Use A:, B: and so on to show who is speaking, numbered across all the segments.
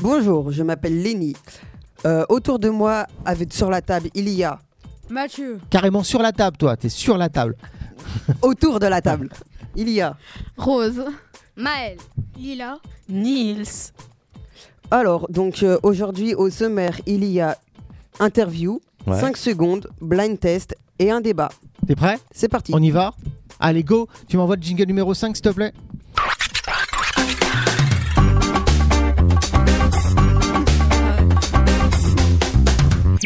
A: Bonjour, je m'appelle Lenny. Euh, autour de moi, avec, sur la table, il y a.
B: Mathieu,
C: Carrément sur la table, toi. T'es sur la table.
A: Autour de la table, il y a.
D: Rose.
E: Maël.
B: Lila,
F: Niels.
A: Alors, donc euh, aujourd'hui, au sommaire, il y a interview,
C: Ouais.
A: 5 secondes, blind test et un débat.
C: T'es prêt
A: C'est parti.
C: On y va Allez, go Tu m'envoies le jingle numéro 5, s'il te plaît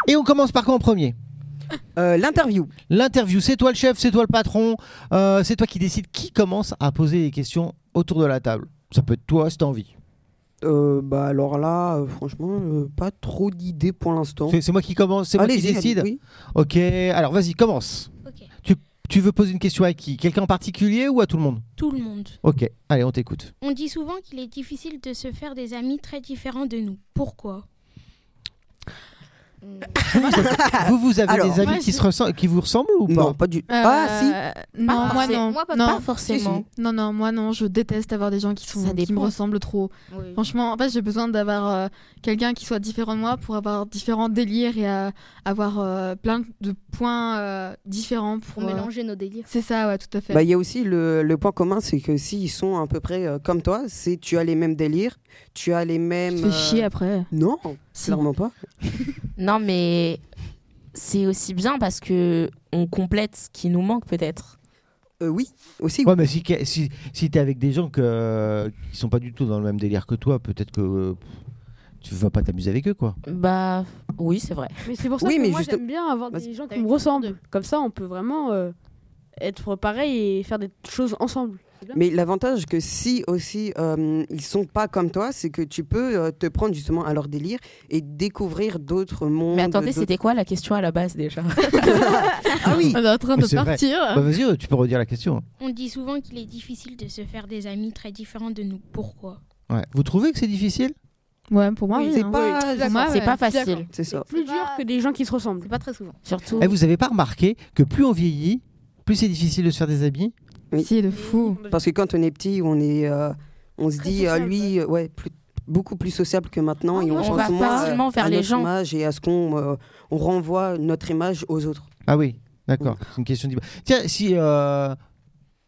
C: Et on commence par quoi en premier
A: Euh, L'interview.
C: L'interview, c'est toi le chef, c'est toi le patron, euh, c'est toi qui décide qui commence à poser les questions autour de la table. Ça peut être toi si t'as envie.
A: Euh, bah alors là, euh, franchement, euh, pas trop d'idées pour l'instant.
C: C'est c'est moi qui commence, c'est moi qui
A: Allez-y, allez-
C: décide.
A: oui.
C: Ok, alors vas-y, commence.
E: Ok.
C: Tu, tu veux poser une question à qui Quelqu'un en particulier ou à tout le monde
F: Tout le monde.
C: Ok, allez, on t'écoute.
G: On dit souvent qu'il est difficile de se faire des amis très différents de nous. Pourquoi
C: vous, vous avez
A: Ah, Alors,
C: des amis
F: moi,
C: qui,
F: je-
C: se ressemblent, qui vous ressemblent ou pas
A: Non, pas du.
F: Euh,
A: Ah
D: si Euh, Non, moi
E: forcément.
D: non.
E: Moi, pas-
D: non.
E: pas
F: forcément.
D: non, non, moi non, je déteste avoir des gens qui, sont,
F: Ça
D: qui me
F: dépend.
D: ressemblent trop.
E: Oui.
D: Franchement, en fait, j'ai besoin d'avoir euh, quelqu'un qui soit différent de moi pour avoir différents délires et euh, avoir euh, plein de points euh, différents
E: Pour
D: pour. euh,
E: mélanger nos délires.
D: C'est ça, ouais, tout à fait.
A: Bah, Il y a aussi le, le point commun, c'est que s'ils sont à peu près euh, comme toi, c'est tu as les mêmes délires, tu as les mêmes.
F: Tu te fais
A: euh,
F: chier après.
A: Non,
F: Si.
A: clairement pas.
F: Non, mais c'est aussi bien parce que on complète ce qui nous manque peut-être.
A: Euh, oui, aussi.
C: Ouais, mais si, si, si t'es avec des gens que, euh, qui sont pas du tout dans le même délire que toi, peut-être que euh, tu vas pas t'amuser avec eux, quoi.
F: Bah oui, c'est vrai.
H: Mais c'est pour ça
A: Oui,
H: que
A: mais
H: moi
A: juste-
H: j'aime bien avoir
A: Vas-y.
H: des gens qui me ressemblent. Comme ça, on peut vraiment euh, être pareil et faire des choses ensemble.
A: Mais l'avantage que si aussi euh, ils sont pas comme toi, c'est que tu peux euh, te prendre justement à leur délire et découvrir d'autres mondes.
F: Mais attendez,
A: d'autres-
F: c'était quoi la question à la base déjà
A: Ah oui
D: On est en train
C: Mais
D: de
C: c'est vrai.
D: partir.
C: Bah vas-y, euh, tu peux redire la question. hein.
G: On dit souvent qu'il est difficile de se faire des amis très différents de nous. Pourquoi
C: hein. Ouais. Vous trouvez que c'est difficile
D: Ouais, pour moi,
A: Oui,
D: oui,
A: c'est
D: hein.
A: pas.
D: Pour moi,
F: C'est
D: ouais.
F: pas facile.
A: C'est ça.
H: Plus
E: C'est
H: dur
E: pas-
H: que des gens qui se ressemblent.
E: C'est pas très souvent.
F: Surtout.
C: Eh, Vous avez pas remarqué que plus on vieillit, plus c'est difficile de se faire des amis
A: Oui.
D: C'est de fou.
A: Parce que quand on est petit, on est, euh, on se
H: Très
A: dit, euh,
H: sociable,
A: lui, euh, ouais, plus- beaucoup plus sociable que maintenant,
E: Ah,
A: et on
E: moi, je
A: pense
F: va
A: moins
F: facilement
A: euh,
F: vers
A: à
F: les
A: notre
F: gens.
A: image et à ce qu'on euh, on renvoie notre image aux autres.
C: Ah oui, d'accord. C'est une question d'image. Tiens, si. euh,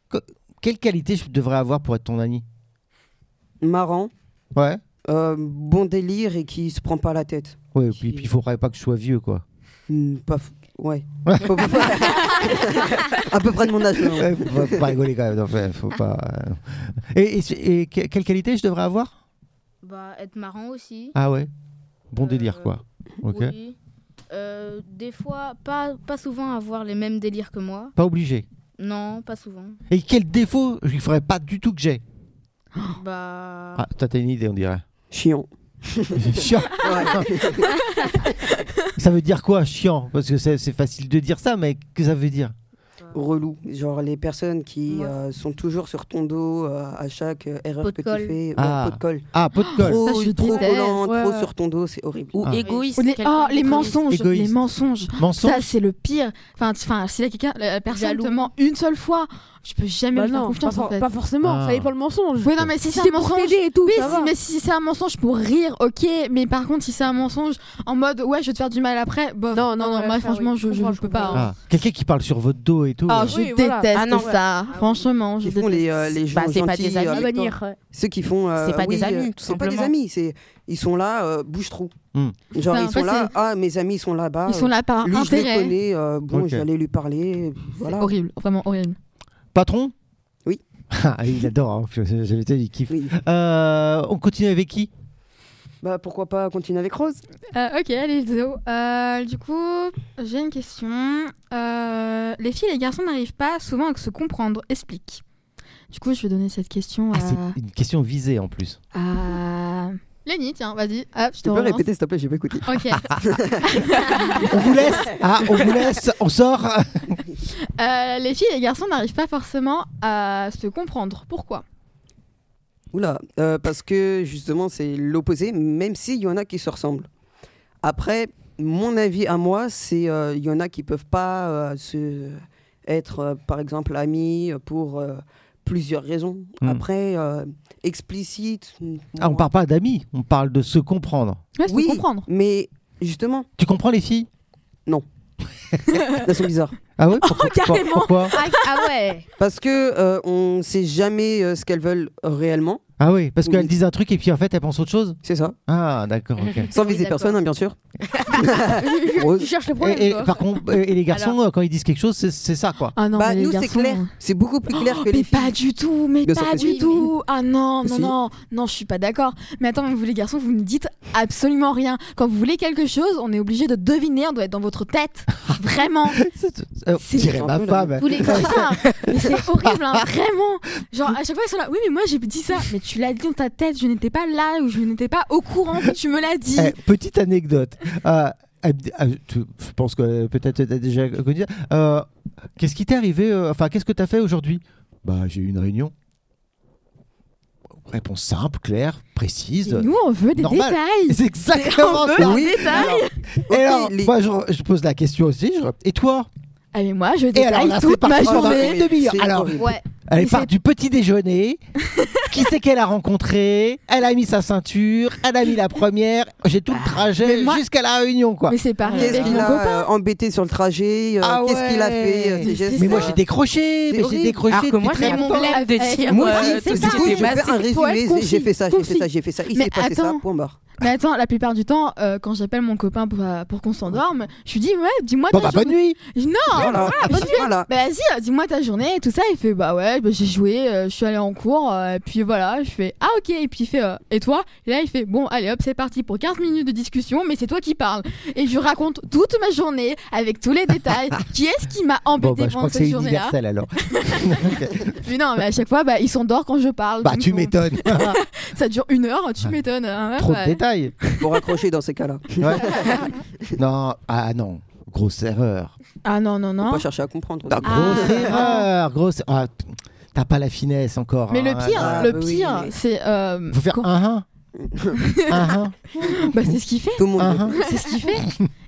C: que- quelle qualité je devrais avoir pour être ton ami
A: Marrant.
C: Ouais.
A: Euh, bon délire et qui se prend pas la tête.
C: Ouais, et puis et puis il faudrait pas que je sois vieux, quoi.
A: Hmm, pas f- Ouais. Faut- faut- à peu près de mon âge. non.
C: Ouais, faut, pas- faut pas rigoler quand même. non, faut- faut pas. euh. Et, et- et que- quelle qualité je devrais avoir
E: Bah, être marrant aussi.
C: Ah ouais. Bon
E: Euh,
C: délire, quoi. Ok.
E: Oui. Euh, des fois, pas, pas souvent avoir les mêmes délires que moi.
C: Pas obligé.
E: Non, pas souvent.
C: Et quel défaut je ne ferais pas du tout que j'ai
E: Bah.
C: Ah, toi, t'as une idée, on dirait.
A: Chiant.
C: chiant.
A: Ouais.
C: Ça veut dire quoi, chiant Parce que c'est c'est facile de dire ça, mais que ça veut dire
A: Relou. Genre les personnes qui
E: Ouais.
A: euh, sont toujours sur ton dos euh, à chaque euh, erreur
E: Pot de
A: que
E: colle.
A: tu fais. Ouais,
C: Ah.
A: pot de colle.
C: Ah, pot de colle.
A: Trop,
D: Ça, je
A: trop
D: déteste.
A: collant,
D: Ouais,
A: trop
D: ouais.
A: sur ton dos, c'est horrible.
F: Ou
C: Ah.
F: égoïste.
D: On est-
F: quelqu'un
D: Oh, les
F: d'égoïste.
D: mensonges,
C: Égoïste.
D: les mensonges.
C: Mensonge
D: Ça, c'est le pire. Enfin, tu- enfin, si la, quelqu'un, la personne
E: Jaloux.
D: te ment une seule fois, tu peux jamais
H: Bah
D: lui faire
H: non, pas,
D: confiance en
H: for-
D: fait.
H: pas forcément,
C: Ah.
H: ça dépend le mensonge.
D: Oui, non, mais si
H: Si
D: c'est un
H: c'est pour
D: mensonge.
H: t'aider et tout,
D: Oui,
H: ça
D: si-
H: va.
D: mais si c'est un mensonge pour rire, ok. Mais par contre, si c'est un mensonge en mode ouais, je vais te faire du mal après, bof.
H: Non, non, ouais,
D: moi
H: ça,
D: franchement,
H: oui,
D: je,
H: je
D: je
H: comprends,
D: ne
H: je
D: peux pas.
H: comprends.
D: hein.
C: Ah, quelqu'un qui parle sur votre dos et tout.
D: Ah,
C: euh,
D: je
H: Oui, voilà.
D: déteste
F: Ah non, ouais.
D: ça. Franchement, je
A: Qui font
D: déteste.
A: les, euh, les gens
F: Bah, c'est pas
A: gentils
F: des amis.
H: À
A: avec toi.
H: bannir. ouais.
A: Ceux qui font. euh,
F: C'est pas des
A: oui,
F: amis,
A: euh,
F: tout
A: C'est pas des
F: simplement.
A: amis. c'est- Ils sont là, euh, bouche-trou.
C: Hmm.
A: Genre,
D: Ça, en
A: ils
D: fait,
A: sont là.
D: c'est-
A: Ah, mes amis sont là-bas.
D: Ils sont là par
A: Lui, je les
D: intérêt.
A: connais. euh, bon,
C: Ok.
A: je vais aller lui parler. Voilà.
D: Horrible, vraiment horrible.
C: Patron
A: Oui.
C: Ah, il adore. hein. J'avais dit, il kiffe.
A: Oui.
C: Euh, on continue avec qui
A: Bah, pourquoi pas continuer avec Rose
D: Euh, ok, allez, Zo. Euh, du coup, j'ai une question. Euh, les filles et les garçons n'arrivent pas souvent à se comprendre. Explique. Du coup, je vais donner cette question
C: Ah,
D: à,
C: c'est une question visée en plus.
D: à... Lenny. Tiens, vas-y. Hop, je te
A: Tu peux
D: relance.
A: répéter, s'il te plaît, j'ai pas écouté.
D: Ok.
C: On vous laisse Ah, on vous laisse On sort
D: Euh, les filles et les garçons n'arrivent pas forcément à se comprendre. Pourquoi
A: Oula, euh, parce que justement, c'est l'opposé, même s'il y en a qui se ressemblent. Après, mon avis à moi, c'est euh, il y en a qui peuvent pas euh, se être euh, par exemple amis pour euh, plusieurs raisons.
C: Mm.
A: Après euh, explicite.
C: Ah, on
A: moi-
C: parle pas d'amis, on parle de se comprendre.
D: Ouais, c'est
A: Oui.
D: comprendre.
A: Mais justement,
C: Tu comprends les filles
A: elles sont bizarres
C: Ah ouais Pourquoi,
D: carrément.
C: pourquoi
E: Ah, ah ouais
A: parce que euh, on sait jamais euh, ce qu'elles veulent réellement.
C: Ah oui, parce
A: Oui.
C: qu'elles disent un truc et puis en fait elles pensent autre chose
A: C'est ça.
C: Ah d'accord, ok.
A: Sans
E: Ah oui,
A: viser
E: d'accord.
A: personne, hein, bien sûr. Rose.
H: cherche le
C: Et, et par contre, et et les garçons, euh, quand ils disent quelque chose, c'est- c'est ça quoi.
D: Ah non,
A: bah
D: mais les
A: nous c'est
D: garçons,
A: clair,
D: euh,
A: c'est beaucoup plus clair que les
D: mais
A: filles.
D: pas du tout, mais
A: Bien sûr
D: pas
A: que
D: du
E: si.
D: tout. Ah non, non,
A: Si.
D: non, non, je suis pas d'accord. Mais attends, mais vous les garçons, vous ne dites absolument rien. Quand vous voulez quelque chose, on est obligé de deviner, on doit être dans votre tête. Vraiment.
C: Euh,
D: C'est-
C: dirait ma
A: Un peu, là.
C: femme.
D: Tous les copains. Mais c'est horrible, hein, vraiment. Genre, à chaque fois, ils sont là. Oui, mais moi, j'ai dit ça. Mais tu l'as dit dans ta tête, je n'étais pas là ou je n'étais pas au courant que tu me l'as dit.
C: Eh, petite anecdote. Euh, elle me dit- ah, tu- je pense que euh, peut-être tu as déjà connu ça. Euh, qu'est-ce qui t'est arrivé euh, Enfin, qu'est-ce que tu as fait aujourd'hui Bah, j'ai eu une réunion. Réponse simple, claire, précise.
D: Et nous, on veut des
C: Normal.
D: détails.
C: C'est exactement
D: veut
C: ça.
D: des
C: Alors,
A: Ok,
C: et alors,
A: les-
C: moi, je, je pose la question aussi. je- Et toi
D: Ah, mais moi, je
C: Et alors
D: détaille
C: là, c'est
D: toute ma
C: parti pendant
D: journée.
C: une demi-heure.
A: C'est
C: Alors,
A: horrible.
E: Ouais,
C: Elle
D: Et
C: part
D: c'est-
C: du petit déjeuner. qui c'est qu'elle a rencontré Elle a mis sa ceinture. Elle a mis la première. J'ai tout le trajet
D: mais moi-
C: jusqu'à la réunion, quoi.
D: Mais c'est pareil
A: Qu'est-ce
D: Ah, avec
A: qu'il
D: mon
A: a
D: copain.
A: euh, embêté sur le trajet euh,
C: Ah
A: Qu'est-ce qu'il a fait euh,
C: ouais.
A: ces
D: Mais
A: gestes,
C: Mais moi
A: euh,
C: j'ai décroché,
A: c'est
C: mais j'ai
A: horrible.
C: décroché.
F: Alors que moi,
C: depuis
F: j'ai
C: très
F: mon
C: longtemps.
F: rêve de
D: Eh,
F: dire
D: moi
A: Moi
F: euh,
A: aussi,
D: c'est
F: tout
A: du
F: ce
D: ça.
F: qui
A: coup,
F: s'est
A: je vais
F: passé.
A: faire un
D: pour être
A: résumé. J'ai- J'ai
D: concis,
A: fait ça, j'ai fait
D: concis.
A: ça, j'ai fait ça. Il
D: Mais
A: s'est passé ça,
D: attends.
A: point barre.
D: Mais attends, la plupart du temps, euh, quand j'appelle mon copain pour, euh, pour qu'on s'endorme, je lui dis Ouais, dis-moi
C: Bon
D: ta
C: bah bonne
D: journée.
C: nuit.
D: Je dis, Non
A: Voilà, voilà.
D: Bah vas-y, euh, dis-moi ta journée et tout ça. Il fait Bah ouais, bah, j'ai joué, euh, je suis allé en cours, euh, et puis voilà. Je fais Ah ok, et puis il fait euh, Et toi Et là, il fait Bon, allez hop, c'est parti pour 15 minutes de discussion, mais c'est toi qui parles. Et je lui raconte toute ma journée avec tous les détails. qui est-ce qui m'a
C: Bon
D: embêté
C: bah je
D: pendant
C: crois que c'est
D: cette journée-là
C: universel alors.
D: Puis non, mais à chaque fois, bah, il s'endort quand je parle.
C: bah
D: donc,
C: tu
D: bon,
C: m'étonnes.
D: Ça dure une heure, tu
C: Ouais.
D: m'étonnes. hein,
C: Trop
D: ouais.
C: de détails.
A: Pour raccrocher dans ces cas-là. Faut
C: Ouais. non ah non grosse erreur.
D: Ah non, non, non.
A: pas chercher à comprendre.
C: Non, grosse
D: Ah.
C: erreur grosse. Ah, t- T'as pas la finesse encore.
D: Mais
C: hein,
D: le pire,
A: Ah,
C: là.
D: le
A: bah oui,
D: pire,
A: mais-
D: c'est. euh,
C: Faut faire
D: quand-
C: un un. un un.
D: Bah, c'est ce qu'il fait,
A: Tout le monde.
C: Un un.
D: c'est ce qu'il fait.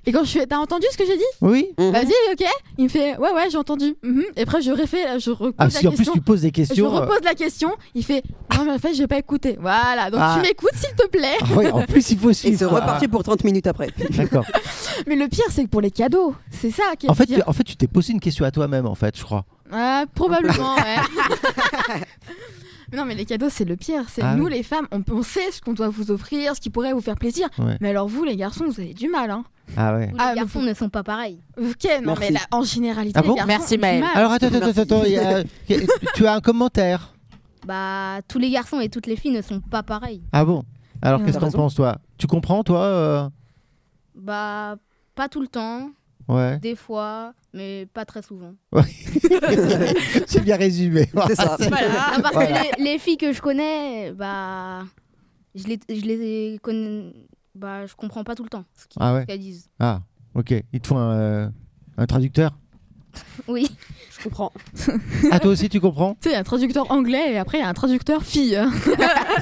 D: Et quand je fais, t'as entendu ce que j'ai dit
C: Oui.
A: Mhm.
D: Vas-y, ok. Il me fait, ouais, ouais, j'ai entendu. Mhm. Et après, je refais, je repose
C: Ah
D: la
C: si en plus
D: question.
C: tu poses des
D: je
C: questions. euh,
D: repose la question. Il fait, non, mais en fait, j'ai pas écouté. Voilà, donc
C: Ah.
D: tu m'écoutes, s'il te plaît.
C: Ah oui, en plus il faut
A: Et
C: suivre.
A: c'est reparti pour 30 minutes après.
C: Ah, D'accord.
D: Mais le pire, c'est que pour les cadeaux, c'est ça qui est
C: En fait,
D: le pire.
C: tu- en fait, tu t'es posé une question à toi-même, en fait, je crois.
D: Ah, probablement, ouais. Mais non, mais les cadeaux, c'est le pire. C'est
C: Ah
D: nous,
C: oui.
D: les femmes, on, on sait ce qu'on doit vous offrir, ce qui pourrait vous faire plaisir.
C: Ouais.
D: Mais alors, vous, les garçons, vous avez du mal. Hein.
C: Ah ouais.
E: les
D: Ah, mais
E: garçons ne sont pas pareils.
D: Ok, non,
A: Merci.
D: mais là, en généralité,
C: Ah bon
D: les garçons
F: Merci,
D: ont du
F: Maëlle.
D: mal.
C: Alors attends, attends,
A: Merci.
C: attends, attends, il y a- tu as un commentaire.
E: Bah, tous les garçons et toutes les filles ne sont pas pareils.
C: Ah bon Alors
D: Non.
C: qu'est-ce
A: T'as
C: que t'en
A: raison.
C: penses toi Tu comprends toi euh
E: Bah, pas tout le temps,
C: Ouais.
E: des fois, mais pas très souvent.
C: C'est bien résumé.
A: C'est ça.
E: Ah, parce
C: Voilà.
E: que les, les filles que je connais, bah, je les, je les connais, bah, je comprends pas tout le temps ce qui-
C: Ah
E: ce
C: ouais.
E: qu'elles disent.
C: Ah, OK. Il te faut un, euh, un traducteur
E: Oui.
H: Je comprends.
C: Ah toi aussi tu comprends
D: Tu sais, il y a un traducteur anglais et après, il y a un traducteur fille.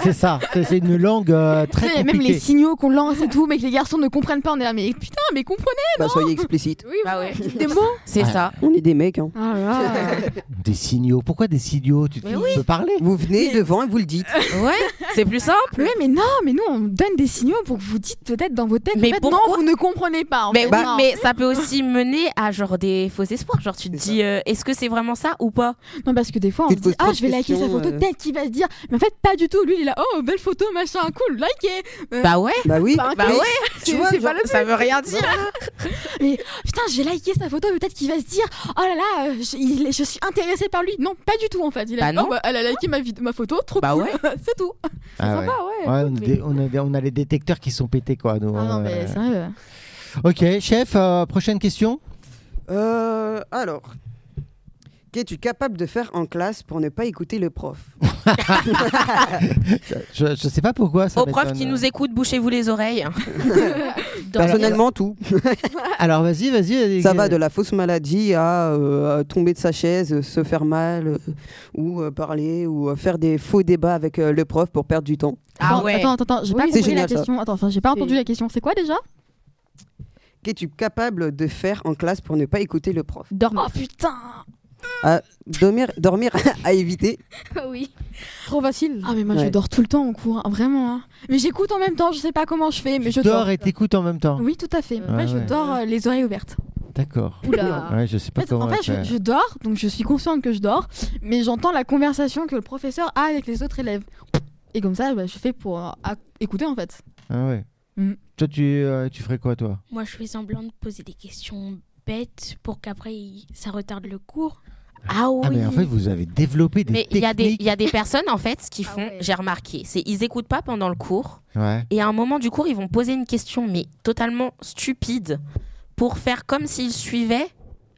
C: C'est ça. C'est c'est une langue euh, très
D: Tu sais, même les
C: compliquée.
D: signaux qu'on lance et tout, mais que les garçons ne comprennent pas, on est là, mais putain, mais comprenez
A: Bah, soyez explicite.
D: Oui,
F: Bah ouais.
D: des mots
F: C'est
C: Ouais.
F: ça.
A: On est des mecs. hein.
D: Ah là là.
C: Des signaux. Pourquoi des signaux Tu tu peux parler
A: Vous venez devant et vous le dites.
F: Ouais, c'est plus simple.
D: Oui, mais non, mais nous, on donne des signaux pour que vous dites peut-être dans vos têtes,
F: Mais
D: en fait, non,
F: pourquoi
D: vous ne comprenez pas. en
F: Mais,
D: fait,
F: oui,
D: non.
F: mais ça peut aussi mener à genre des faux espoirs. Genre tu te
A: C'est
F: dis euh, est-ce que c'est vraiment ça ou pas
D: Non, parce que des fois, on
A: Tu
D: se
A: te
D: dit,
A: poses trop
D: ah,
A: de
D: je vais liker sa
A: questions,
D: photo,
A: euh.
D: peut-être qu'il va se dire, mais en fait, pas du tout. Lui, il est là, oh, belle photo, machin, cool, likez.
F: Bah ouais,
A: Bah oui.
H: Bah,
F: bah
A: Mais
F: ouais,
A: Tu vois, genre,
F: ça veut rien dire.
D: Putain, je vais liker sa photo, peut-être qu'il va se dire, oh là là, euh, je, il est- je suis intéressée par lui. Non, pas du tout, en fait. Il est
F: Bah
D: là,
F: non.
D: oh, bah, elle a liké ma, vid- ma photo, trop
F: Bah
D: cool.
F: ouais.
D: c'est tout.
C: Ah ouais.
E: ouais.
C: Ouais, on, a des- on a des- on a les détecteurs qui sont pétés quoi nous.
D: Ah non, mais
C: Euh,
D: sérieux.
C: OK, chef, euh, prochaine question
A: Euh, alors, qu'es-tu capable de faire en classe pour ne pas écouter le prof
C: je, je sais pas pourquoi ça
F: Aux profs
C: m'étonne.
F: qui nous écoutent, bouchez-vous les oreilles.
A: Personnellement, tout.
C: Alors vas-y, vas-y. vas-y.
A: Ça va de la fausse maladie à euh, à tomber de sa chaise, euh, se faire mal, euh, ou euh, parler, ou euh, faire des faux débats avec euh, le prof pour perdre du temps.
F: Ah
D: Attends,
F: ouais.
D: Attends, attends, attends, j'ai pas
A: C'est
D: compris la
A: génial, ça.
D: question. Attends, enfin, j'ai pas entendu
H: C'est-
D: la question. C'est quoi déjà
A: qu'es-tu capable de faire en classe pour ne pas écouter le prof
E: Dormir.
D: Oh putain
A: Dormir, dormir à éviter.
E: oui.
H: Trop facile.
D: Ah mais moi je
A: Ouais.
D: dors tout le temps en cours, hein, vraiment. hein. Mais j'écoute en même temps, je sais pas comment je fais, mais je
C: tu dors et t'écoutes en même temps.
D: Oui, tout à fait. Moi,
C: Ouais,
D: je
C: ouais.
D: dors euh, les oreilles ouvertes.
C: D'accord.
E: Oula.
C: Ouais, je sais
D: En
C: pas
D: fait,
C: comment.
D: en fait, je,
C: faire.
D: je dors, donc je suis consciente que je dors, mais j'entends la conversation que le professeur a avec les autres élèves. Et comme ça, bah, je fais pour euh, à- écouter en fait.
C: Ah ouais.
D: Mm.
C: Toi, tu, euh, tu ferais quoi, toi
G: Moi, je fais semblant de poser des questions bêtes pour qu'après, il- ça retarde le cours.
F: Ah oui.
C: Ah, mais en fait, vous avez développé des
F: Mais il y, a des-
C: techniques.
F: il y a des personnes en fait qui
E: Ah
F: font,
E: ouais.
F: j'ai remarqué, c'est ils écoutent pas pendant le cours
C: Ouais.
F: et à un moment du cours ils vont poser une question mais totalement stupide pour faire comme s'ils suivaient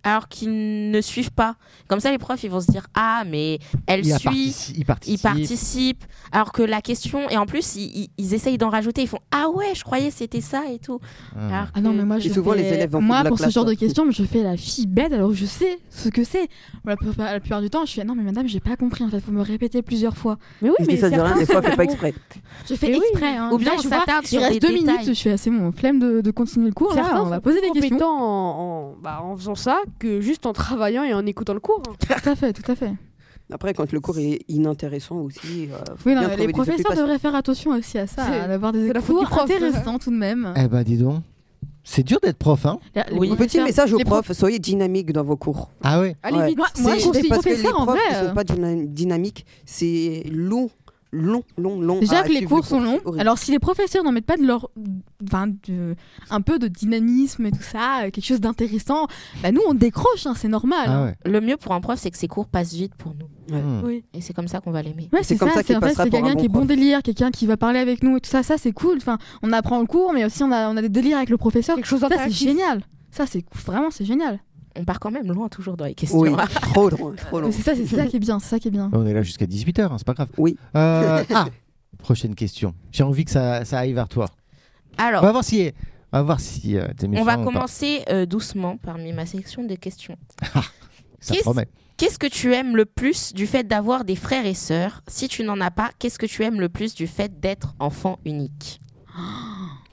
F: alors qu'ils ne suivent pas. Comme ça les profs ils vont se dire ah mais elle
C: Il, a
F: suit,
C: partici- il participe.
F: ils participent alors que la question et en plus ils, ils- ils essayent d'en rajouter ils font ah ouais je croyais c'était ça et tout.
C: Ah.
F: Alors
D: Ah non,
F: que-
D: mais moi,
A: Et
D: je
A: souvent,
D: fais-
A: les élèves en font
D: Moi,
A: de la hein.
D: pour ce
A: classe,
D: genre de
A: là.
D: questions, je fais la fille bête alors que je sais ce que c'est. La, plupart- la plupart du temps, je fais non, mais madame, j'ai pas compris en fait, faut me répéter plusieurs fois.
H: Mais oui,
A: Il se
H: mais
A: dit ça de rien,
H: certains-
A: des fois, fait pas exprès.
D: Je fais
H: Mais oui.
D: exprès. hein.
F: Ou bien
D: Là,
F: on
D: je vois,
F: s'attarde
D: Il
F: sur des
D: reste deux
F: détails.
D: minutes, je suis assez bon, flemme de, de continuer le cours.
H: certains
D: Là, on
H: sont
D: va poser des
H: plus
D: questions.
H: compétents en, en- bah, en faisant ça que juste en travaillant et en écoutant le cours. hein.
D: Tout à fait, tout à fait.
A: Après, quand le cours est inintéressant aussi. euh, faut
D: Oui,
A: bien
D: non, mais
A: trouver
D: les
A: des
D: professeurs
A: occupations.
D: devraient faire attention aussi à ça,
H: C'est-
D: à avoir des
H: c'est la faute du
D: cours
H: prof.
D: intéressants tout de même.
C: Eh ben, dis donc. C'est dur d'être prof, hein
D: Les- les
F: Oui.
D: professeurs-
A: Eh, Petit message aux
D: les prof-
A: profs, soyez dynamiques dans vos cours.
C: Ah ouais.
H: Allez
A: Ouais.
H: vite.
D: Moi- moi,
A: C'est-
D: j'ai des
A: parce que les
D: professeurs, en
A: profs
D: vrai,
A: qui
D: euh,
A: sont pas dyna- dynamiques, c'est long, long, long, long.
D: Déjà
A: à
D: que les
A: suivre
D: cours
A: le
D: sont
A: c'est
D: longs.
A: horrible.
D: Alors si les professeurs n'en mettent pas de leur, enfin, de- un peu de dynamisme et tout ça, euh, quelque chose d'intéressant, bah nous on décroche, hein, c'est normal.
C: Ah
D: hein.
C: ouais.
F: Le mieux pour un prof c'est que ses cours passent vite pour nous
A: Ouais.
C: Hmm.
F: et c'est comme ça qu'on va l'aimer.
D: Ouais,
A: C'est comme ça
D: c'est
A: qu'il
D: en fait,
A: passera
D: c'est
A: pour un
D: quelqu'un
A: bon
D: qui est bon
A: prof.
D: délire, quelqu'un qui va parler avec nous et tout ça, ça c'est cool. Enfin, on apprend le cours, mais aussi on a, on a des délires avec le professeur.
H: Quelque chose
D: Ça c'est
H: d'interactif.
D: génial. Ça c'est vraiment c'est génial.
F: On part quand même loin toujours dans les questions. hein.
A: Oui, trop long, trop long.
D: C'est ça, c'est ça qui est bien, c'est ça qui est bien.
C: On est là jusqu'à 18h, c'est pas grave.
A: Oui.
C: Euh, ah, prochaine question. J'ai envie que ça, ça aille vers toi.
F: Alors
C: On va voir si, on va voir si euh, t'es méchant
F: On va
C: ou pas.
F: commencer euh, doucement parmi ma sélection de questions.
C: Ça
F: Qu'est-ce-
C: promet.
F: Qu'est-ce que tu aimes le plus du fait d'avoir des frères et sœurs Si tu n'en as pas, qu'est-ce que tu aimes le plus du fait d'être enfant unique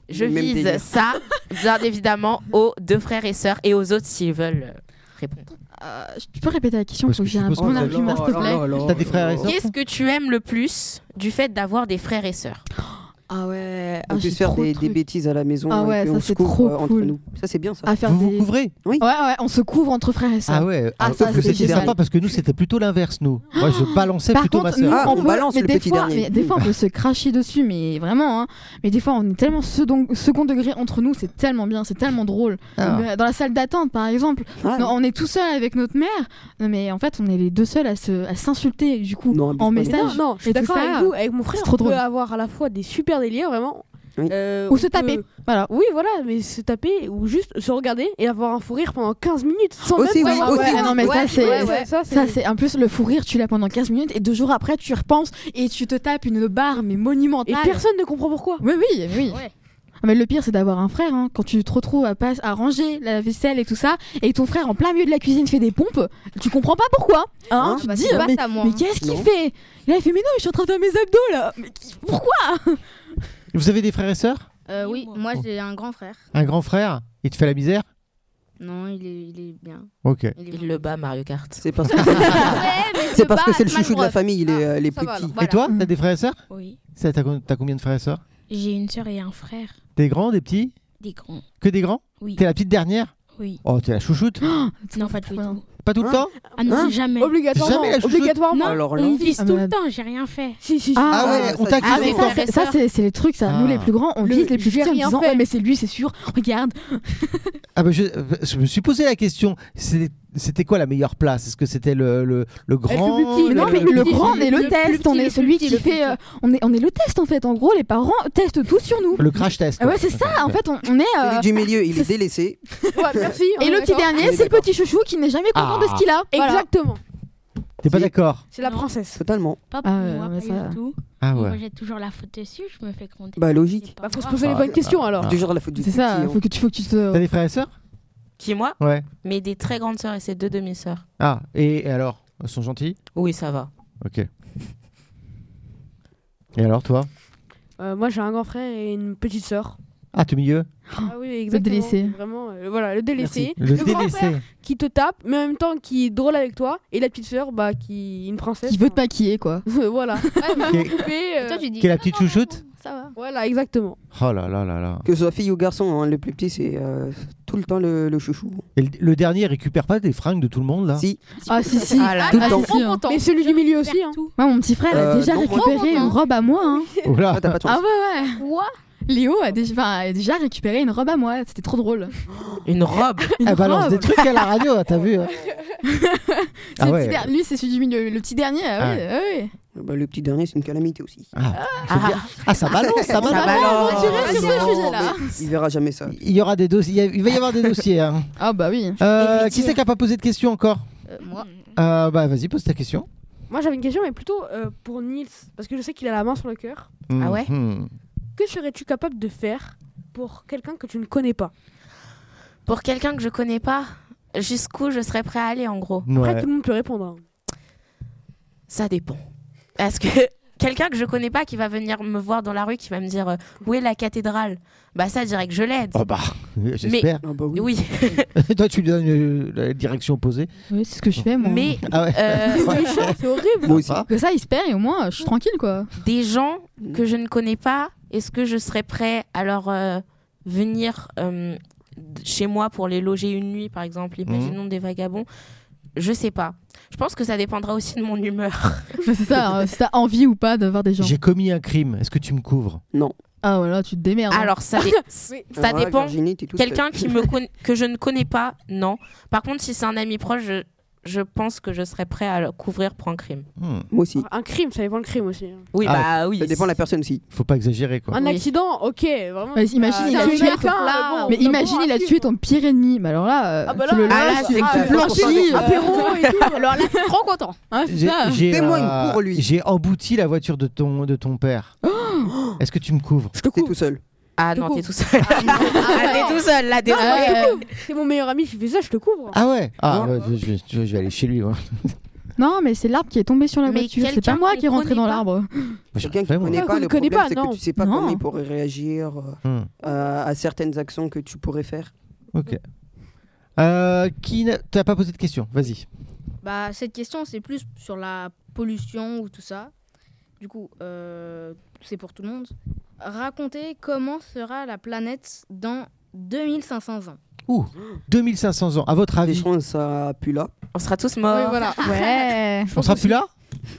F: Je
A: Même
F: vise
A: délire.
F: ça, bien évidemment, aux deux frères et sœurs et aux autres s'ils veulent euh, répondre.
D: Euh, tu peux répéter la question
C: Parce
D: faut que
C: que
D: j'ai
C: je
D: un
C: suppose
D: bon
C: que-
D: argument s'il te plaît.
C: T'as des frères et sœurs
F: Qu'est-ce que tu aimes le plus du fait d'avoir des frères et sœurs
D: Ah ouais,
A: On
D: ah,
A: peut
D: j'ai
A: se faire
D: trop
A: des,
D: de
A: des
D: trucs.
A: bêtises à la maison
D: Ah ouais,
A: et puis
D: ça,
A: on
D: c'est
A: se couvre
D: trop
A: euh, entre
D: cool.
A: nous. Ça c'est bien ça.
D: à faire
C: Vous vous
D: des...
C: couvrez
D: Ouais, ouais, on se couvre entre frères et sœurs.
C: Ah ouais,
D: Ah,
C: alors
D: ça,
C: que
D: c'est
C: c'était
D: génial.
C: sympa parce que nous c'était plutôt l'inverse nous. Moi je balançais
D: Par
C: plutôt ma
D: contre, nous,
C: sœur.
A: Ah,
D: on,
A: on
D: peut-
A: balance
D: mais
A: le
D: des
A: petit
D: fois,
A: dernier.
D: mais des fois, on peut se cracher dessus, mais vraiment. hein. Mais des fois, on est tellement second, second degré entre nous, c'est tellement bien, c'est tellement drôle.
C: Ah.
D: Mais Dans la salle d'attente, par exemple,
A: Ah,
D: non, on est tout seul avec notre mère, non, mais en fait, on est les deux seuls à se- à s'insulter, du coup,
A: Non,
D: en
A: mais c'est pas
D: message.
H: Non, non, je suis
D: Et tout
H: d'accord
D: ça,
H: avec vous. Avec mon frère,
D: c'est trop
H: on
D: drôle.
H: peut avoir à la fois des super délires, vraiment.
A: Oui.
H: euh,
D: Ou
H: on
D: se
H: peut-
D: taper. Voilà.
H: Oui, voilà, mais se taper ou juste se regarder et avoir un fou rire pendant 15 minutes sans
A: Aussi,
H: même
A: oui,
H: savoir-
A: aussi,
H: Ouais,
A: oui.
H: non,
D: Ah mais ça, c'est-
H: ouais, ouais, ça, c'est-
D: Ça, c'est en plus le fou rire, tu l'as pendant 15 minutes, et deux jours après, tu y repenses, et tu te tapes une barre, mais
H: Et
D: monumentale.
H: personne ne comprend pourquoi.
D: Oui, oui, oui.
E: Ouais.
D: Ah, Mais le pire, c'est d'avoir un frère. hein. Quand tu te retrouves à, pas- à ranger la vaisselle et tout ça, et ton frère en plein milieu de la cuisine fait des pompes, tu comprends pas pourquoi. Hein
A: Hein,
D: tu te
E: bah,
D: dis,
E: c'est
D: euh,
E: pas
D: mais,
E: ça, moi,
D: mais
E: hein.
D: qu'est-ce qu'il
A: Non.
D: fait Et Là, il fait, mais non, je suis en train de faire mes abdos là. Mais qui- pourquoi
C: Vous avez des frères et sœurs
E: Euh, oui,
G: moi.
E: moi j'ai un grand frère.
C: Un grand frère Il te fait la misère
E: Non, il est, il est bien.
C: Ok.
E: Il est
F: Il
E: bien.
F: le bat Mario Kart.
A: c'est parce que c'est parce que c'est le chouchou de la famille, il est, euh, il est
E: ça
A: plus
E: va,
A: petit.
E: alors. Voilà.
C: Et toi, t'as des frères et sœurs
G: Oui.
C: Ça, T'as con- t'as combien de frères et sœurs
G: J'ai une sœur et un frère.
C: Des grands, des petits
G: Des grands.
C: Que des grands
G: Oui.
C: T'es la petite dernière
G: Oui.
C: Oh, t'es la chouchoute
G: Non, pas du
D: bien.
G: tout.
C: Pas tout le
A: Hein
C: temps
G: Ah non,
A: Hein
G: jamais.
H: Obligatoirement.
C: Jamais la chouchoute.
H: Obligatoirement.
G: Non,
A: Alors là.
G: on me vise
D: Ah,
G: tout
D: mais-
G: le temps, j'ai rien fait.
H: Si, si, si.
C: Ah
D: Ah,
C: ouais,
A: ouais,
C: on
A: ça,
C: t'accuse
F: Ah,
D: mais
F: les
C: tout le
D: ça,
C: temps.
F: frères et
D: c'est- ça,
F: sœurs.
D: c'est c'est les trucs, ça. Nous,
C: Ah.
D: les plus grands, on
H: Le
D: vise les plus
H: j'ai
D: petits en
H: rien
D: disant,
H: fait.
D: Ouais, mais c'est lui, c'est sûr. Regarde.
C: Ah bah, je, euh, je me suis posé la question. C'est- C'était quoi la meilleure place Est-ce que c'était le, le, le grand
H: plus petit,
D: Mais non,
H: Le-
D: mais
H: le
D: le,
H: petit,
D: grand, on
E: le-
D: est
E: le
D: le,
E: plus
D: test.
E: petit,
D: on
E: le
D: est
E: plus
D: celui
E: petit,
D: qui
E: le plus
D: fait. euh, on, est, on est le test en fait. En gros, les parents testent tout sur nous.
C: le crash test.
D: Ah
C: quoi.
D: ouais, c'est ça. En
C: Ok.
D: fait, on, on est.
A: Celui
D: euh,
A: du milieu, il est délaissé.
H: Ouais, merci. on
D: Et
H: est
D: le petit
H: Ah, d'accord.
A: On est
D: dernier, c'est le
A: d'accord.
D: petit chouchou qui n'est jamais content de
C: Ah.
D: ce qu'il a. Voilà.
H: Exactement.
C: T'es pas
A: Si.
C: d'accord
H: C'est la
G: Non.
H: princesse.
A: Totalement.
G: Pas pour
D: Ah,
G: moi,
D: ouais,
G: pas
D: ça-
G: du tout.
C: Ah
G: Moi,
C: ouais.
G: j'ai toujours la faute dessus, je me fais gronder.
A: Bah, logique.
G: C'est pas
H: Bah, faut se
G: grave.
H: poser les
C: Ah,
H: bonnes questions alors.
A: Toujours à la faute du
D: C'est
A: petit,
D: ça,
A: hein.
D: faut que tu faut que tu te
C: T'as des frères et sœurs
F: Qui moi
C: Ouais.
F: Mais des très grandes sœurs et ses deux demi-sœurs.
C: Ah, et, et alors Ils sont gentils
F: Oui, ça va.
C: Ok. Et alors, toi
H: Euh, moi j'ai un grand frère et une petite sœur.
C: Ah, t'es au milieu
H: Ah oui,
D: délaissé.
H: Vraiment. euh, voilà, le délaissé,
C: Le
H: le grand-père
C: délaissé.
H: qui te tape, mais en même temps qui est drôle avec toi, et la petite sœur, bah, qui est une princesse.
D: Qui veut te maquiller, quoi.
H: voilà. Ouais, mais-
C: Qui est-
H: mais, euh,
E: Toi, tu dis.
C: Qui est la petite chouchoute
E: Ça va.
H: Voilà, exactement.
C: Oh là là là là.
A: Que ce soit fille ou garçon, hein, le plus petit, c'est euh, tout le temps le, le chouchou.
C: Et le- le dernier récupère pas des fringues de tout le monde là
A: Si,
D: Ah, si, si.
F: Ah là
D: Tout
F: là.
D: le temps. si, hein.
H: Mais celui du milieu aussi. Hein.
D: Moi, mon petit frère a
A: Euh,
D: déjà
A: non, moi-
D: récupéré une robe à moi. hein.
C: Oh là.
A: Ah, t'as pas de chance.
D: Ah ouais, ouais.
E: Quoi
D: Léo a déjà, enfin, a déjà récupéré une robe à moi. C'était trop drôle.
C: Ah
F: Une robe.
D: Une
C: Elle balance
D: robe.
C: des trucs à la radio, hein, t'as vu hein Ah
D: C'est le petit der- Lui, c'est celui du milieu. Le petit dernier, ah oui, ah oui.
A: Bah, le petit dernier, c'est une calamité aussi.
C: Ah, c'est
F: Ah.
C: bien. Ah, ça balance, ça balance.
D: Ça balance. on dirait sur ce
A: Non,
D: sujet-là.
A: mais Il verra jamais ça.
C: Il y aura des dossiers. il y a- Il va y avoir des dossiers. hein.
D: Ah bah oui.
C: Euh,
F: Et
C: qui
F: puis-
C: c'est qui a pas posé de question encore
E: Euh, Moi.
C: Euh, Bah vas-y, pose ta question.
H: Moi, j'avais une question, mais plutôt euh, pour Nils, parce que je sais qu'il a la main sur le cœur.
F: Ah ouais
C: Mhm.
H: Que serais-tu capable de faire pour quelqu'un que tu ne connais pas
F: Pour quelqu'un que je connais pas, jusqu'où je serais prêt à aller en gros
H: Après,
C: Ouais.
H: tout le monde peut répondre. hein.
F: Ça dépend. Parce que quelqu'un que je connais pas qui va venir me voir dans la rue, qui va me dire euh, où est la cathédrale Bah ça direct je l'aide.
C: Oh bah, j'espère.
A: Ah bah oui.
F: Oui,
C: Toi, tu lui donnes euh, la direction opposée.
D: Oui, c'est ce que je fais, moi.
F: mais
C: Ah ouais.
F: euh,
H: C'est horrible.
A: Moi aussi.
D: Que ça, il se perd et au moins, je suis tranquille, quoi.
F: des gens que je ne connais pas, est-ce que je serais prêt à leur euh, venir euh, d- chez moi pour les loger une nuit, par exemple
A: Mmh.
F: Imaginons des vagabonds. Je sais pas. Je pense que ça dépendra aussi de mon humeur.
D: Mais c'est ça, hein, si t'as envie ou pas de voir des gens.
C: J'ai commis un crime. Est-ce que tu me couvres
D: Ah voilà, tu te démerdes.
F: Alors ça, dé- ça
A: Ah,
F: dépend.
A: Virginie, t'es toute
F: Quelqu'un qui me conna- que je ne connais pas, non. Par contre, si c'est un ami proche, je, je pense que je serais prêt à le couvrir pour un crime.
C: Hmm.
A: seule. Moi aussi.
H: Un crime, ça dépend le crime aussi. hein.
F: Oui,
C: Ah,
F: bah oui.
A: Ça dépend de la personne aussi.
C: Faut pas exagérer quoi.
H: Un
F: Oui.
H: accident, ok, vraiment.
D: Ouais, imagine,
H: Ah,
D: il a
H: c'est
D: tué
H: un
D: ton-
H: mec,
E: là,
H: bon,
D: Mais
H: on a
D: imagine,
H: bon,
D: il a
H: accident.
D: tué ton pire ennemi. Mais alors là, euh,
H: Ah bah
D: tu
H: là,
D: le lâches,
F: ah là,
D: tu
F: c'est
D: le blanchis. euh,
H: Apéro et tout.
E: Alors là, trop content.
D: hein, c'est
C: J'ai-
D: ça.
C: j'ai,
A: Témoigne
C: euh,
A: pour lui.
C: J'ai embouti la voiture de ton, de ton père. Est-ce que tu me couvres
H: Je te
A: T'es
H: coupe.
A: tout seul.
C: Bah,
F: Ah non, t'es tout seul. Ah, t'es tout seul
H: Non, moi,
F: là, désolé.
H: je te
D: Ah,
H: couvre. C'est mon meilleur ami qui fait ça, je te couvre.
C: Ah ouais Ah,
A: Non.
C: ouais, je, je- je vais aller chez lui. ouais.
D: Non, mais c'est l'arbre qui est tombé sur la
F: Mais
D: voiture. C'est
F: quelqu'un
D: pas moi
F: qu'on
D: qui est rentré
F: connaît
D: dans
F: pas.
D: l'arbre.
C: J'ai
A: Quelqu'un qui
C: fait,
A: ne
C: moi.
A: connaît
H: Ah,
A: pas,
H: qu'on
A: le
H: ne connaît
A: problème,
H: pas,
A: c'est
H: non.
A: que tu sais pas
D: Non.
A: comment il pourrait réagir euh,
C: Hmm,
A: à, à certaines actions que tu pourrais faire.
C: Ok. Euh, qui n'a- T'as pas posé de question Vas-y.
E: Bah, cette question, c'est plus sur la pollution ou tout ça. Du coup, euh, c'est pour tout le monde. Racontez comment sera la planète dans 2500 ans.
C: Ouh, 2500 ans. À votre
A: Des
C: avis,
A: chances, ça pue là.
F: On sera tous morts.
D: Ouais.
C: on sera plus là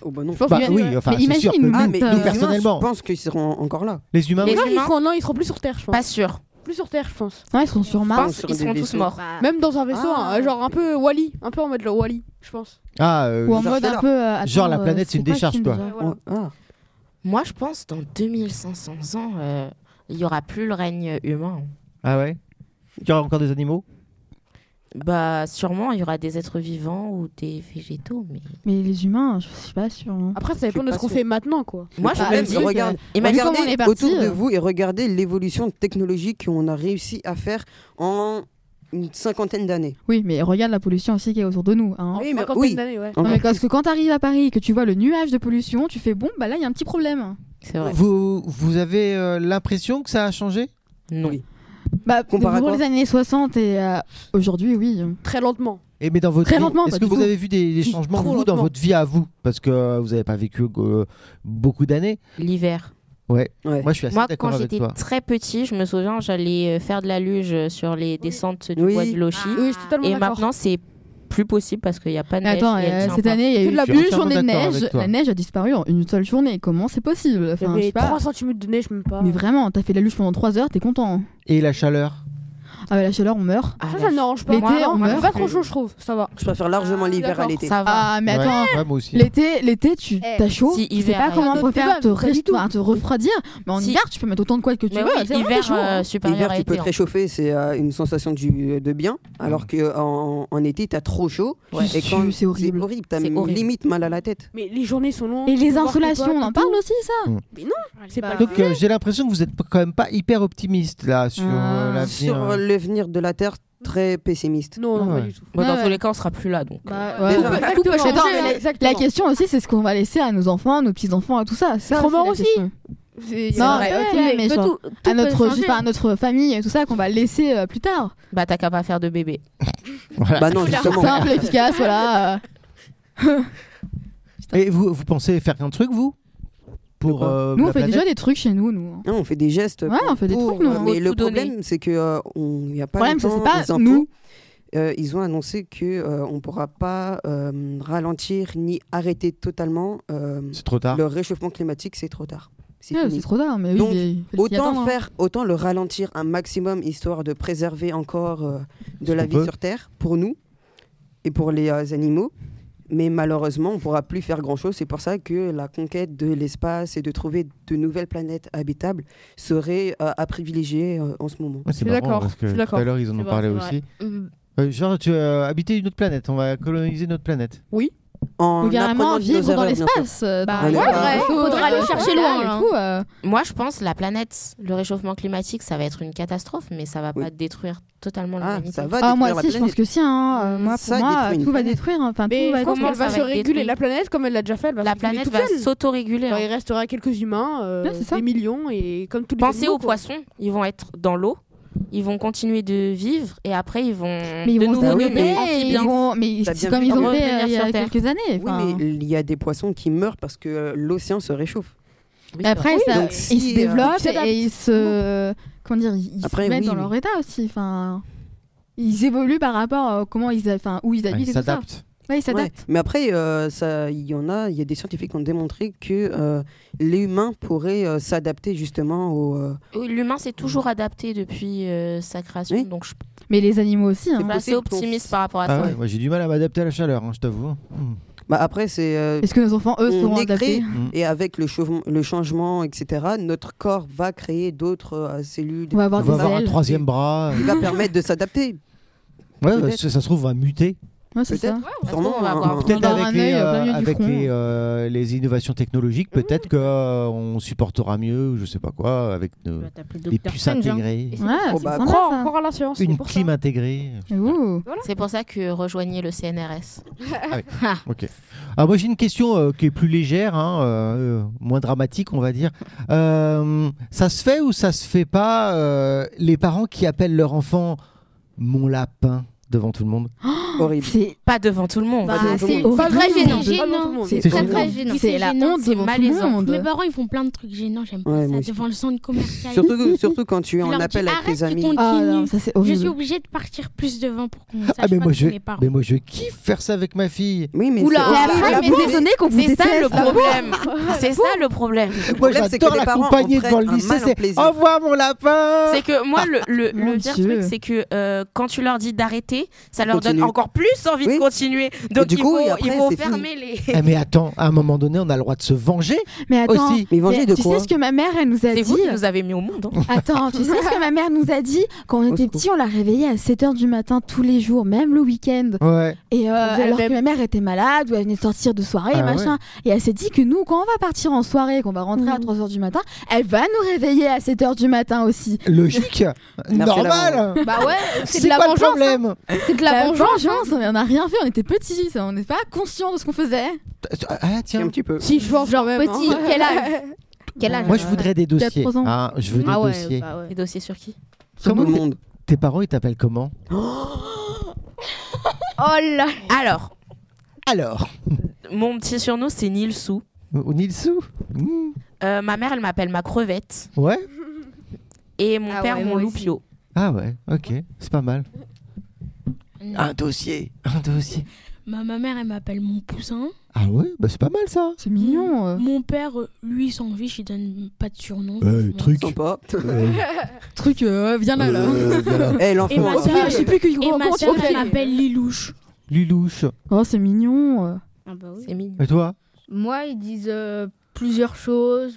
A: Oh bah non.
D: Je pense
C: Bah
D: qu'il y a-
C: oui, enfin,
D: Mais
C: c'est sûr
D: imagine
C: que nous,
D: une
A: Ah,
D: meute,
A: mais
D: euh,
A: les humains,
C: personnellement.
A: je pense qu'ils seront encore là.
C: les humains.
F: Les
H: non, ils
F: humains
H: seront, non, ils seront plus sur Terre, je pense.
F: Pas sûr.
H: Plus sur Terre, je pense.
D: Non, ils sont sur
A: Je
D: Mars.
A: pense sur
F: Ils
A: des
F: seront tous
C: Oh.
A: vaisseaux.
F: morts.
E: Bah,
H: Même dans un vaisseau,
A: Ah.
H: hein, genre un peu Wally, un peu en mode le Wally, je pense.
C: Ah, euh,
D: Ou en
A: Genre
D: mode un
A: Stellar.
D: peu. euh,
C: Genre, la
D: attends, euh,
C: planète, c'est une
D: quoi le
C: décharge,
D: film,
C: quoi.
D: déjà
A: Ouais. Ah.
F: Moi, je pense dans 2500 ans, euh, il y aura plus le règne humain.
C: ah ouais Il y aura encore des animaux
F: Bah, sûrement, il y aura des êtres vivants ou des végétaux, mais
D: Mais les humains, je suis pas sûre. hein.
H: Après, ça
A: Je
H: dépend
A: suis
H: de
A: pas
H: ce qu'on
A: sûr.
H: fait maintenant, quoi.
F: moi, je
D: Ah,
F: me
D: mais
F: dis,
D: c'est-
A: regarde,
F: imagine
D: comme on
A: regardez
D: est parti,
A: autour de
D: euh.
A: vous et regardez l'évolution technologique qu'on a réussi à faire en une cinquantaine d'années.
D: Oui, mais regarde la pollution aussi qui est autour de nous. hein.
H: Oui,
A: mais-
H: mais
A: oui.
H: d'années, ouais.
D: Non, mais parce que quand t'arrives à Paris et que tu vois le nuage de pollution, tu fais bon, bah là il y a un petit problème.
F: c'est vrai.
C: vous, vous avez euh, l'impression que ça a changé
F: Non.
A: Oui.
D: Bah,
A: Comparé à
D: pour
A: quoi
D: les années 60 et euh, aujourd'hui, oui.
H: Très lentement.
C: Et Eh, mais dans votre
D: Très
C: vie,
D: lentement,
C: est-ce
D: bah,
C: que
D: du
C: vous
D: coup.
C: avez vu des, des
D: Oui,
C: changements
D: trop
C: vous dans
D: lentement.
C: votre vie à vous parce que euh, vous n'avez pas vécu euh, beaucoup d'années
F: L'hiver.
C: Ouais.
A: Ouais.
C: Moi, je suis assez
F: Moi,
C: d'accord
F: quand
C: avec
F: j'étais
C: toi.
F: très petit, je me souviens, j'allais euh, faire de la luge sur les descentes du
A: Oui.
F: bois de Lochi.
H: Oui, Ah. je suis totalement
F: Ah. Et
H: d'accord.
F: maintenant, c'est plus possible parce qu'il n'y a pas de neige.
D: Ah, Attends,
F: et elle
D: euh,
F: tient
D: cette
F: pas.
D: année, il y a
C: Je
D: eu
C: suis
D: une
C: entièrement
D: journée de
C: d'accord
D: neige.
C: avec toi.
D: La neige a disparu en une seule journée. Comment c'est possible
H: Il y
D: Enfin, je
H: avait
D: sais pas.
H: 3 cm de neige, même pas.
D: Mais vraiment, t'as fait de la luche pendant 3 heures, t'es content. hein.
C: Et la chaleur
D: Ah, bah la chaleur, on meurt.
F: Ah,
H: Ça,
F: la
H: ça ne dérange pas.
D: L'été,
H: Moi,
D: on
H: non,
D: meurt.
H: Pas trop chaud, je trouve. Ça va.
A: Je préfère largement
H: Ah,
A: l'hiver à
H: d'accord.
A: l'été.
F: Ça va.
D: Ah, mais
C: Ouais,
D: attends.
C: ouais, moi aussi.
D: L'été, l'été, tu
E: Eh,
D: t'as chaud.
F: si,
D: tu sais
F: hiver,
D: pas
F: euh,
D: comment
H: notre
D: préfère
H: débat,
D: te,
H: pas du
D: ré-
H: tout.
D: enfin, te refroidir. Mais en
F: Si.
D: hiver, tu peux mettre autant de couettes que tu
F: Mais
D: veux.
F: oui,
D: c'est vrai,
F: hiver
D: chaud, hein.
F: euh, supérieur
A: L'hiver,
F: à
A: tu peux
F: été.
A: te
F: hein.
A: réchauffer, c'est euh, une sensation du- de bien, alors qu'en en, en été, t'as trop chaud.
F: Ouais.
A: Et quand-
D: Tu- C'est horrible.
A: T'as
F: C'est horrible.
A: limite mal à la tête.
H: Mais les journées sont longues.
D: Et
H: tu
D: les
H: peux voir tes
D: insolations,
H: potes
D: on
H: et
D: en
H: tout.
D: parle aussi, ça
H: C'est pas
E: Bah,
C: Donc euh, j'ai l'impression que vous n'êtes quand même pas hyper optimiste là sur
D: Ah.
C: euh, l'avenir.
A: Sur l'avenir de la Terre, très pessimiste.
H: Non, non,
C: Ah
H: pas
C: ouais.
H: du tout.
F: Bon, dans
D: Ah,
F: tous
D: ouais.
F: les cas, on sera plus là. Donc.
E: Bah,
D: Ouais.
E: euh,
D: Tout
H: Tout peut changer. hein.
D: Attends, mais la- la, question aussi, c'est ce qu'on va laisser à nos enfants, nos petits-enfants, à tout ça. C'est
H: Trop mort aussi.
E: C'est- il y a-
D: Non,
E: Ouais.
D: ok, mais
E: peut
D: genre,
E: tout- tout
D: à
E: peut
D: notre,
E: changer.
D: enfin, à notre famille et tout ça qu'on va laisser euh, plus tard.
F: Bah, t'as qu'à pas faire de bébé.
C: Voilà.
A: Bah non, justement.
D: Simple, efficace, voilà. euh.
C: Et vous, vous pensez faire un truc, vous Pour.
A: quoi
C: euh,
D: Nous,
C: la
D: on fait
C: planète
D: déjà des trucs chez nous, nous.
A: Non, on fait des gestes.
D: Ouais, on fait des
A: pour,
D: trucs, nous.
A: euh,
F: On
A: Mais
F: veut
A: le
F: tout donner.
A: problème, c'est que euh, on- il n'y a pas
D: Le problème, c'est
A: longtemps,
D: c'est pas
A: les impôts,
D: nous.
A: euh, ils ont annoncé que euh, on pourra pas euh, ralentir ni arrêter totalement euh,
C: C'est trop tard.
A: le réchauffement climatique. C'est trop tard. C'est
D: Ouais,
A: fini.
D: C'est trop tard, mais oui,
A: Donc,
D: mais il faut s'y
A: Autant
D: attendre, hein.
A: faire, autant le ralentir un maximum histoire de préserver encore euh, de
C: Ce
A: la
C: qu'on
A: vie
C: peut.
A: sur Terre pour nous et pour les euh, animaux. Mais malheureusement, on pourra plus faire grand chose. C'est pour ça que la conquête de l'espace et de trouver de nouvelles planètes habitables serait euh, à privilégier euh, en ce moment.
C: Ouais,
H: Je suis
C: c'est marrant, hein,
H: d'accord,
C: parce que
H: je suis
C: Tout
H: d'accord.
C: à l'heure, ils en
E: C'est
C: ont
E: vrai,
C: parlé
E: c'est
C: aussi.
E: Hum,
C: Euh, genre, tu as habité une autre planète, on va coloniser notre planète.
A: En
D: Ou carrément
A: apprenant de nos
D: vivre dans
A: erreurs, bien sûr.
D: l'espace. euh,
E: Bah,
D: dans-
A: ouais, ouais,
D: faut-
E: faudra aller chercher
D: là,
E: loin,
D: et
E: là,
D: tout, euh,
F: Moi, je pense la planète, le réchauffement climatique, ça va être une catastrophe, mais ça va
A: Oui.
F: pas détruire totalement
A: Ah,
F: l'humanité.
A: ça va
D: Ah, moi
A: détruire la
D: aussi, je pense
A: planète.
D: que si. hein, euh,
F: Mm,
D: Moi,
A: ça
D: pour moi,
A: détruit une
D: tout va
A: planète.
D: détruire. Enfin,
H: Mais
D: tout va
H: je pense
F: comment
H: qu'elle
F: ça
H: va
F: va
H: se
F: être
H: réguler.
F: détruit
H: La planète, comme elle l'a déjà fait, elle va
F: La
H: se réguler
F: planète
H: toute
F: va
H: seule.
F: s'autoréguler.
D: Bah,
H: Genre,
F: hein.
H: il restera quelques humains, euh,
D: Ouais, c'est ça.
H: des millions, et comme tous les
F: Pensez
H: animaux,
F: aux
H: quoi.
F: poissons, ils vont être dans l'eau, ils vont continuer de vivre et après ils vont
D: Mais ils
F: de
D: vont se
F: nouveau
A: développer,
F: devenir
D: développer, et ils
F: amphibiens.
D: vont- mais
A: T'as bien
D: c'est comme
A: vu
D: ils ont
F: comment
D: fait
F: revenir
D: euh, il y a
F: sur Terre.
D: quelques années.
A: Oui,
D: enfin.
A: mais il y a des poissons qui meurent parce que euh, l'océan se réchauffe.
F: Oui,
D: Après, ça-
A: donc
D: ils
A: si,
D: se
A: euh,
D: développent
H: ils s'adaptent.
D: et ils se. Comment dire Ils ils
A: Après,
D: se mettent
A: oui,
D: dans
A: mais-
D: leur état aussi. Enfin. Ils évoluent par rapport à comment ils, a- enfin, où ils
C: Ah,
D: habitent
C: ils
D: et tout ça.
C: s'adaptent.
D: Ouais, ils s'adaptent.
A: Ouais. Mais après, euh, ça, il y en a, il y a des scientifiques qui ont démontré que euh, les humains pourraient euh, s'adapter justement au. euh,
F: L'humain s'est toujours adapté depuis euh, sa création,
A: Oui.
F: donc je suis
D: Mais les animaux aussi. hein.
A: pas-
F: pas assez
A: possible qu'on-
F: optimiste par rapport à
C: Ah
F: ça.
C: ouais, moi j'ai du mal à m'adapter à la chaleur, hein, je t'avoue. Hmm.
A: Bah après, c'est euh,
D: Est-ce que nos enfants, eux,
A: on
D: seront
A: est créé,
D: adaptés
A: et avec le, chauvement- le changement, etc. Notre corps va créer d'autres euh, cellules.
D: On va
C: On
D: avoir
C: va
D: des
C: avoir un
D: ailes.
C: troisième bras.
A: Il va permettre de s'adapter.
C: Ouais, bah,
A: Peut-être.
C: ça, ça se trouve, on va muter.
D: Ouais, c'est
A: Peut-être.
D: ça.
F: Parce qu'on
A: Sûrement,
F: va
A: un-
F: avoir-
A: un-
C: Peut-être
D: va avoir
C: avec,
D: un
C: les,
D: œil, euh, plein
C: euh,
D: milieu du
C: avec
D: front.
C: les, euh, les innovations technologiques, peut-être que euh, on supportera mieux, ou je sais pas quoi, avec nos-
E: tu vas t'appeler
C: des
E: Dr.
C: puces
E: Strange, hein.
C: intégrées,
E: Et c'est-
D: Ouais,
A: Oh,
D: c'est
A: bah,
D: sympa,
H: Croire
D: ça.
H: encore à la science. c'est
C: une
H: pour ça.
C: clim intégrée.
D: Ouh.
F: C'est pour ça que rejoignez le CNRS.
C: Ok. Alors moi j'ai une question euh, qui est plus légère, hein, euh, euh, moins dramatique on va dire. Euh, ça se fait ou ça se fait pas euh, les parents qui appellent leur enfant mon lapin devant tout le monde
A: hein, Horrible.
D: C'est
F: Pas devant tout le monde.
A: Bah,
D: c'est
A: c'est
D: horrible.
H: Pas
G: Très
H: tout le
G: gênant.
H: monde, pas tout le monde.
D: C'est
C: C'est
D: très,
C: gênant.
D: très gênant. Ah C'est la honte
G: c'est
D: devant tout le
F: malaisant.
G: Mes
D: monde.
G: parents, ils font plein de trucs gênants, j'aime pas
A: Ouais, moi
G: ça,
A: aussi.
G: devant le centre commercial.
A: Surtout, surtout quand tu es
G: Je
A: en
G: leur dis,
A: appel avec
G: arrête,
A: tes
G: ils
A: amis.
G: t'ont
D: Ah non,
G: continue.
D: ça c'est
G: Je
D: horrible.
G: suis obligée de partir plus devant pour qu'on sache
C: Ah mais
G: pas
C: moi
G: que c'est
C: je
G: mes parents.
C: mais moi je kiffe faire ça avec ma fille.
A: Oui, mais
D: Oula,
A: c'est-
D: mais après, mais désolé qu'on vous
F: C'est ça le
D: déteste.
F: problème. C'est ça le problème.
C: Moi
A: problème, c'est que
C: j'adore
A: les parents
C: l'accompagner
A: en
C: devant le
A: prennent un
C: lycée,
A: mal en
C: c'est
A: plaisir.
C: au revoir mon lapin.
F: C'est que moi, le, le,
D: Mon
F: le pire
D: Dieu.
F: truc, c'est que euh, quand tu leur dis d'arrêter, ça leur
A: Continue.
F: donne encore plus envie
A: Oui.
F: de continuer. Donc
A: du
F: il
A: coup,
F: faut,
A: et après,
F: il faut
A: c'est
F: fermer les.
C: Eh, mais attends, à un moment donné on a le droit de se venger
D: Mais attends,
C: aussi.
A: Mais venger
D: mais
A: de
D: tu
A: quoi
D: sais ce que ma mère elle nous a
F: C'est vous qui
D: dit
F: nous avez mis au monde. hein.
D: Attends, tu sais ce que ma mère nous a dit Quand on
A: Au
D: était
A: secours.
D: petits, on la réveillait à 7h du matin tous les jours, même le week-end.
C: Ouais.
D: Et euh,
H: avez
D: alors
H: même-
D: que ma mère était malade ou elle venait de sortir de soirée,
C: Ah
D: machin. Et elle s'est dit que nous, quand on va partir en soirée, qu'on va rentrer à 3h du matin, elle va nous réveiller à 7h du matin aussi.
C: Logique,
A: la
C: normal.
H: Bah ouais, c'est de
C: C'est
H: la
C: quoi le
H: vengeance. hein.
C: problème
H: C'est de la vengeance. hein.
D: vengeance, Bah, on n'a rien fait, on était petits, ça, on n'est pas conscients de ce qu'on faisait.
C: Ah
A: Un
C: tiens.
A: petit peu.
H: Si je venge genre même.
E: Petit,
H: hein.
E: quel âge Quel âge
C: Moi je voudrais des
D: Quatre
C: dossiers.
D: ans.
C: Ah, je veux des
E: Ah ouais,
C: dossiers.
E: bah ouais.
F: Les dossiers sur qui
A: Sur tout
C: Comment
A: le monde.
C: Tes parents, ils t'appellent comment
H: Oh là.
F: Alors,
C: Alors
F: mon petit surnom, c'est Nilsou.
C: Nilsou Mmh.
F: Euh, ma mère, elle m'appelle ma crevette.
C: Ouais
F: Et mon
E: Ah
F: père,
E: ouais,
F: mon
E: moi
F: loupio.
C: Ah ouais, ok, c'est pas mal.
G: Non.
C: Un dossier Un dossier
G: Ma, ma mère, elle m'appelle mon poussin.
C: Ah ouais, bah c'est pas mal ça
D: C'est
H: Mm.
D: mignon. euh.
G: Mon père, euh, lui, il s'en fiche, il donne pas de surnom.
C: Euh,
G: franchement.
C: truc
A: Sympa.
D: Truc, euh, viens là, là.
C: Euh, voilà.
A: Eh,
G: Et
A: l'enfant.
G: ma
A: horrible.
G: sœur,
D: Je sais plus qui
G: Et ma
D: rencontre,
G: sœur,
D: ok.
G: elle m'appelle Lilouche.
C: Lulouche
D: Oh, c'est mignon. euh.
E: Ah bah oui.
F: C'est mignon.
C: Et toi
E: Moi, ils disent euh, plusieurs choses.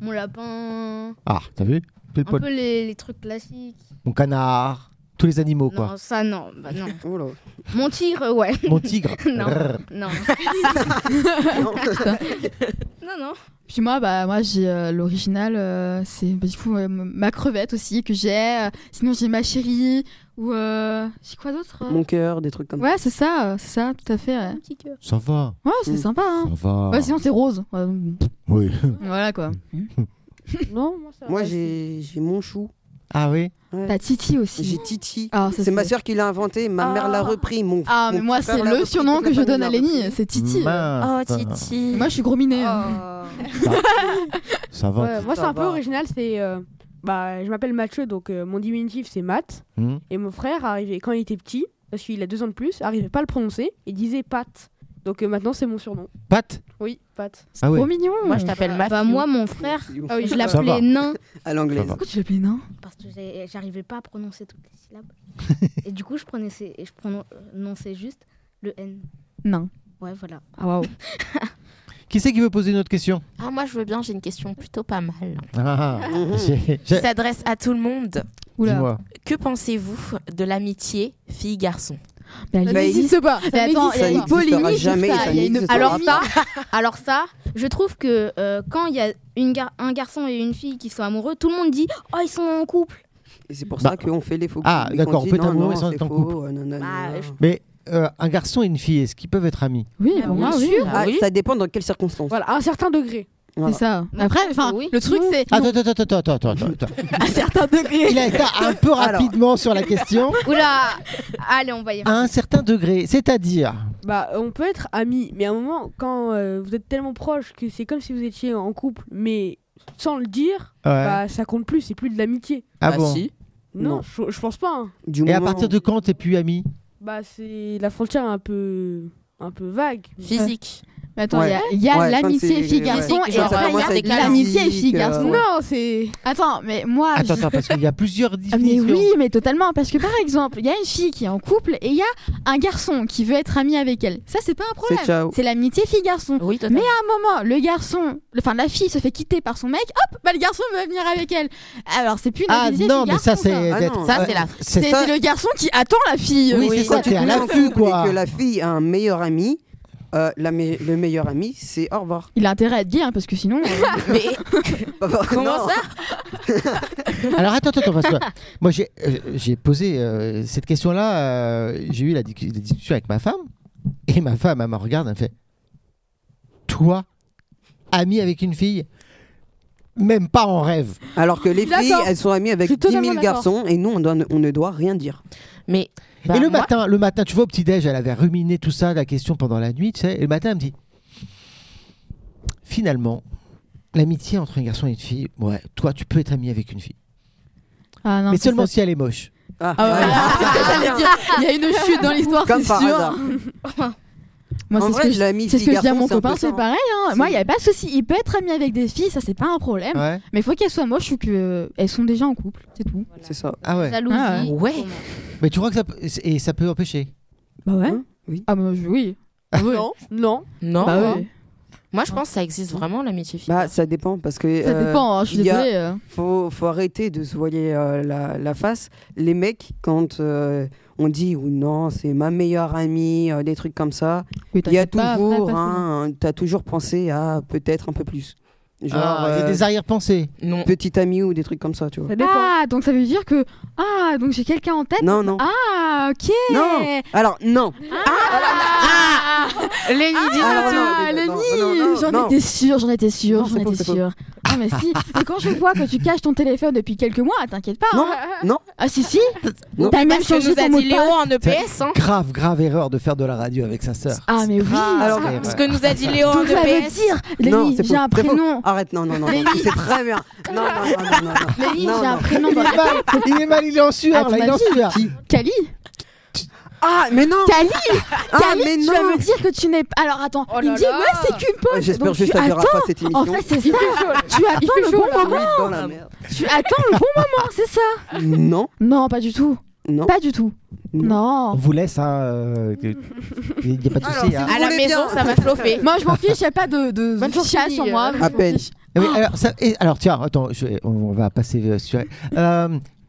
E: Mon lapin,
C: Ah, t'as vu T'es le
E: un
C: poil.
E: peu les, les trucs classiques.
C: Mon canard Tous les animaux, quoi.
E: Non, ça non, bah non.
A: Oh là.
E: Mon tigre, euh, ouais.
C: Mon tigre
E: Non.
C: Rrr.
E: Non,
A: Non.
E: non, non.
D: Puis moi, bah, moi j'ai euh, l'original, euh, c'est bah, du coup euh, m- ma crevette aussi que j'ai. euh, sinon, j'ai ma chérie ou euh, j'ai quoi d'autre euh
A: Mon cœur, des trucs comme ça.
D: Ouais, c'est ça, euh, c'est ça, tout à fait. Ouais,
E: Petit cœur.
C: Ça va,
D: Ouais, c'est
A: Mm.
D: sympa. Hein.
C: ça va.
D: Ouais, sinon, c'est rose. Ouais,
H: Euh,
C: Oui.
D: voilà quoi.
H: hein. Non, moi, ça
A: Moi,
H: reste-
A: j'ai j'ai mon chou.
C: Ah oui
A: Ouais.
D: T'as Titi
A: J'ai
D: aussi.
A: Titi.
D: Ah, ça,
A: C'est ma sœur qui l'a inventé, ma
F: Ah.
A: mère l'a repris. Mon,
D: Ah,
A: mon
D: mais moi,
A: petit frère
D: c'est
A: l'a
D: le
A: repris,
D: surnom
A: toute
D: que
A: la
D: je
A: famille
D: donne
A: l'a
D: à
A: repris.
D: Lenny, c'est Titi.
F: Oh,
C: Mince.
F: Titi.
D: Moi, je suis gros
E: Oh.
D: minet.
A: Ah.
C: Ça
H: Ouais,
C: va.
H: moi, c'est
A: ça
H: un peu
A: va.
H: original. C'est. euh, Bah, je m'appelle Mathieu, donc euh, mon diminutif, c'est Matt.
C: Hmm.
H: Et mon frère, arrivé, quand il était petit, parce qu'il a deux ans de plus, arrivait pas à le prononcer et disait Pat. Donc euh, maintenant, c'est mon surnom.
C: Pat
H: Oui, Pat.
C: Ah
D: Trop
C: ouais.
D: mignon.
F: Moi, je t'appelle Mathieu.
E: Bah, moi, mon frère,
A: Ah oui,
E: je
C: Ça va.
E: l'appelais nain
A: À l'anglaise.
C: Ça va.
D: Pourquoi tu l'appelles nain
E: parce que j'ai- j'arrivais pas à prononcer toutes les syllabes. et du coup, je, prenais ces- et je prononçais juste le N.
D: Nain.
E: Ouais, voilà.
D: Ah, waouh.
C: Qui c'est qui veut poser une autre question
F: Ah, moi, je veux bien, j'ai une question plutôt pas mal.
C: Ah,
A: Mhm.
C: j'ai-
F: Qui
C: j'ai-
F: s'adresse à tout le monde.
D: Oula.
C: Dis-moi.
F: Que pensez-vous de l'amitié fille-garçon
D: Mais elle
A: Bah,
D: existe.
A: existe.
H: C'est pas.
D: Mais attends,
A: Ça
D: il y a une
A: n'existera
D: polémique sur
A: jamais,
D: ça,
A: ça
D: il y a une
A: n'existera
D: polémique.
E: Alors ça, alors ça, je trouve que euh, quand il y a une gar- un garçon et une fille qui sont amoureux, tout le monde dit « Oh, ils sont en couple
A: Et c'est pour
C: Bah.
A: ça qu'on fait les faux
C: Ah,
A: coups, et
C: d'accord,
A: qu'on dit
C: on peut être
A: non,
C: amoureux
A: non,
C: sans
A: c'est
C: être en
A: faux,
C: couple.
A: euh, nanana.
E: Bah, je-
C: Mais euh, un garçon et une fille, est-ce qu'ils peuvent être amis
D: Oui,
F: Ah,
D: pour moi,
F: bien
D: oui.
F: sûr.
A: Ah,
F: oui.
A: Ça dépend dans quelles circonstances.
H: Voilà, à un certain degré.
A: Voilà.
D: C'est ça. Ah Après, enfin,
E: Oui.
D: le truc, c'est.
C: Attends, attends, attends, attends, attends, attends, attends.
F: À certains degrés.
C: Il a été un peu
A: Alors.
C: rapidement sur la question. ».
E: Oula Allez, on va y
C: À
A: Ah,
C: un certain degré, c'est-à-dire.
H: Bah, on peut être amis, mais à un moment, quand euh, vous êtes tellement proches que c'est comme si vous étiez en couple, mais sans le dire,
C: Ouais.
H: bah, ça compte plus, c'est plus de l'amitié.
C: ah
A: Bah,
C: bon.
A: si.
H: Non,
A: Non.
H: Je, je pense pas. hein.
A: Du
C: Et à
A: moment
C: partir de quand t'es plus ami
H: Bah, c'est la frontière est un peu, un peu vague.
F: Physique.
D: Mais attends, il y a-
A: Ouais.
D: il y a
A: Ouais, quand
D: l'amitié
A: c'est-
D: fille-garçon
F: ouais.
D: et
F: Quand ça
D: après, il y
F: commence à
D: a
F: être
D: l'amitié
A: physique,
D: fille-garçon.
A: euh,
H: Non, c'est.
D: Attends, mais moi,
C: Attends,
D: je-
C: attends, parce qu'il y a plusieurs
D: Ah, Mais
C: définitions.
D: oui, mais totalement. Parce que par exemple, il y a une fille qui est en couple et il y a un garçon qui veut être ami avec elle. Ça, c'est pas un
A: C'est
D: problème.
A: ciao.
D: C'est l'amitié fille-garçon.
F: Euh, Oui, toi.
D: Mais à un moment, le garçon, le- enfin la fille se fait quitter par son mec, hop, bah le garçon veut venir avec elle. Alors c'est plus une
C: Ah
D: amitié
C: non, mais
D: fille-garçon,
C: ça c'est.
A: Ah
C: d'être-
A: non.
F: Ça, c'est la-
D: C'est
C: C'est
A: ça.
D: c'est le garçon qui attend la fille.
C: Oui, c'est ça,
A: Quand tu
C: t'es à
A: te mets en
C: l'affût,
A: couple
C: quoi.
A: Et que la fille a un meilleur ami, euh, la me- le meilleur ami, c'est au revoir.
D: Il a intérêt à être gay, hein, parce que sinon. euh,
F: Mais
A: Non.
F: comment ça
C: Alors attends, attends, parce que moi j'ai euh, j'ai posé euh, cette question-là, euh, j'ai eu la, di- la discussion avec ma femme, et ma femme, elle me regarde, elle me fait Toi, ami avec une fille Même pas en rêve
A: Alors que les
H: D'accord.
A: filles, elles sont amies avec
H: Je suis
A: 10
H: totalement
A: 000 garçons et nous, on, doit- on ne doit rien dire.
F: Mais. bah,
C: Et le
F: moi-
C: matin, le matin, tu vois, au petit-déj, elle avait ruminé tout ça, la question pendant la nuit, tu sais, et le matin, elle me dit Finalement, l'amitié entre un garçon et une fille, ouais, toi, tu peux être ami avec une fille,
D: Ah non.
C: mais
D: c'est
C: seulement
D: ça.
C: si elle est moche.
A: Ah,
D: Ah ouais,
A: voilà.
D: c'est ce que j'allais dire. Il y a une chute dans l'histoire,
A: Comme
D: c'est
A: par
D: sûr.
A: hasard.
D: Moi,
A: en
D: c'est ce
A: vrai,
D: que je-
A: l'ami
D: c'est ce que je dis à
A: fille-garçon,
D: mon
A: c'est un peu
D: copain,
A: ça,
D: c'est
A: hein.
D: pareil. hein.
A: C'est-
D: Moi, il n'y a pas de souci. Il peut être ami avec des filles, ça, c'est pas un problème.
C: Ouais.
D: Mais faut qu'elles soient moches ou qu'elles sont déjà en couple, c'est tout.
A: C'est ça.
C: Ah ouais.
E: Jalousie.
D: Ah
F: ouais.
C: Mais tu crois que ça peut, et ça peut empêcher
D: Bah ouais.
A: Oui.
D: Ah bah je- oui. Oui.
H: Non, non.
F: Non.
D: Bah oui.
F: Moi, je pense que ça existe vraiment l'amitié fille.
A: Bah, ça dépend parce que.
D: Ça
A: euh,
D: dépend, hein, je suis
A: il y a-
D: désolée. euh.
A: faut, faut arrêter de se voiler euh, la, la face. Les mecs, quand euh, on dit ou non, c'est ma meilleure amie, euh, des trucs comme ça,
D: Oui,
A: il y a
D: t'inquiète pas,
A: toujours,
D: après, pas
A: hein, t'as toujours pensé à peut-être un peu plus. Genre,
C: Ah, il y
A: euh,
C: a des arrière-pensées.
F: Non.
A: petite amie ou des trucs comme ça, tu vois.
H: Ça
D: de-
H: dépend.
D: Ah, donc ça veut dire que. Ah, donc j'ai quelqu'un en tête
A: Non, non.
D: Ah, ok
A: Non Alors, non
D: Ah,
F: Lenny,
A: non, non,
D: Ah,
A: non,
D: Lenny
A: non, non, non,
D: J'en
A: non.
D: étais sûre, j'en étais sûre,
A: Non,
D: j'en
A: c'est faux,
D: étais
A: c'est faux.
D: sûre. Ah, mais si Mais quand je vois que tu caches ton téléphone depuis quelques mois, t'inquiète pas
A: Non,
D: hein.
A: non.
D: Ah, si, si
A: Non.
D: T'as même
F: Parce que
D: changé
F: nous
D: ton
F: a
D: mot
F: dit
D: de passe
F: Léo en EPS. Hein.
C: Grave, grave erreur de faire de la radio avec sa sœur.
D: Ah, mais oui
A: Alors,
C: Ouais, ouais.
F: Ce que nous a dit Léo en E
D: Donc ça veut
F: EPS.
D: dire
A: Non,
D: Lenny,
A: c'est
D: j'ai
A: faux,
D: un
A: c'est faux.
D: prénom
A: Arrête, non, non, non, non. c'est très bien. Non, non, non, non, non. non. Ah,
D: Lenny,
A: Non,
D: j'ai un
A: non.
D: prénom
C: Il
D: dans
C: est mal, il est mal, il est en sueur,
D: Ah, tu
C: là, il est
D: m'as
C: en sueur.
D: Cali
A: Ah, mais non
D: Cali
A: Ah,
D: Camille,
A: mais
D: tu
A: non Ah,
D: vas me dire que tu n'es pas. Alors attends, il dit ouais, c'est qu'une pause.
A: J'espère
D: Donc, tu
A: juste qu'elle verra
D: attends.
A: pas cette émission.
D: En fait, c'est ça. tu attends le bon moment.
A: Oui, dans la merde.
D: Tu attends le bon moment, c'est ça.
A: Non,
D: Non, pas du tout.
A: non.
D: Pas du tout.
C: On
D: Non.
C: vous laisse, hein, euh, il n'y a pas de
A: Ah, Alors,
C: souci.
A: c'est
C: hein.
A: vous
F: À la
A: voulez
F: maison,
A: bien.
F: ça va chauffer.
D: Moi, je m'en fiche, y a pas de, de, de
H: Bonne journée,
D: chat sur moi.
H: euh,
D: je
A: à
D: m'en
A: peine.
D: fiche.
C: Ah Oui, alors, ça- et- alors, tiens, attends, je- on va passer euh, sur. Euh,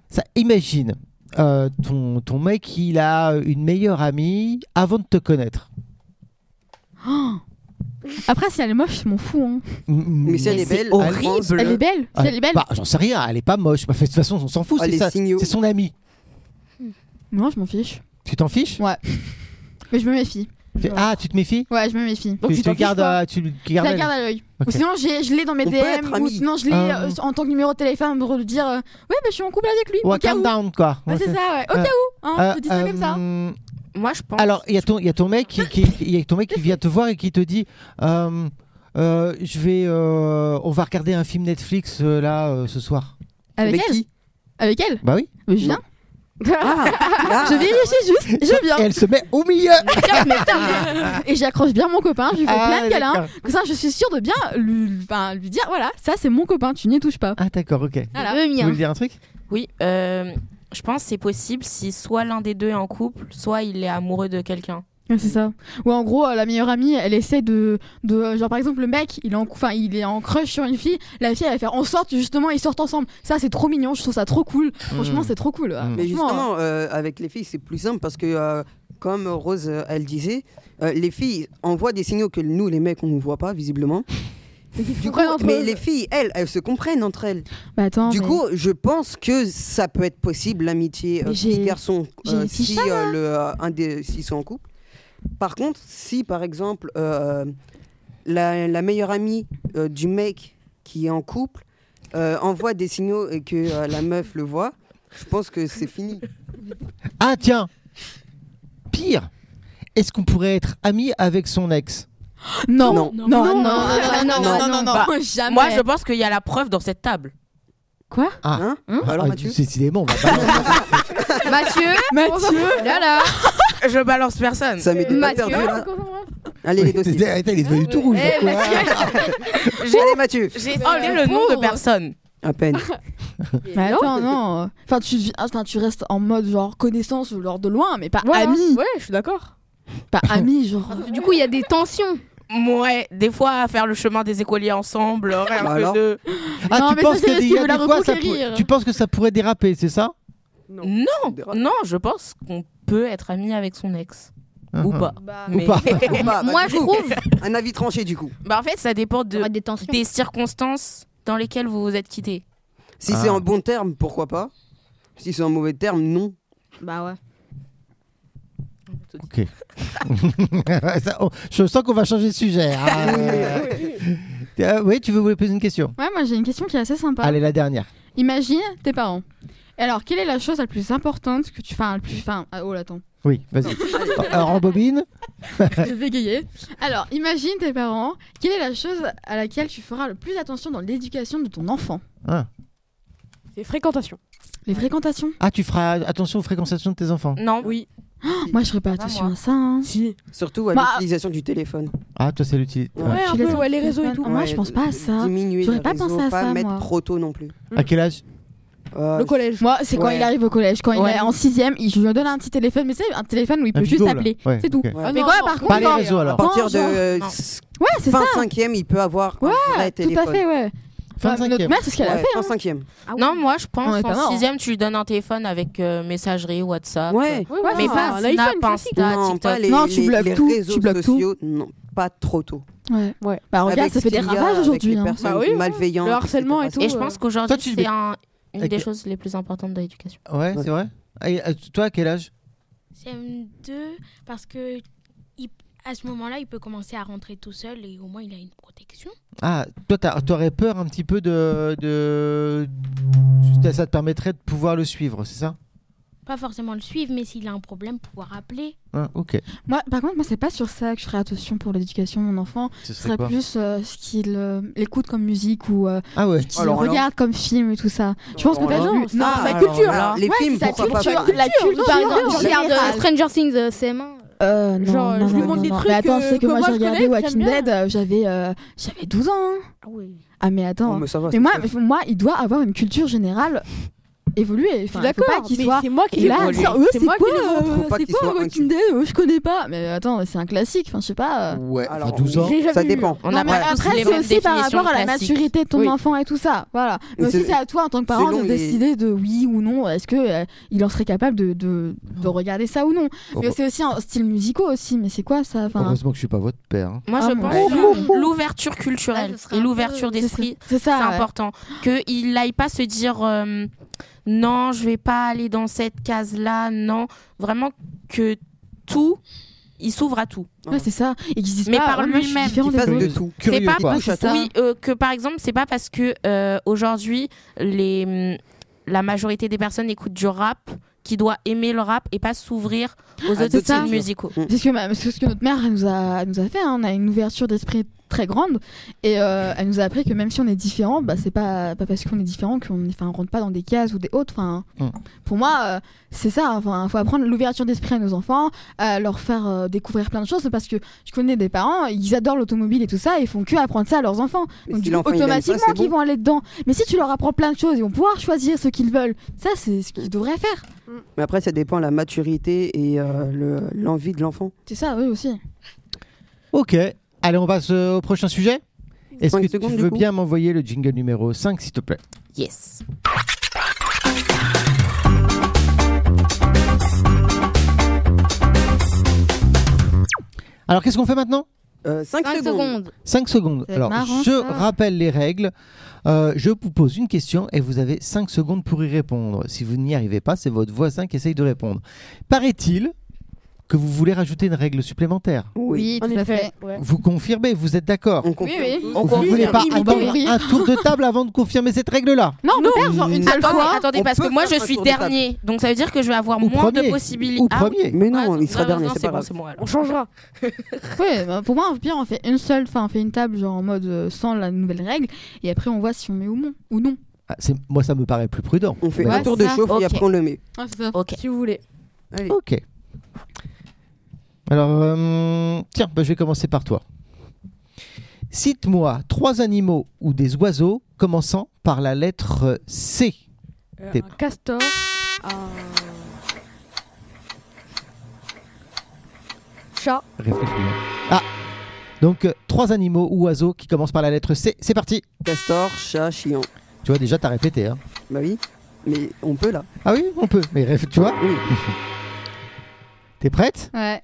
C: ça, imagine, euh, ton, ton mec, il a une meilleure amie avant de te connaître.
D: Oh. Après, si elle est moche, je m'en fous. hein.
A: Mais si elle est
F: c'est
A: belle,
F: horrible.
D: Elle est belle. Si elle est belle.
C: Bah, J'en sais rien, elle est pas moche. Bah, fait, de toute façon, on s'en fout.
A: Ah,
C: c'est
A: les
C: ça-
A: signaux.
C: c'est son ami.
D: Non, je m'en fiche.
C: Tu t'en fiches
D: Mais je me méfie.
C: Tu-
D: Genre.
C: Ah, tu te méfies
D: Ouais, je me méfie.
F: Donc
C: Tu- tu
F: tu t'en
C: le gardes,
F: fiches pas
C: euh, tu le
D: Je
C: gardes
D: la
C: à-
D: garde à l'œil.
C: Ok.
D: Ou sinon, j'ai- je l'ai dans mes
A: On peut être
D: DM, ou
A: amis.
D: sinon, je l'ai
C: Ah.
D: euh, en tant que numéro de téléphone pour lui dire euh, Ouais, bah, je suis en couple avec lui. au
C: Ouais,
D: cas
C: calm
D: où.
C: down, quoi.
D: Ouais, c'est ça, ouais. Au
C: Euh,
D: cas où, hein,
C: Euh,
D: je te dis ça comme ça.
C: euh,
F: Moi, je pense.
C: Alors, il y, a ton- il y a ton mec qui, qui- il y a ton mec qui vient te voir et qui te dit euh, euh, Je vais, euh, on va regarder un film Netflix euh, là euh, ce soir.
D: Avec,
A: Avec
D: elle
A: qui
D: Avec elle
C: Bah oui.
D: Mais Je viens.
A: Ah,
D: Je vérifie juste, je viens.
C: Et elle se met au milieu.
D: Putain, mais putain. Et j'accroche bien mon copain, je lui fais
C: Ah,
D: plein de hein. câlins.
C: d'accord.
D: Comme ça, je suis sûre de bien lui, enfin, lui dire Voilà, ça, c'est mon copain, tu n'y touches pas.
C: Ah d'accord, ok.
D: Voilà.
E: Le
C: Tu
E: mien.
C: voulais dire un truc
F: Oui, euh, je pense que c'est possible si soit l'un des deux est en couple, soit il est amoureux de quelqu'un.
D: Ouais, c'est ça. Ou en gros, euh, la meilleure amie, elle essaie de, de euh, genre par exemple le mec, il est en, cou- enfin il est en crush sur une fille, la fille elle va faire en sorte justement ils sortent ensemble. Ça c'est trop mignon, je trouve ça trop cool. Franchement
C: Mm.
D: c'est trop cool. ouais.
C: Mm.
A: Mais
D: Franchement,
A: justement, euh, avec les filles, c'est plus simple parce que, euh, comme Rose, euh, elle disait, euh, les filles envoient des signaux que nous, les mecs, on ne voit pas, visiblement.
D: hein.
A: Du coup,
H: comprennent entre
A: mais
H: eux.
A: les filles, elles, elles se comprennent entre elles.
D: euh, bah, attends,
A: du
D: mais-
A: coup, je pense que ça peut être possible, l'amitié
D: Mais j'ai-
A: garçon
D: j'ai six
A: si euh, le, euh, un des, s'ils sont en couple. Par contre, si par exemple, euh, la, la meilleure amie euh, du mec qui est en couple euh, envoie des signaux et que euh, la meuf le voit, je pense que c'est fini.
C: Ah tiens. Pire. Est-ce qu'on pourrait être amis avec son ex
D: non
A: Non.
D: non non non non non non,
A: non,
D: non,
F: Bah,
D: jamais.
F: Moi, je pense qu'il y a la preuve dans cette table.
D: quoi
A: Hein
F: Hein
A: Alors
C: Ah,
A: Mathieu
C: Décidément, on va pas-
B: Mathieu,
D: Mathieu
B: là là.
F: Je balance personne.
A: Ça m'est déjà
B: Mathieu.
A: perdu là. Allez les dossiers.
C: Attends, il est devenu tout rouge.
B: Eh,
C: Ouais.
A: Allez Mathieu.
F: J'ai
D: Oh,
F: cité
D: le
F: le nom de
D: pauvre.
F: personne.
A: À peine.
D: Mais attends non. Enfin tu deviens- enfin tu restes en mode genre connaissance ou genre de loin mais pas
H: Voilà.
D: ami
H: Ouais, je suis d'accord.
D: pas ami genre.
E: Du coup, il y a des tensions.
F: Ouais, des fois, faire le chemin des écoliers ensemble, rien
A: Bah
F: que
A: alors
F: deux.
C: Ah,
D: Non,
C: tu
D: mais ça,
C: penses
D: c'est
C: que
D: parce
C: des-
D: qu'il veut
C: des
D: la
C: fois, ça
D: reconquérir.
C: pourrait- tu penses que ça pourrait déraper, c'est ça
F: Non, non, je pense qu'on peut être ami avec son ex. Ou
C: Uh-huh.
F: pas.
E: Bah,
F: Mais-
C: pas.
A: Bah, bah,
E: moi,
A: du
E: je
A: coup,
E: trouve
A: un avis tranché du coup.
F: Bah, en fait, ça dépend
E: il y
F: de,
E: aura des tensions.
F: des circonstances dans lesquelles vous vous êtes quittés.
A: Si
C: Ah.
A: c'est en bon terme, pourquoi pas Si c'est en mauvais terme, non.
E: Bah ouais.
C: Ok. Ça, oh, je sens qu'on va changer de sujet. Ah, euh, euh, oui, tu veux vous poser une question
D: Ouais moi j'ai une question qui est assez sympa.
C: Allez, la dernière.
D: Imagine tes parents. Et alors, quelle est la chose la plus importante que tu. Enfin, la plus. Enfin, ah, oh là, attends.
C: Oui, vas-y. Alors, en bobine
D: Je vais bégayer. Alors, imagine tes parents. Quelle est la chose à laquelle tu feras le plus attention dans l'éducation de ton enfant
H: C'est fréquentation.
D: Les fréquentations
C: Ah, tu feras attention aux fréquentations de tes enfants.
F: Non.
H: Oui.
D: Moi, je ferai pas
F: Pas
D: attention
F: moi.
D: à ça. hein.
H: Si.
A: Surtout à
D: Bah,
A: l'utilisation du téléphone.
C: Ah, toi, c'est l'utilité.
A: Ouais.
H: Ouais, un
D: Tu
H: peu,
D: laisses
H: ouais, les
D: petit
H: réseaux et
D: téléphone.
H: tout.
D: Ah, moi, je pense pas à ça.
A: Diminuer
D: J'aurais
A: les
D: pas
A: réseaux,
D: pensé à
A: pas
D: ça,
A: mettre
D: moi.
A: trop tôt non plus.
C: À quel âge
A: Euh,
H: Le collège.
D: Moi, c'est quand
A: Ouais.
D: il arrive au collège. Quand
F: Ouais.
D: il est en 6 et je lui donne un petit téléphone. Mais c'est un téléphone où il peut
C: Un
D: juste
C: bigot, là.
D: appeler.
C: Ouais,
D: c'est tout.
A: Ouais.
H: Ah
D: Mais
H: non,
D: quoi,
H: non,
D: par
H: faut
D: contre,
C: Pas les
D: quand-
C: réseaux,
A: à
C: alors.
D: Par-
A: partir de
D: genre-
A: euh,
F: Non.
A: s-
D: Ouais, c'est ça.
A: fin cinquième, il peut avoir
D: Ouais,
A: un vrai
D: Tout
A: téléphone.
D: à fait, ouais. Enfin,
C: 25e.
D: notre mère, c'est ce qu'elle a
A: Ouais,
D: fait.
A: fin
D: hein.
A: cinquième.
F: Non, moi,
D: On
F: je
D: est
F: pense
D: pas mort,
F: en
D: hein.
F: sixième, tu lui donnes un téléphone avec euh, messagerie, WhatsApp.
A: Ouais.
H: Ouais,
D: Mais
H: ouais,
F: Mais
D: Ah,
F: pas
H: un
F: Snap,
H: iPhone, classique.
F: Insta,
D: hein.
A: non,
F: TikTok.
A: pas les,
D: Non, tu
A: les-
D: bloques
A: les
D: tout,
A: réseaux
D: tu bloques tout.
A: sociaux, non, pas trop tôt.
D: Ouais.
H: Ouais.
D: Bah, regarde,
A: Avec
D: ça
A: ce
D: fait des
A: qu'il y a,
D: ravages
A: avec
D: aujourd'hui.
A: les
D: hein.
A: personnes
H: Bah oui, ouais.
A: malveillentes,
H: Le harcèlement et
A: etc.
H: tout.
F: Et je
H: euh,
F: pense
C: Toi,
F: qu'aujourd'hui,
C: tu-
F: c'est un- une
C: Avec-
F: des choses les plus importantes de l'éducation.
C: Ouais, c'est vrai. Et, euh, toi, à quel âge
G: CM2, parce que il- à ce moment-là, il peut commencer à rentrer tout seul et au moins il a une protection.
C: Ah, toi, t'as- t'aurais peur un petit peu de, de. Ça te permettrait de pouvoir le suivre, c'est ça
G: Pas forcément le suivre, mais s'il a un problème, pouvoir appeler.
C: Ah, Ok.
D: Moi, par contre, moi, c'est pas sur ça que je ferai attention pour l'éducation de mon enfant.
C: Ce
D: Ce serait plus euh, ce qu'il euh, écoute comme musique ou euh,
C: Ah ouais.
D: ce qu'il
A: Alors, alors.
D: regarde comme film et tout ça. Je pense que
A: Alors,
D: t'as
H: non,
D: vu.
H: c'est
D: Non,
H: pas-
D: sa
A: Ah, alors,
D: culture.
A: alors, les
D: Ouais,
A: films,
D: c'est sa
A: pourquoi pas
D: culture,
A: faire
D: la culture, par
H: non,
D: exemple,
H: non,
D: générale.
E: Regarde Stranger Things euh, CM1.
D: Euh, non,
H: Genre,
D: non,
H: je
D: non,
H: lui montre
D: non,
H: des
D: non.
H: trucs,
D: Mais attends,
H: euh,
D: c'est que
H: que
D: moi,
H: moi,
D: j'ai
H: je
D: regardé
H: connais, que
D: Walking
H: j'aime bien.
D: Dead, euh, j'avais euh, j'avais 12 ans. hein.
E: Ah oui.
D: Ah, mais attends.
A: Oh, mais ça va,
D: mais
A: c'est
D: moi,
A: ça.
D: mais faut- moi, il doit avoir une culture générale évoluée.
H: Je suis
D: Enfin, il faut pas
H: d'accord,
D: qu'il
H: mais
D: soit.
H: c'est moi qui
D: Et là,
H: l'évolue.
D: dire, euh, c'est
H: C'est moi
D: quoi,
H: qui l'évolue.
A: Faut pas
D: euh, c'est
A: qu'il soit
D: quoi Walking Dead Euh, Je connais pas. Mais attends, c'est un classique. Enfin, je sais pas. euh.
C: Ouais, enfin,
A: Alors,
C: 12 ans.
H: J'ai jamais
A: ça
H: vu.
A: dépend.
F: On
D: Non,
F: a
D: mais
F: pas tous
D: après,
F: les
D: c'est
F: mêmes
D: aussi par
F: définitions
D: rapport
F: de
D: à la
F: classique.
D: maturité de ton
H: Oui.
D: enfant et tout ça. Voilà. Mais
A: Et
D: aussi,
A: c'est-
D: c'est à toi, en tant que parent,
A: selon
D: de
A: les-
D: décider de oui ou non. Est-ce que euh, il en serait capable de, de, de regarder ça ou non
A: Oh.
D: Mais
C: Heureux-
D: c'est aussi en style musicaux aussi. Mais c'est quoi ça enfin,
C: Heureusement que je suis pas votre père. hein.
F: Moi,
D: Ah,
F: je
D: mon
F: pense
D: Dieu.
F: que l'ouverture
E: Là,
F: culturelle
E: Ah, ce serait
F: et
E: un peu-
F: l'ouverture
D: c'est ça.
F: d'esprit,
D: C'est
F: c'est
D: ça. ouais.
F: important. Qu'il n'aille pas se dire euh, non, je vais pas aller dans cette case-là, non. Vraiment que tout, il s'ouvre à tout.
D: Ouais, c'est ça. Et qu'ils se disent
F: Mais
D: pas,
F: par
D: oh, moi, je suis
F: lui-même,
D: différent
A: Qui
D: des
A: fasse
D: autres.
A: de tout.
F: C'est
C: Curieux
F: pas
C: quoi.
D: Touche à tout.
F: Oui, euh, que par exemple, c'est pas parce que euh, aujourd'hui les hum, la majorité des personnes écoutent du rap qui doit aimer le rap et pas s'ouvrir aux
A: À
F: autres
A: d'autres
F: styles
A: cultures.
F: musicaux.
D: C'est ce que, ma- c'est ce que notre mère elle nous, a, elle nous a fait. hein. On a une ouverture d'esprit très grande. Et euh, elle nous a appris que même si on est différent, bah, c'est pas, pas parce qu'on est différent qu'on enfin, on rentre pas dans des cases ou des autres. Enfin,
C: Mm.
D: Pour moi, euh, c'est ça. Enfin, faut apprendre l'ouverture d'esprit à nos enfants, à leur faire euh, découvrir plein de choses. Parce que je connais des parents, ils adorent l'automobile et tout ça, et ils font que apprendre ça à leurs enfants.
A: Mais
D: Donc,
A: si
D: du coup,
A: l'enfant, il aime ça,
D: automatiquement,
A: c'est
D: qu'ils
A: bon.
D: vont aller dedans. Mais si tu leur apprends plein de choses, ils vont pouvoir choisir ce qu'ils veulent. Ça, c'est ce qu'ils devraient faire.
A: Mais après, ça dépend de la maturité et euh, le- l'envie de l'enfant.
D: C'est ça, oui, aussi.
C: Ok. Allez, on passe euh, au prochain sujet. Est-ce
A: Cinq
C: que
A: secondes,
C: tu
A: du
C: veux
A: coup
C: bien m'envoyer le jingle numéro 5, s'il te plaît
F: Yes.
C: Alors, qu'est-ce qu'on fait maintenant
A: 5
E: 5
A: Euh, secondes.
E: secondes.
C: 5 secondes.
D: va être
C: Alors,
D: marrant,
C: je
D: ça.
C: rappelle les règles. Euh, je vous pose une question et vous avez 5 secondes pour y répondre. Si vous n'y arrivez pas, c'est votre voisin qui essaye de répondre. Paraît-il que vous voulez rajouter une règle supplémentaire
A: Oui.
H: En
D: tout à fait.
H: effet, ouais.
C: Vous confirmez, vous êtes d'accord
A: On comprend.
D: oui.
A: tous.
F: On
C: Vous voulez pas
D: on
C: attendre
D: confirme.
C: un tour de table avant de confirmer cette règle-là
D: Non, on peut faire genre une seule
F: Attendez,
D: fois.
F: Ah, oh, attendez,
A: on
F: parce que
A: peut
F: moi
A: faire
F: je
A: un
F: suis
A: tour de table.
F: dernier, donc ça veut dire que je vais avoir
C: Ou
F: moins de
C: premier
F: possibilités.
C: Ou
F: Ah oui.
C: premier
A: Mais non,
F: Ah,
A: il sera
F: non,
A: dernier,
F: non,
A: c'est pas
F: bon,
A: grave.
F: c'est bon, alors.
H: On changera.
D: Ouais, bah, pour moi, au pire, on fait une seule, enfin, on fait une table, genre en mode euh, sans la nouvelle règle, et après, on voit si on met ou non. Ou non.
C: Ah, c'est- Moi, ça me paraît plus prudent.
A: On fait
C: Mais
A: un
D: Ouais,
A: tour de
D: ça.
A: chauffe
F: Ok.
A: et après on le met.
D: Ah, c'est ça.
F: Ok.
H: Si vous voulez.
A: Allez.
C: Ok. Alors, euh, tiens, bah, je vais commencer par toi. Cite-moi trois animaux ou des oiseaux commençant par la lettre C.
H: Euh,
C: T'es-
H: un castor. euh, Un... Chat.
C: Réfléchis bien. Ah Donc, euh, trois animaux ou oiseaux qui commencent par la lettre C. C'est parti
A: Castor, chat, chien.
C: Tu vois, déjà, t'as répété. Hein.
A: Bah oui. Mais on peut là.
C: Ah oui, on peut. Mais ref- tu vois,
A: Oui.
C: t'es prête
D: Ouais.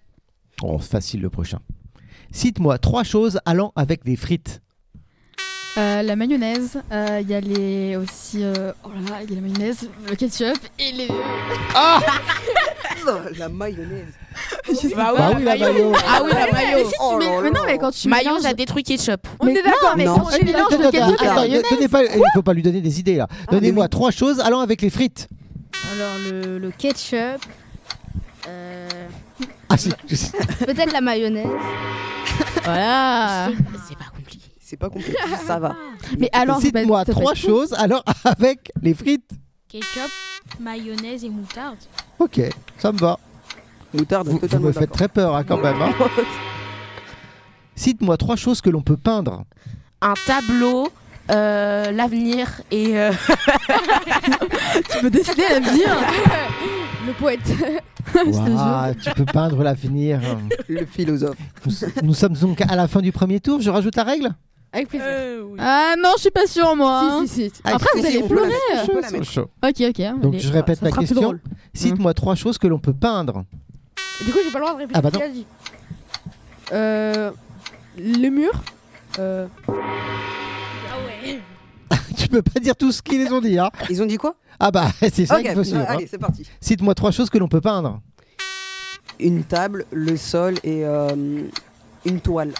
C: Oh, facile le prochain. Cite-moi trois choses allant avec des frites.
D: Euh, la mayonnaise, euh, il y a les aussi. euh, Oh là là, il y a la mayonnaise, le ketchup et les.
A: la mayonnaise.
F: Bah
C: Ah oui, la mayo.
F: Ah oui, la
D: Mais
F: mayo.
D: si tu
A: Oh
D: mets-
A: là
D: mais non,
A: là.
D: mais quand tu
F: Mayo,
D: mélanges-
F: ça détruit ketchup.
H: On
D: Mais
H: est d'accord,
D: mais
A: non.
D: quand tu
H: Attends,
D: mélanges
C: Attends,
D: le
C: attends,
D: ketchup et la
C: attends,
D: mayonnaise.
C: donnez pas- il faut pas lui donner des idées là.
A: Ah,
C: Donnez-moi
A: mais oui.
C: trois choses allant avec les frites.
E: Alors le, le ketchup, euh,
C: Ah, c'est-
E: peut-être la mayonnaise.
D: Voilà.
F: C'est pas compliqué.
A: C'est pas compliqué. Ça va.
D: Mais alors, ça peut être-
C: Cite-moi
D: ça peut
C: trois
D: être fou.
C: choses alors avec les frites.
G: Ketchup, mayonnaise et moutarde.
C: Ok, ça me va.
A: Moutarde,
C: Vous, vous
A: Ah, bah, totalement
C: me faites
A: d'accord.
C: très peur hein, quand même. hein. Cite-moi trois choses que l'on peut peindre.
F: Un tableau, euh, l'avenir et. euh,
D: Tu peux décider à l'avenir.
H: Le poète.
C: Ouah, tu peux peindre l'avenir.
A: Le philosophe.
C: Nous, nous sommes donc à la fin du premier tour. Je rajoute la règle.
H: Avec plaisir.
D: Ah non, je suis pas sûre, moi. hein.
H: Si, si, si.
C: Ah,
D: Après,
C: si,
D: vous
C: si,
D: allez
C: on peut
D: pleurer.
C: la mettre.
A: On peut la mettre.
C: Chaud.
D: Ok, ok.
C: Donc
D: allez.
C: je répète ma
H: sera plus
C: question.
H: drôle.
C: Cite-moi trois choses que l'on peut peindre.
H: Du coup, j'ai pas le droit de répéter
C: Ah, bah
H: ce qu'il
C: non.
H: a dit. Euh, le mur. Euh,
G: Ah ouais.
C: tu peux pas dire tout ce qu'ils ont dit. Hein.
A: Ils ont dit quoi
C: Ah bah c'est ça
A: Ok,
C: qu'il faut suivre. hein.
A: allez, c'est parti.
C: Cite-moi trois choses que l'on peut peindre.
A: Une table, le sol et euh, une toile.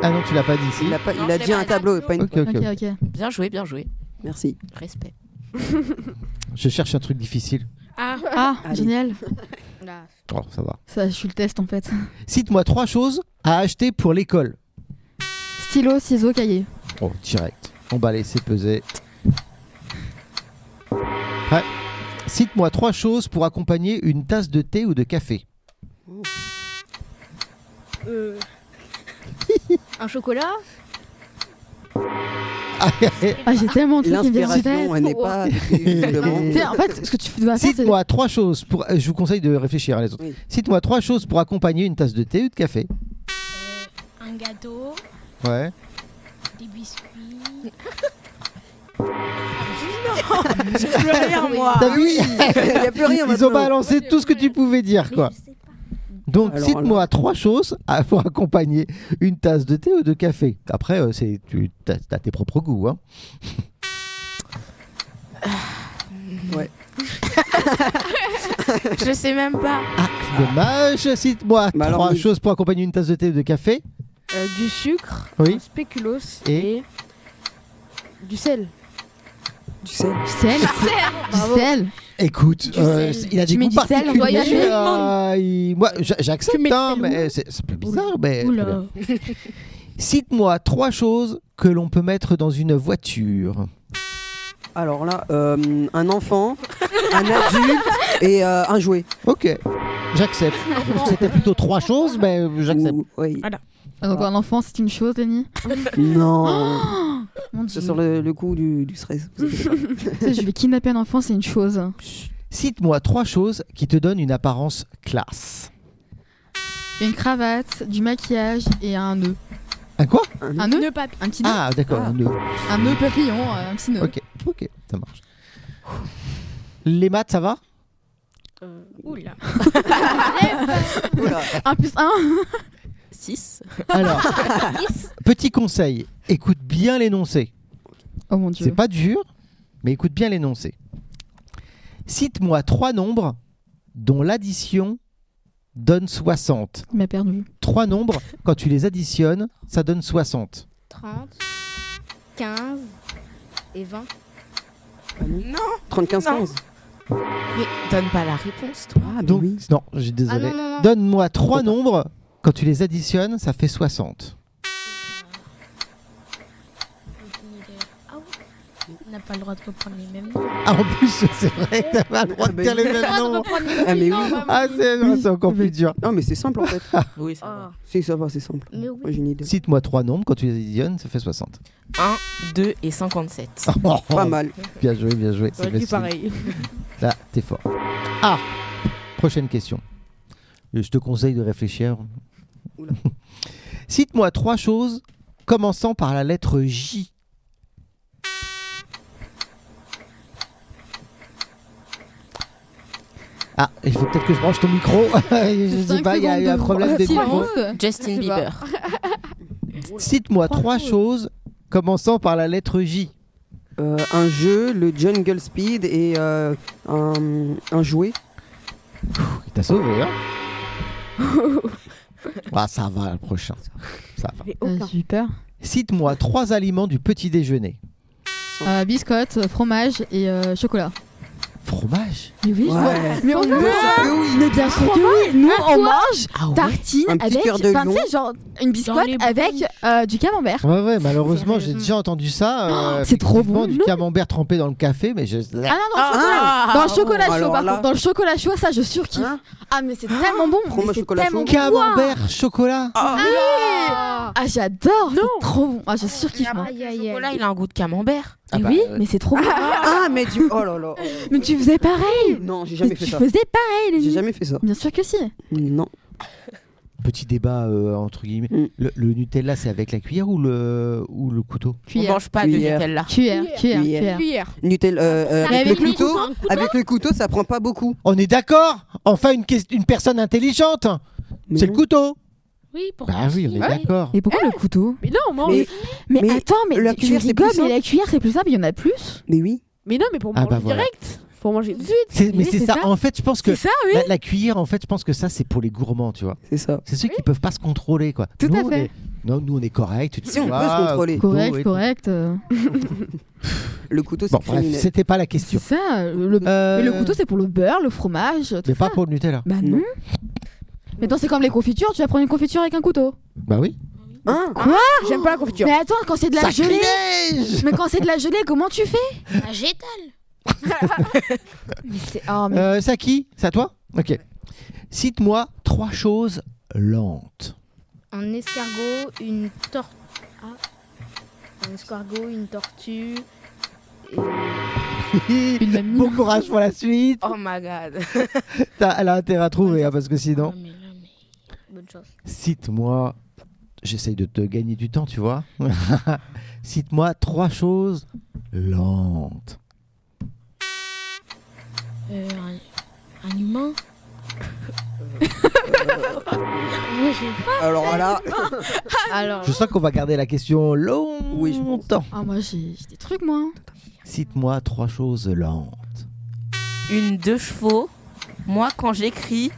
C: Ah non, tu l'as pas dit ici.
A: Il a, pas-
F: Non,
A: il a
F: je l'ai
A: dit
F: pas,
A: un
F: il a
A: tableau,
F: dit
A: pas une
C: Ok, ok,
D: Ok,
C: ok.
D: ok.
F: Bien joué, bien joué.
A: Merci.
F: Respect.
C: Je cherche un truc difficile.
G: Ah,
D: Ah,
A: Allez.
D: génial.
E: Là.
C: Oh, ça va.
D: Ça, je suis le test en fait.
C: Cite-moi trois choses à acheter pour l'école.
D: Stylo, ciseaux, cahier.
C: Oh, direct. On va laisser peser. Prêt Cite-moi trois choses pour accompagner une tasse de thé ou de café.
E: Euh, un chocolat
D: Ah, j'ai tellement de trucs qui me viennent en tête.
A: L'inspiration, elle n'est pas.
C: Et-
D: T'sais, En fait, ce que tu dois faire, Ah, c'est.
C: Cite-moi trois choses pour. euh, Je vous conseille de réfléchir hein, les autres.
A: Oui.
C: Cite-moi trois choses pour accompagner une tasse de thé ou de café.
G: un gâteau,
C: Ouais.
G: des biscuits.
F: Derrière moi.
C: T'as vu
A: Il n'y a plus rien
C: Ils ont
A: maintenant.
C: balancé tout ce que tu pouvais dire, quoi.
G: Mais je sais pas.
C: Donc,
A: Alors,
C: cite-moi trois choses à- pour accompagner une tasse de thé ou de café. Après, euh, c'est tu as, tes propres goûts. Hein.
F: Je sais même pas.
C: Ah, dommage. Cite-moi
A: Bah alors,
C: trois
A: oui.
C: choses pour accompagner une tasse de thé ou de café.
H: Euh, du sucre,
C: Oui.
H: un spéculoos
C: Et
H: et du sel.
A: Tu sais.
D: Du sel. Du sel.
C: Écoute,
D: Du
C: euh,
D: sel.
C: il a des
D: Tu mets
C: goûts
D: du sel, on doit y
C: particuliers,
D: aller.
C: euh, il- Moi, j'a- j'accepte,
G: Tu mets du
C: hein,
G: sel,
C: mais
G: oui.
C: c'est c'est un peu bizarre. Mais...
G: Oula.
C: Cite-moi trois choses que l'on peut mettre dans une voiture.
A: Alors là, euh, un enfant, un adulte et euh, un jouet.
C: Ok, j'accepte. C'était plutôt trois choses, mais j'accepte.
A: Ou- oui.
D: Ah, bah, Donc un enfant, c'est une chose, Lenny.
A: Non,
D: Mon
A: c'est
D: Dieu.
A: sur le, le coup du, du stress. vous inquiétez pas.
D: Tu sais, Je vais kidnapper un enfant, c'est une chose.
C: Cite-moi trois choses qui te donnent une apparence classe.
D: Une cravate, du maquillage et un nœud.
C: Un quoi
D: Un nœud
G: Ne pas pi-
D: Un petit nœud
C: Ah, d'accord,
A: Ah.
C: un nœud.
D: Un nœud papillon, euh, un petit nœud.
C: Ok, ok, ça marche. Les maths, ça va
E: Euh,
G: Oula.
A: Oula.
D: 1 plus 1
F: 6.
C: Alors, petit conseil, écoute bien l'énoncé.
D: Oh mon
C: C'est
D: dieu.
C: pas dur, mais écoute bien l'énoncé. Cite-moi trois nombres dont l'addition donne 60.
D: Il m'a perdu.
C: Trois nombres, quand tu les additionnes, ça donne 60.
E: 30, 15 et 20.
F: Non.
A: 35
F: Non.
A: 15.
F: Mais donne pas la réponse, toi.
A: Ah, mais
C: Donc,
A: oui.
C: non, je suis
E: Ah
C: désolé.
E: non, non, non.
C: Donne-moi trois nombres, quand tu les additionnes, ça fait 60.
G: Aucune idée. Ah ouais On n'a pas le droit de reprendre les mêmes noms.
C: Ah, en plus, c'est vrai que t'as pas le droit de
A: Ah, bah
C: dire les mêmes
G: Pas de
C: nombres.
G: reprendre les
A: Ah, mais
G: mêmes
A: oui.
G: noms.
C: Ah, c'est c'est encore plus dur.
A: Non, mais c'est simple en fait.
F: Oui, ça
E: Ah,
A: si, ça va, c'est simple.
E: mais
A: Moi,
E: oui.
A: j'ai une idée.
C: Cite-moi trois nombres, quand tu les additionnes, ça fait 60.
F: 1, 2 et 57.
C: Oh,
A: Pas mal.
C: Bien joué, bien joué. c'est
H: du
C: facile.
H: pareil.
D: Ah,
C: Là, t'es fort. Ah Prochaine question. Euh, Je te conseille de réfléchir.
A: Oula.
C: Cite-moi trois choses commençant par la lettre J. Ah, il faut peut-être que je branche ton micro. je sais pas, il y a eu un problème de Ah, micro.
F: Justin
D: Je sais pas.
F: Bieber.
C: Cite-moi
D: Trois
C: hein. trois
D: choses.
C: choses commençant par la lettre J.
A: Euh, un jeu, le Jungle Speed et euh, un, un jouet.
C: Il t'a sauvé, hein Ah, ça va, le prochain. Ça va.
H: Mais
D: Euh,
H: aucun.
D: J'ai eu peur.
C: Cite-moi trois aliments du petit déjeuner.
D: Euh, biscottes, fromage et euh, chocolat.
C: Fromage
D: Mais oui,
A: Ouais.
D: mais on hein.
A: Bien sûr que oui.
D: Mais bien sûr que oui, nous on mange
F: Ah
D: tartine
A: Un petit
D: avec,
A: cœur de
D: enfin, tu
A: lion.
D: sais, genre une
G: Dans
D: biscotte
G: les
D: avec euh, du camembert.
C: Ouais, ouais, malheureusement, j'ai
E: Sérieusement.
C: déjà entendu ça. euh,
D: Oh, c'est trop
C: effectivement,
D: bon.
C: Du camembert trempé dans le café, mais je.
D: Ah non, dans, le chocolat.
F: Ah,
D: dans le
A: bon,
D: chocolat chaud,
A: alors
D: par
A: Oh là-
D: contre, dans le chocolat chaud, ça je surkiffe.
A: Hein
D: ah mais c'est tellement bon,
A: Fromage
D: mais c'est
A: chocolat
D: tellement
A: chaud.
D: bon. Waouh.
C: Camembert chocolat
D: Ah, ah, j'adore, c'est trop bon. Ah je surkiffe moi.
E: Aïe, aïe, aïe.
F: Chocolat, Oh il a un goût de camembert.
C: Ah
D: Mais
C: bah,
D: oui,
C: euh,
D: mais c'est trop bon.
A: Ah, mais du. Oh là là.
D: Mais tu faisais pareil.
A: Non, j'ai
D: Mais
A: jamais fait
D: tu
A: ça.
D: faisais pareil les
A: J'ai
D: nuits.
A: jamais fait ça.
D: Bien sûr que si.
A: Non.
C: Petit débat euh, entre guillemets.
A: Mm.
C: Le, le Nutella, c'est avec la cuillère ou le, ou le couteau
F: On
D: Cuillère,
F: mange pas de
A: Cuillère.
F: Nutella.
D: cuillère, cuillère,
A: Cuillère.
D: cuillère.
H: Cuillère.
A: Nutella. euh, euh,
D: Mais
A: avec le
D: avec le
A: couteau, avec le couteau, ça prend pas beaucoup.
C: On est d'accord Enfin, une, ques- une personne intelligente
A: Mais
C: C'est le
A: non.
C: couteau
G: Oui,
D: Oh,
G: pourquoi
C: Bah oui, on est
G: si
C: d'accord.
D: Mais pourquoi le couteau
H: Mais non, moi, on-
A: Mais,
H: mais...
D: Eh. mais,
A: Mais
D: attends, mais
A: la
D: tu
A: cuillère, c'est plus
D: rigoles, mais
A: simple.
D: la cuillère c'est plus simple, il y en a plus.
A: oui.
H: non, mais pour
C: Ah,
H: manger
C: bah, voilà.
H: direct. Pour manger tout de suite.
C: C'est- Mais
D: Oui,
C: c'est
D: c'est
C: ça.
D: ça.
C: En fait, je pense que
D: C'est ça, oui.
C: la, la cuillère, en fait, je pense que ça, c'est pour les gourmands, tu vois.
A: C'est ça.
C: C'est ceux qui peuvent pas se contrôler, quoi.
D: Tout
C: nous,
D: à
C: on
D: fait.
C: est- Non, nous, on est correct. tu
A: Si on peut
C: vois,
A: se contrôler.
D: Correct,
C: oui.
D: correct. euh,
A: Le couteau, c'est
C: Bon, bref,
A: criminel.
C: c'était pas la
D: C'est
C: question.
D: ça. Le, le-
C: Euh,
D: mais le couteau, c'est pour le beurre, le fromage, tout
C: mais
D: ça.
C: pas pour le Nutella.
D: Bah
A: Non.
D: non. Mais attends, c'est comme les confitures, tu vas prendre une confiture avec un couteau.
C: Bah oui.
A: Hein
H: J'aime pas la confiture.
D: Mais attends, quand c'est de la gelée.
C: Sacrilège
D: Mais quand c'est de la gelée, comment tu fais
G: Ah, j'étale.
D: Mais c'est. Oh, mais.
C: Euh, C'est à qui C'est à toi Ok. Cite-moi trois choses lentes.
E: Un escargot, une tortue. Ah, Un escargot, une tortue. Et...
D: Une mamie.
C: bon courage pour la suite.
F: Oh my god.
C: T'as- Elle a intérêt à trouver, hein, parce que sinon.
G: Ah, mais là, mais-
E: Bonne chance.
C: Cite-moi. J'essaye de te gagner du temps, tu vois. Cite-moi trois choses lentes.
G: Euh, un, un humain Moi, j'ai-
A: Alors là,
E: Alors,
C: Je sens qu'on va garder la question longtemps.
A: Oui, je pense.
D: Ah, moi, j'ai j'ai des trucs, moi. hein.
C: Cite-moi trois choses lentes.
F: Une deux chevaux, moi, quand j'écris.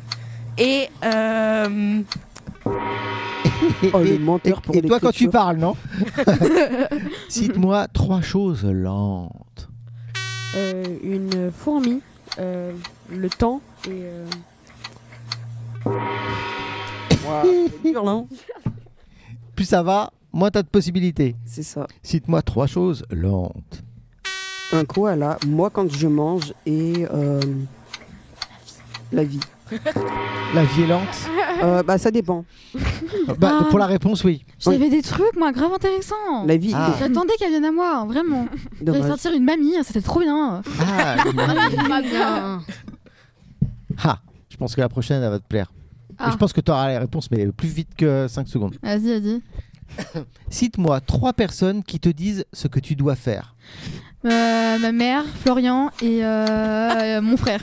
F: Et euh,
C: Et-
A: Oh,
C: et-
A: le menteur pour
C: et toi, quand tu
A: l'écriture.
C: parles, non Cite-moi trois choses lentes.
H: Euh, une fourmi, euh, le temps et. euh,
A: Dur, hein.
C: Plus ça va, moins t'as de possibilités.
A: C'est ça.
C: Cite-moi trois choses lentes.
A: Un koala, moi quand je mange et euh, la vie.
C: La vie est lente
A: Euh, bah ça dépend.
C: Bah, Pour la réponse, oui.
D: J'avais des trucs, moi, grave intéressants.
A: La vie.
C: Ah.
D: J'attendais qu'elle vienne à moi, hein, vraiment. J'allais
A: Dommage.
D: sortir une mamie, hein, c'était trop bien.
C: Ah,
E: Pas bien.
C: ah, je pense que la prochaine, elle va te plaire.
D: Ah.
C: Et je pense que tu auras la réponse, mais plus vite que 5 secondes.
D: Vas-y, vas-y.
C: Cite-moi trois personnes qui te disent ce que tu dois faire.
D: Euh, ma mère, Florian et euh, euh, mon frère.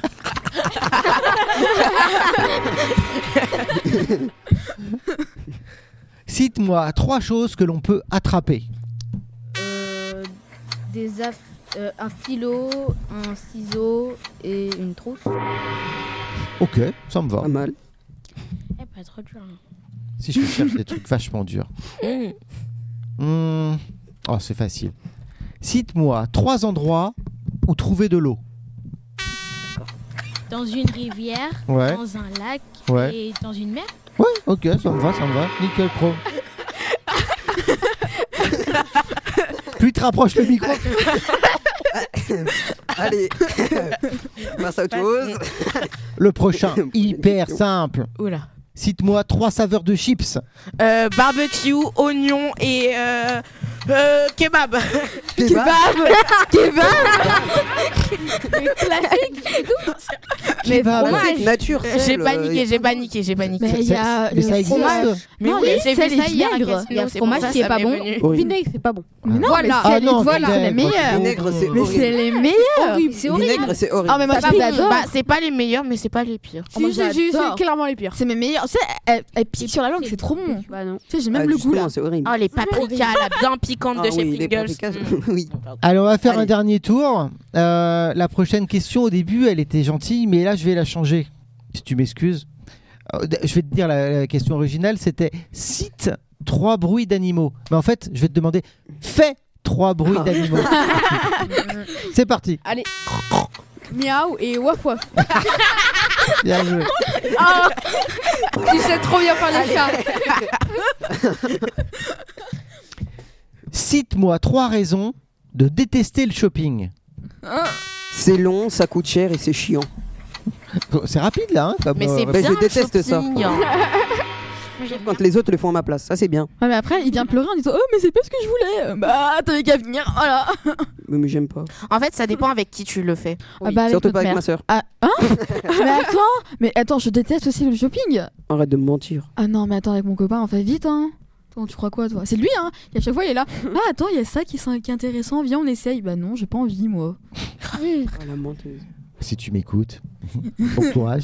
C: Cite-moi trois choses que l'on peut attraper.
E: Euh, des aff- euh, un stylo, un ciseau et une trousse.
G: Ah,
C: Ok, ça me va.
A: Pas mal.
G: Eh, pas trop dur. hein.
C: Si je cherche des trucs vachement durs.
D: Mm.
F: hmm,
C: Hmm. Oh, c'est facile. Cite-moi trois endroits où trouver de l'eau.
G: Dans une rivière,
C: Ouais.
G: dans un lac
C: Ouais.
G: et dans une mer.
C: Ouais, ok, ça me va, ça me va. Nickel pro. Plus tu rapproches le micro.
A: Allez, passe à autre chose.
C: Le prochain, hyper simple.
F: oula.
C: Cite-moi trois saveurs de chips.
F: Euh, barbecue, oignon et euh, euh, kebab. Kebab Euh,
A: Mais
C: Kebab.
A: c'est nature.
F: J'ai
A: sel,
F: paniqué,
A: euh,
F: j'ai paniqué, j'ai paniqué.
D: Mais il y a
C: Mais ça
D: le fromage.
C: existe
F: Mais
D: Non,
F: oui,
D: il y a
F: j'ai
D: celle
F: vu ça
D: et
F: hier à
D: vinaigre.
F: Casino,
E: Il y a le
F: c'est
E: fromage
F: pour ça
E: qui est
F: ça
E: pas
F: m'est
E: bon.
F: venu.
A: horrible.
H: Vinaigre, c'est pas bon.
D: Mais non,
E: Voilà.
D: mais
C: Ah
D: c'est les,
C: non,
D: voilà, c'est les
C: vinaigre,
D: meilleurs.
C: ok.
A: Vinaigre, c'est
D: Mais
A: horrible.
D: c'est les meilleurs.
E: C'est
A: Vinaigre, c'est horrible.
D: Ah, mais moi,
F: Ça
D: je
F: pique.
D: l'adore.
F: Bah, c'est pas les meilleurs, mais c'est pas les pires.
D: Oh,
E: Ah, moi,
H: Si, si, si,
E: j'adore.
H: c'est clairement les pires.
D: C'est mes meilleurs. Tu sais, elle, elle pique sur la langue, c'est trop bon.
H: Bah non.
D: Tu sais, j'ai
A: Ah,
D: même le goût
A: justement,
D: là.
A: C'est horrible.
F: Oh, les paprikas, la bien piquante
A: Ah
F: de chez
A: oui, les
F: Pringles.
A: paprikas,
F: Mm.
A: oui.
C: Allez, on va faire un
A: Allez.
C: dernier tour. Euh, la prochaine question, au début, elle était gentille, mais là, je vais la changer. Si tu m'excuses. Euh, d- Je vais te dire la, la question originale c'était cite trois bruits d'animaux. Mais en fait, je vais te demander fais trois bruits
A: Ah.
C: d'animaux. C'est parti.
H: Miaou et waf waf.
C: Bien joué.
H: tu sais trop bien parler de ça.
C: Cite-moi trois raisons de détester le shopping.
A: C'est long, ça coûte cher et c'est chiant.
C: C'est rapide là. hein, comme,
F: Mais c'est
C: euh,
A: Mais
F: bien
A: je déteste ça.
F: shopping, hein.
G: Ah,
A: Quand les autres le font à ma place, ça c'est bien.
D: Ouais, mais après, il vient pleurer en disant Oh, mais c'est pas ce que je voulais. Bah, t'avais qu'à venir. Voilà.
A: Mais mais j'aime pas.
F: En fait, ça dépend avec qui tu le fais.
D: Ah bah, avec
A: Surtout
D: notre
A: pas avec
D: mère.
A: ma soeur.
D: Ah, hein Mais attends, mais attends, je déteste aussi le shopping.
A: Arrête de me mentir.
D: Ah non, mais attends, avec mon copain, on fait vite, hein. Attends, tu crois quoi, toi C'est lui, hein Et à chaque fois, il est là. Ah, attends, il y a ça qui, est- qui est intéressant, viens, on essaye. Bah non, j'ai pas envie, moi.
A: Ah, la menteuse.
C: Si tu m'écoutes, bon courage.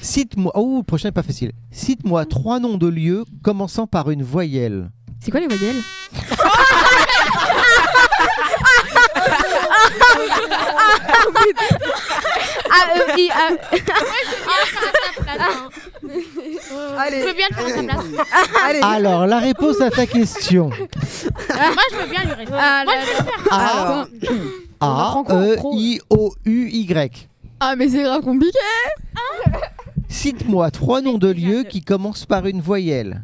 C: Cite-moi. Oh, le prochain est pas facile. Cite-moi trois noms de lieux commençant par une voyelle.
D: C'est quoi les voyelles
A: Allez.
G: Je veux bien le faire à sa place.
A: Allez.
C: Alors, la réponse à ta question.
G: Moi, je veux bien lui répondre. Moi, je veux
A: Alors,
C: A,
H: apprend quoi,
C: E,
H: pro
C: I, O, U, Y.
D: Ah, mais c'est grave compliqué
C: Cite-moi trois noms de lieux qui commencent par une voyelle.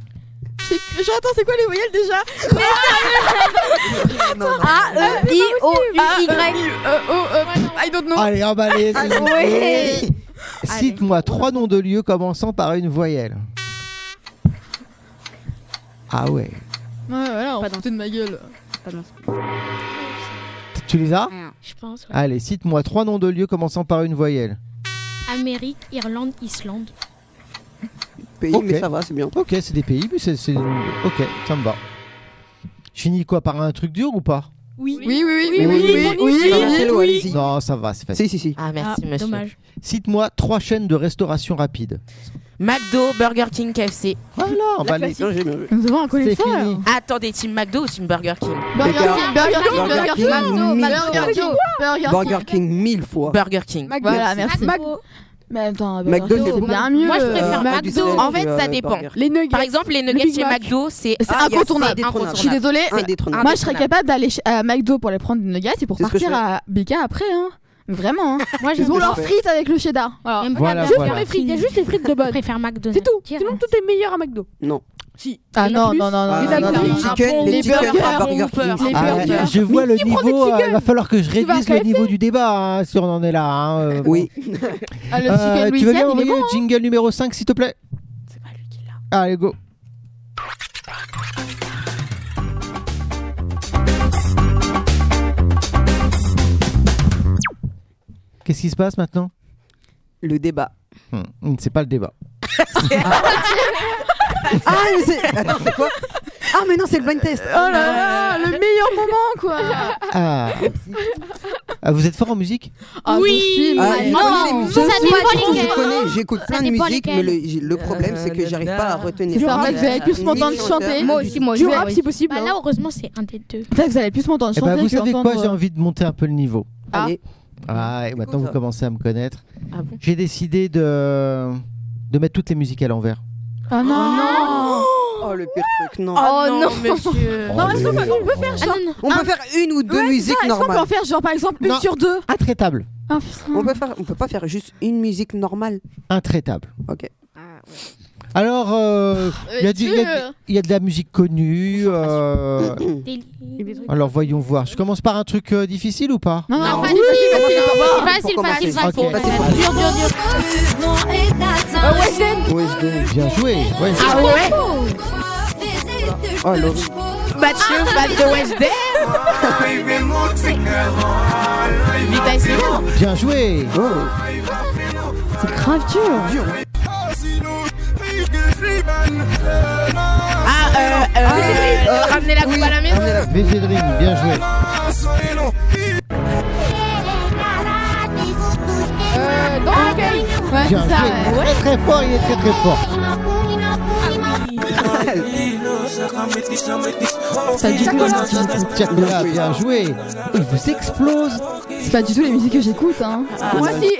D: C'est- J'attends, c'est quoi les voyelles déjà
A: non, non.
G: euh,
D: Ah, I-O-U-Y. euh, oh, I don't know.
C: Oh. Allez, emballez.
H: Ah,
C: c'est bon.
A: Ouais.
C: Cite-moi trois noms de lieux commençant par une voyelle. Ah ouais.
D: Ouais, voilà, on
E: Pas
D: se foutait de ma gueule.
E: Pas dans-
C: Tu les as
G: Je pense. ouais.
C: Allez, cite-moi trois noms de lieux commençant par une voyelle.
G: Amérique, Irlande, Islande.
A: Pays,
C: Ok.
A: mais ça va, c'est bien.
C: Ok, c'est des pays, mais c'est. c'est- Ok, ça me va. Je finis quoi par un truc dur ou pas
D: Oui, oui, oui, oui,
A: Oui,
D: oui,
A: oui, oui,
D: oui,
A: ça va, c'est l'eau,
D: oui.
A: allez-y.
C: Non, ça va, c'est facile.
A: Si, si, si.
F: Ah, merci,
G: Ah,
F: monsieur.
G: Dommage.
C: Cite-moi trois chaînes de restauration rapide.
F: McDo, Burger King, KFC.
C: Voilà, on va aller.
A: Bien joué, bien joué.
D: Nous avons un
C: C'est
D: connaisseur.
C: fini.
H: hein.
F: Attendez, Team McDo ou Team Burger King
D: Burger
A: Burger
D: King, Burger King, Burger King,
A: King,
D: Burger King, Burger King.
A: Burger King mille fois.
F: Burger King.
H: McDo.
D: Voilà, merci.
G: McDo.
D: Mais attends,
A: McDo,
D: Burger King,
A: c'est
D: c'est
A: bon.
D: bien mieux.
F: Moi, je préfère
A: Euh,
F: McDo.
A: du sel,
F: En fait,
A: euh,
F: ça dépend.
A: Burger.
H: Les nuggets.
F: Par exemple, les nuggets
H: Big
F: chez
H: Mac.
F: McDo, c'est
D: C'est
F: Ah, il y a-
D: incontournable.
F: c'est
D: Je suis désolée.
A: Indétrônable.
D: Moi, je serais
F: Indétrônable.
D: capable d'aller chez- à McDo pour les prendre des nuggets et pour
A: C'est ce que
D: partir
A: je fais.
D: à Bika après. Hein. Vraiment. Hein.
G: Moi,
A: C'est ce
D: Ils ont
A: que je
D: leurs
A: fais.
D: frites avec le cheddar. Voilà.
G: j'aime
C: Voilà,
G: pas
H: Ah, Juste
C: voilà.
H: les frites. Il y a juste les frites de
G: Je
H: bonne.
G: préfère McDonald's.
H: Bah, C'est tout.
G: Direct.
H: Sinon, tout est meilleur à McDo.
A: Non.
H: Si.
D: Ah
H: Et en
D: non,
H: plus,
D: non, non, non,
A: Ah,
H: les
D: non, non,
H: amis,
D: non.
A: les chicken,
F: bon
A: les
D: les
A: chicken
D: burgers,
A: à Burger
F: les
A: King.
C: Ah,
D: burgers.
C: je vois le
H: Mais qui prend des
C: niveau. euh,
H: chicken
C: Il va falloir que
H: vas
C: je
H: à
C: réduise le
H: KFC.
C: niveau du débat hein, si on en est là. hein, euh.
A: Oui,
D: Ah, le
C: Euh,
D: chicken
C: tu veux bien
D: Louisiane, il est
C: envoyer
D: bon.
H: hein.
C: le jingle numéro 5, s'il te plaît
F: C'est pas lui qui l'a.
C: Allez, go. Qu'est-ce qui se passe maintenant
A: le débat.
C: Hmm, hmm, C'est pas le débat.
A: Ah, mais c'est. Attends, c'est quoi Ah, mais non, c'est le blind test.
D: Oh là là, le meilleur moment quoi.
C: Ah. Ah, vous êtes fort en musique
D: Ah,
G: Oui.
D: je suis,
A: Ah,
D: mais
A: je
G: non.
A: connais les musiques.
G: Ça dépend
A: Je
G: lesquelles.
A: connais, je connais, j'écoute
G: Ça
A: plein de
G: dépend
A: musiques, mais
G: lesquelles.
A: le, j'ai- le problème, c'est que j'arrive pas à retenir. euh,
D: C'est en fait,
A: ça.
D: vous avez plus m'entendre
A: Ni
D: chanter.
A: chanteur,
E: Moi aussi, moi
D: Du
E: aussi.
D: rap si possible.
G: Bah
D: hein.
G: là, heureusement, c'est un des deux.
D: C'est vrai que vous allez plus m'entendre
C: Eh
D: chanter.
C: ben, vous
D: que
C: savez
D: entendre,
C: quoi J'ai
D: euh,
C: envie de monter un peu le niveau.
A: Allez,
C: Ah, et maintenant
A: Écoute.
C: vous commencez à me connaître.
F: Ah bon
C: J'ai décidé de... de mettre toutes les musiques à l'envers.
D: Ah non.
F: non
A: oh le pire truc, non.
D: Ah,
F: Oh non, monsieur
D: Non, est-ce qu'on peut- on peut faire
G: Ah
D: genre
G: non, non.
A: On peut faire une ou deux musiques
D: Est-ce qu'on peut en
A: normales.
D: faire genre par exemple une
C: Non.
D: sur deux
C: Intraitable.
D: Ah putain.
A: On peut faire, on peut pas faire juste une musique normale.
C: Intraitable.
A: Ok.
G: Ah, euh.
E: Ah,
C: Alors, euh, il y, a du- il y a du- il y a de la musique connue. euh,
G: Délire.
C: Alors voyons voir. Je commence par un truc euh, difficile ou pas
D: Non, non,
A: Non.
D: facile, facile, facile, facile.
G: Facile, facile,
C: commencer.
G: facile.
C: Ok.
G: facile.
A: Facile.
G: Dur, dur, dur. Ah,
C: Bien joué. Ouais, c'est-
F: Ah ouais
A: Oh l'horrible.
F: Mathieu, Matt de West Vita Escobar.
C: Bien joué.
A: Oh,
D: C'est grave dur.
A: dur.
F: Ah, euh, euh, euh, Ramenez la coupe à la maison
A: Ramenez la-
C: VG Dream, bien joué.
D: Ah, Ouais, c'est
C: Bien
D: ça.
C: joué.
D: ouais.
C: Très, Très fort, il est très très fort.
D: C'est pas du tout les musiques que j'écoute.
C: Tchakola, bien joué. Il vous explose.
D: C'est pas du tout les musiques que j'écoute. Hein.
C: Ah,
H: Moi aussi.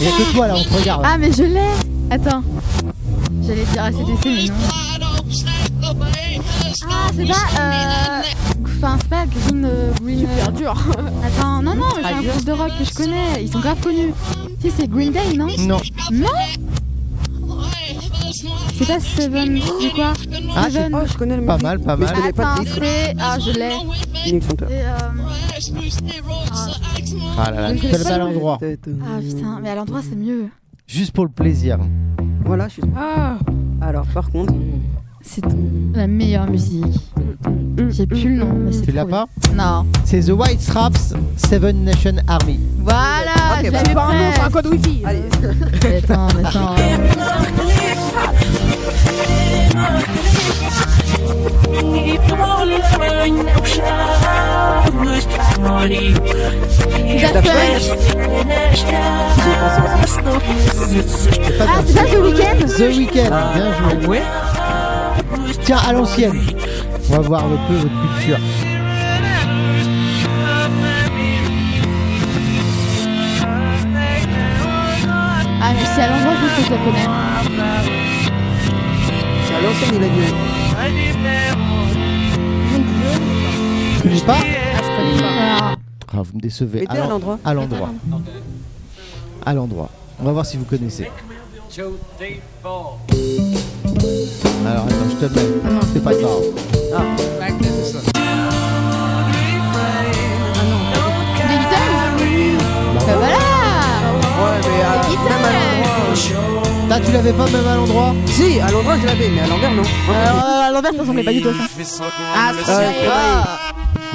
C: Il n'y a que toi là, on te regarde.
D: Ah mais je l'ai. Attends. J'allais dire ACDC mais non. Ah c'est pas. Euh... Enfin c'est pas Green. euh, green euh,
H: Super dur.
D: Attends non non j'ai un groupe de rock que je connais. Ils sont grave connus. Si c'est Green Day non
C: Non.
D: C'est pas Seven. C'est quoi
C: Ah, c'est
D: Seven.
A: Oh, je connais le
C: pas
A: musique,
C: mal, pas
A: mais je
C: mal.
A: connais pas
D: Attends
A: de titre
D: c'est. Ah je l'ai.
A: ni le chanteur.
D: C'est, euh,
C: Ah là là,
D: Je
C: tu
D: connais
C: te le
D: pas
C: mets à l'endroit.
D: Ah putain mais à l'endroit c'est mieux.
C: Juste pour le plaisir.
A: Voilà, je suis.
D: Ah.
A: Alors, par contre,
D: C'est la meilleure musique.
C: Mm,
D: J'ai plus le nom mais c'est.
C: Tu l'as
D: trop
C: pas
D: bien. Non.
C: C'est The White Straps Seven Nation Army.
D: Ah,
A: Ok,
D: Voilà. je
A: bah,
D: l'avais
H: C'est pas un nom, c'est un code
D: presque.
H: wifi.
A: allez.
D: Mais Attends mais attends. Daft Punk.
C: C'est pas
D: Ah c'est pas The Weeknd.
C: The Weeknd, bien joué. Tiens, à l'ancienne. On va voir un peu votre culture.
D: Ah mais c'est à l'endroit juste que je la connais.
A: C'est à l'ancienne, il a dit.
C: Tu lis pas
D: Voilà.
C: Ah, vous me décevez.
A: Mettez à l'endroit.
C: À l'endroit. À l'endroit. On va voir si vous connaissez. Alors attends, je te le mets. C'est pas ça.
D: Des guitares Bah voilà
A: Ouais, mais à, même à l'endroit.
C: Ah, tu l'avais pas même à l'endroit
A: euh, Si, à l'endroit, je l'avais, mais à l'envers, non.
D: Alors euh, à l'envers ça ressemblait pas du tout à ça.
F: Ah,
A: Euh,
F: c'est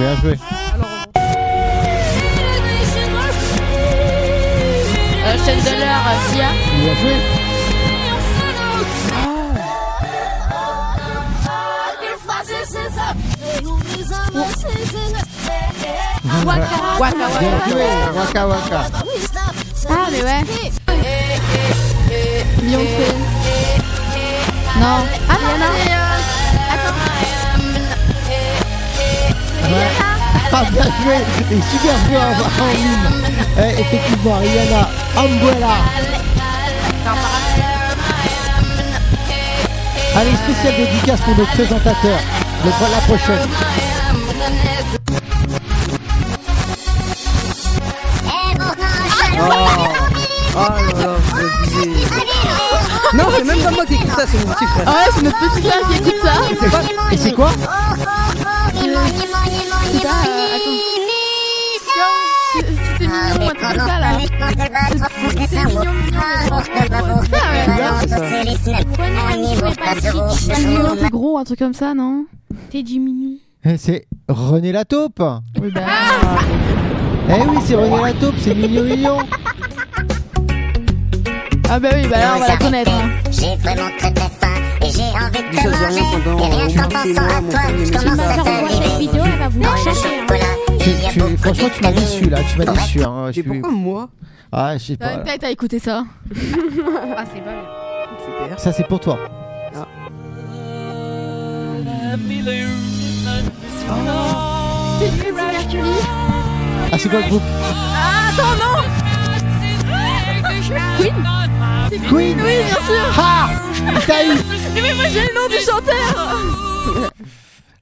C: Bien joué.
F: euh, Chandler, euh, Sia.
C: Bien joué. Bien joué, Waka Waka.
D: Ah, mais ouais. Beyoncé. Non. Ah, non, c'est, euh, Attends.
C: Ah, bien joué Et super joué en, en ligne. Eh, effectivement, Rihanna, Umbrella. Allez, spécial dédicace pour notre présentateur. Le pro- la prochaine.
A: Oh là là, vous êtes abusés. Non, c'est même pas moi qui écoute ça, c'est mon petit frère.
D: Ah ouais, c'est notre petit frère qui écoute ça.
C: C'est quoi Et c'est quoi
D: C'est pas, euh, attends. C'est- C'est mignon, un truc comme ça là. C'est c'est mignon, mignon. mignon. C'est ça, ouais.
A: Ah, c'est ça.
G: Pourquoi non, il jouait pas
D: C'est
G: Chic
D: mignon, t'es gros, un truc comme ça, non
G: T'es 10 minutes.
C: Eh, C'est René la taupe.
D: Oui, bah.
C: Eh oui, c'est René la taupe, c'est mignon mignon.
D: Ah, bah oui, bah là, on va la connaître. hein.
B: J'ai vraiment très très faim et j'ai envie de
A: Dis ça,
B: te manger.
A: Germain, pendant
B: Et rien
A: que
B: qu'en
A: tu
B: pensant
A: fais moi,
B: à
A: mon
B: toi,
A: premier
B: je
A: monsieur.
B: commence à
G: Quand on voit cette
B: saliver.
G: vidéo, elle va vous
B: Oh le
G: chercher. hein.
B: chocolat,
C: Tu,
B: il y a
C: tu-
B: beaucoup
C: franchement, tu m'as déçu là, tu m'as déçu. Hein. Je
A: Mais
C: suis-
A: pourquoi moi
C: Ah, je sais
D: T'as
C: pas.
D: t'as écouté ça.
E: Ah, c'est pas bien.
A: Super.
C: Ça, c'est pour toi. Ah.
D: C'est Freddie Mercury.
C: Ah, c'est quoi le groupe Ah, attends, non Queen Queen
D: Oui, bien sûr. Eh
C: Ah T'as eu
D: Mais moi, j'ai le nom du chanteur.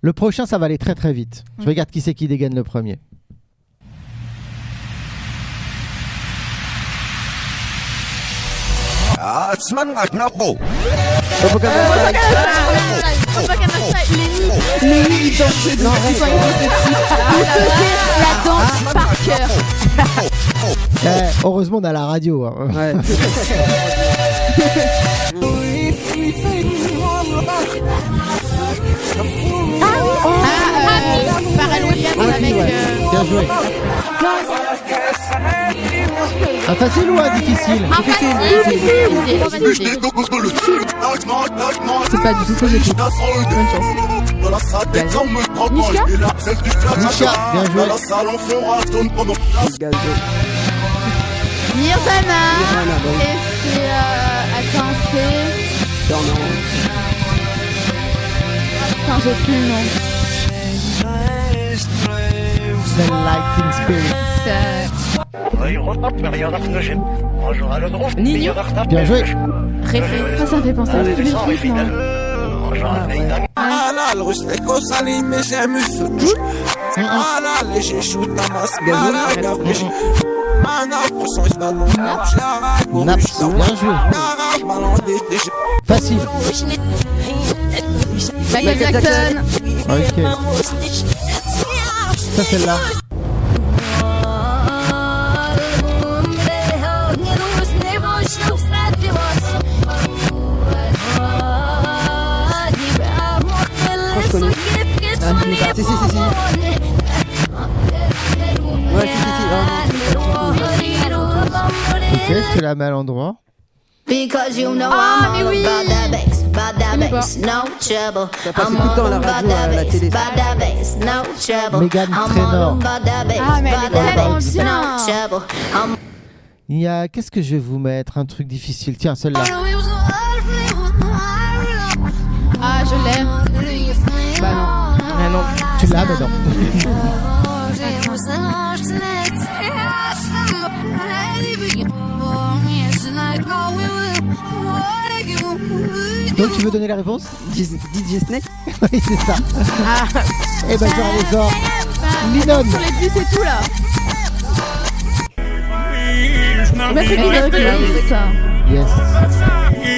C: Le prochain, ça va aller très très vite. Je regarde qui c'est qui dégaine le premier.
D: Vous connaissez la danse par cœur.
C: Eh, heureusement, on a la radio. hein.
A: Ouais.
D: Ah, euh,
C: Bien joué. Ah, facile ou un difficile
D: Ah. C'est pas du tout que j'écoute. Bonne chance.
C: Misha, bien joué.
A: Gazeux.
D: Nirvana.
A: Ah, non, bah
D: Et
A: oui.
D: c'est. euh, Attends, c'est.
A: Non, non.
D: Attends, j'ai plus le nom.
C: The Lightning Spirit.
D: Euh,
F: Nino
C: Bien joué.
F: Réfé.
D: Ah, ça me fait penser à tous les trucs, non
C: Naps. Bien joué. Facile.
D: Michael Jackson.
C: Ok. Ça, celle-là.
A: Si, si, si, si. Ouais, si, si, si. Ah, non.
C: Ok, c'est la mal endroit.
I: Because you know
D: Ah,
I: I'm
D: mais
I: all
D: oui.
I: about that bass, about that
D: Mais bon.
I: bass, no trouble.
A: Ça passe
I: I'm
A: tout le temps à
I: all
A: la
I: about
A: radio, à
I: that
A: la
I: bass,
A: télé.
I: about that bass, no trouble.
C: Mégane
I: I'm
C: Trainor.
I: all about that bass,
D: Ah, mais elle est
I: about that
D: tellement
I: bass,
D: bien.
I: no trouble. I'm
C: Il y a. Qu'est-ce que je vais vous mettre Un truc difficile. Tiens, celle-là.
D: Ah, je l'ai.
I: Bah non.
F: Ah non.
C: Tu l'as maintenant. Donc, tu veux donner la réponse
A: Dis- DJ Snake
C: Oui, c'est ça. Eh ben, genre les or. Linon.
D: Sur les bus et tout là. Bah, c'est
F: Elvis
D: qui
F: Presley.
D: ça
C: Yes.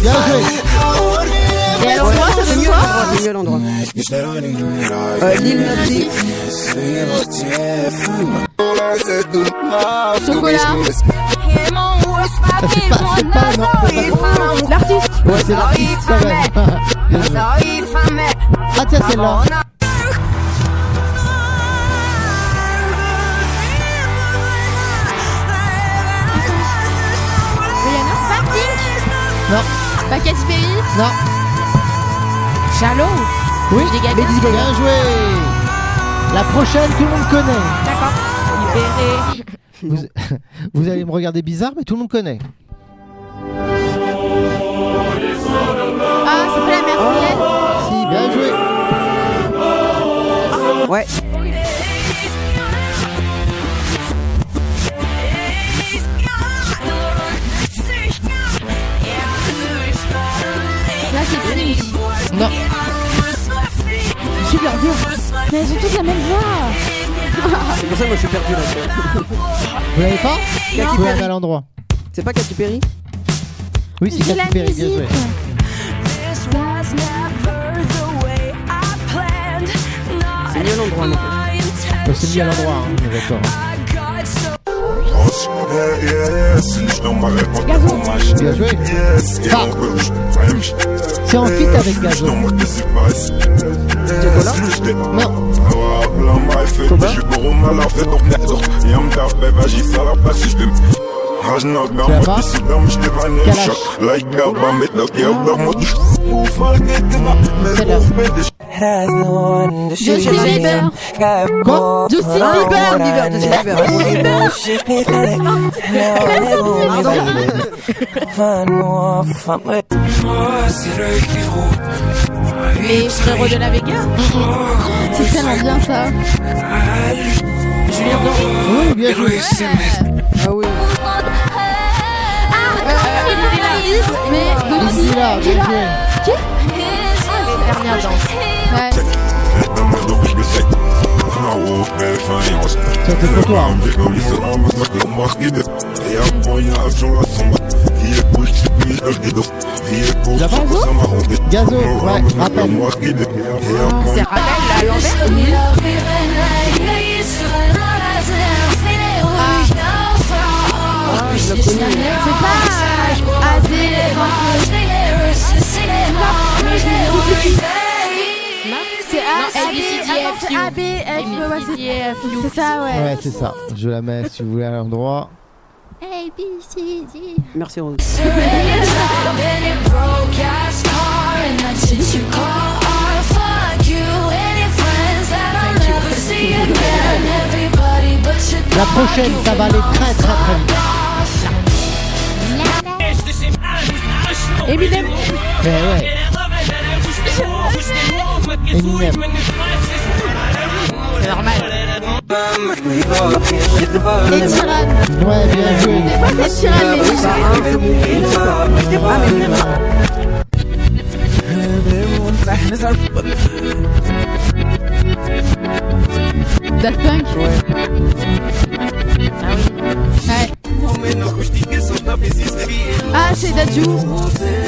C: Bien joué.
D: Et alors, moi, ça
A: C'est
D: donne
A: mieux
D: quoi
A: l'endroit, c'est mieux l'endroit. Euh, Lil Nas X.
D: Chocolat.
C: Ça, Ah, c'est pas. C'est pas. Non. c'est pas-
D: L'artiste.
C: Ouais, c'est l'artiste quand même. Bien joué. Ah, tiens, celle-là.
D: Rihanna.
C: Non.
D: Bah, Katy Perry.
C: Non.
F: Shallow
C: Oui,
F: Lady Gaga.
C: Lady Gaga. Bien joué. La prochaine, tout le monde connaît.
F: D'accord. Libéré.
C: Vous, vous allez me regarder bizarre, mais tout le monde connaît.
F: Ah, c'est pas la Marseillaise
C: Ah, Si, bien joué.
A: Ouais.
F: Là, c'est Prince.
C: Non.
F: Super dur. Mais elles ont toutes la même voix.
A: C'est pour ça que moi je suis perdu là. tu vois.
C: Vous l'avez pas
A: Katy
C: Vous
A: Perry.
C: l'avez à l'endroit.
A: C'est pas Katy Perry
C: Oui, c'est
F: J'ai la
C: Katy Perry. Bien joué.
F: musique.
A: C'est mieux l'endroit. non
C: On s'est mis à l'endroit. hein. On est D'accord. Bien joué. Ah. C'est en fit avec Gazo.
A: Chocolat
C: Non. Celle-là.
D: Justin Bieber.
C: Quoi Ah,
D: Justin
A: Bieber,
D: Bieber.
A: Bieber, Justin Bieber.
F: Les frérots de la Vega.
D: C'est tellement bien ça.
C: Oui, bien joué.
A: Ah oui.
D: Mais
C: Ici, là, bien joué.
F: Dernière danse.
D: Ouais.
C: C'était pour toi. hein. La France Gazo, ouais, rappelle.
F: C'est Raphaël, là, à l'envers.
D: C'est A,
F: Non,
D: F, Oh,
F: ABCDFU.
D: A, B, F, ouais, c'est-
F: ABCDFU.
D: c'est ça, ouais.
C: Ouais, c'est ça. Je la mets si vous voulez à l'endroit.
A: Merci Rose.
D: oh,
C: La prochaine, ça va aller très très très vite.
D: Eminem.
C: Mais Eh ouais. Eminem.
F: C'est normal.
D: Euh, Et Tyrann. euh,
C: Ouais, bien joué.
D: Des fois, c'est Tyrann, mais Daft Punk. Ouais. Ah, c'est Dadju.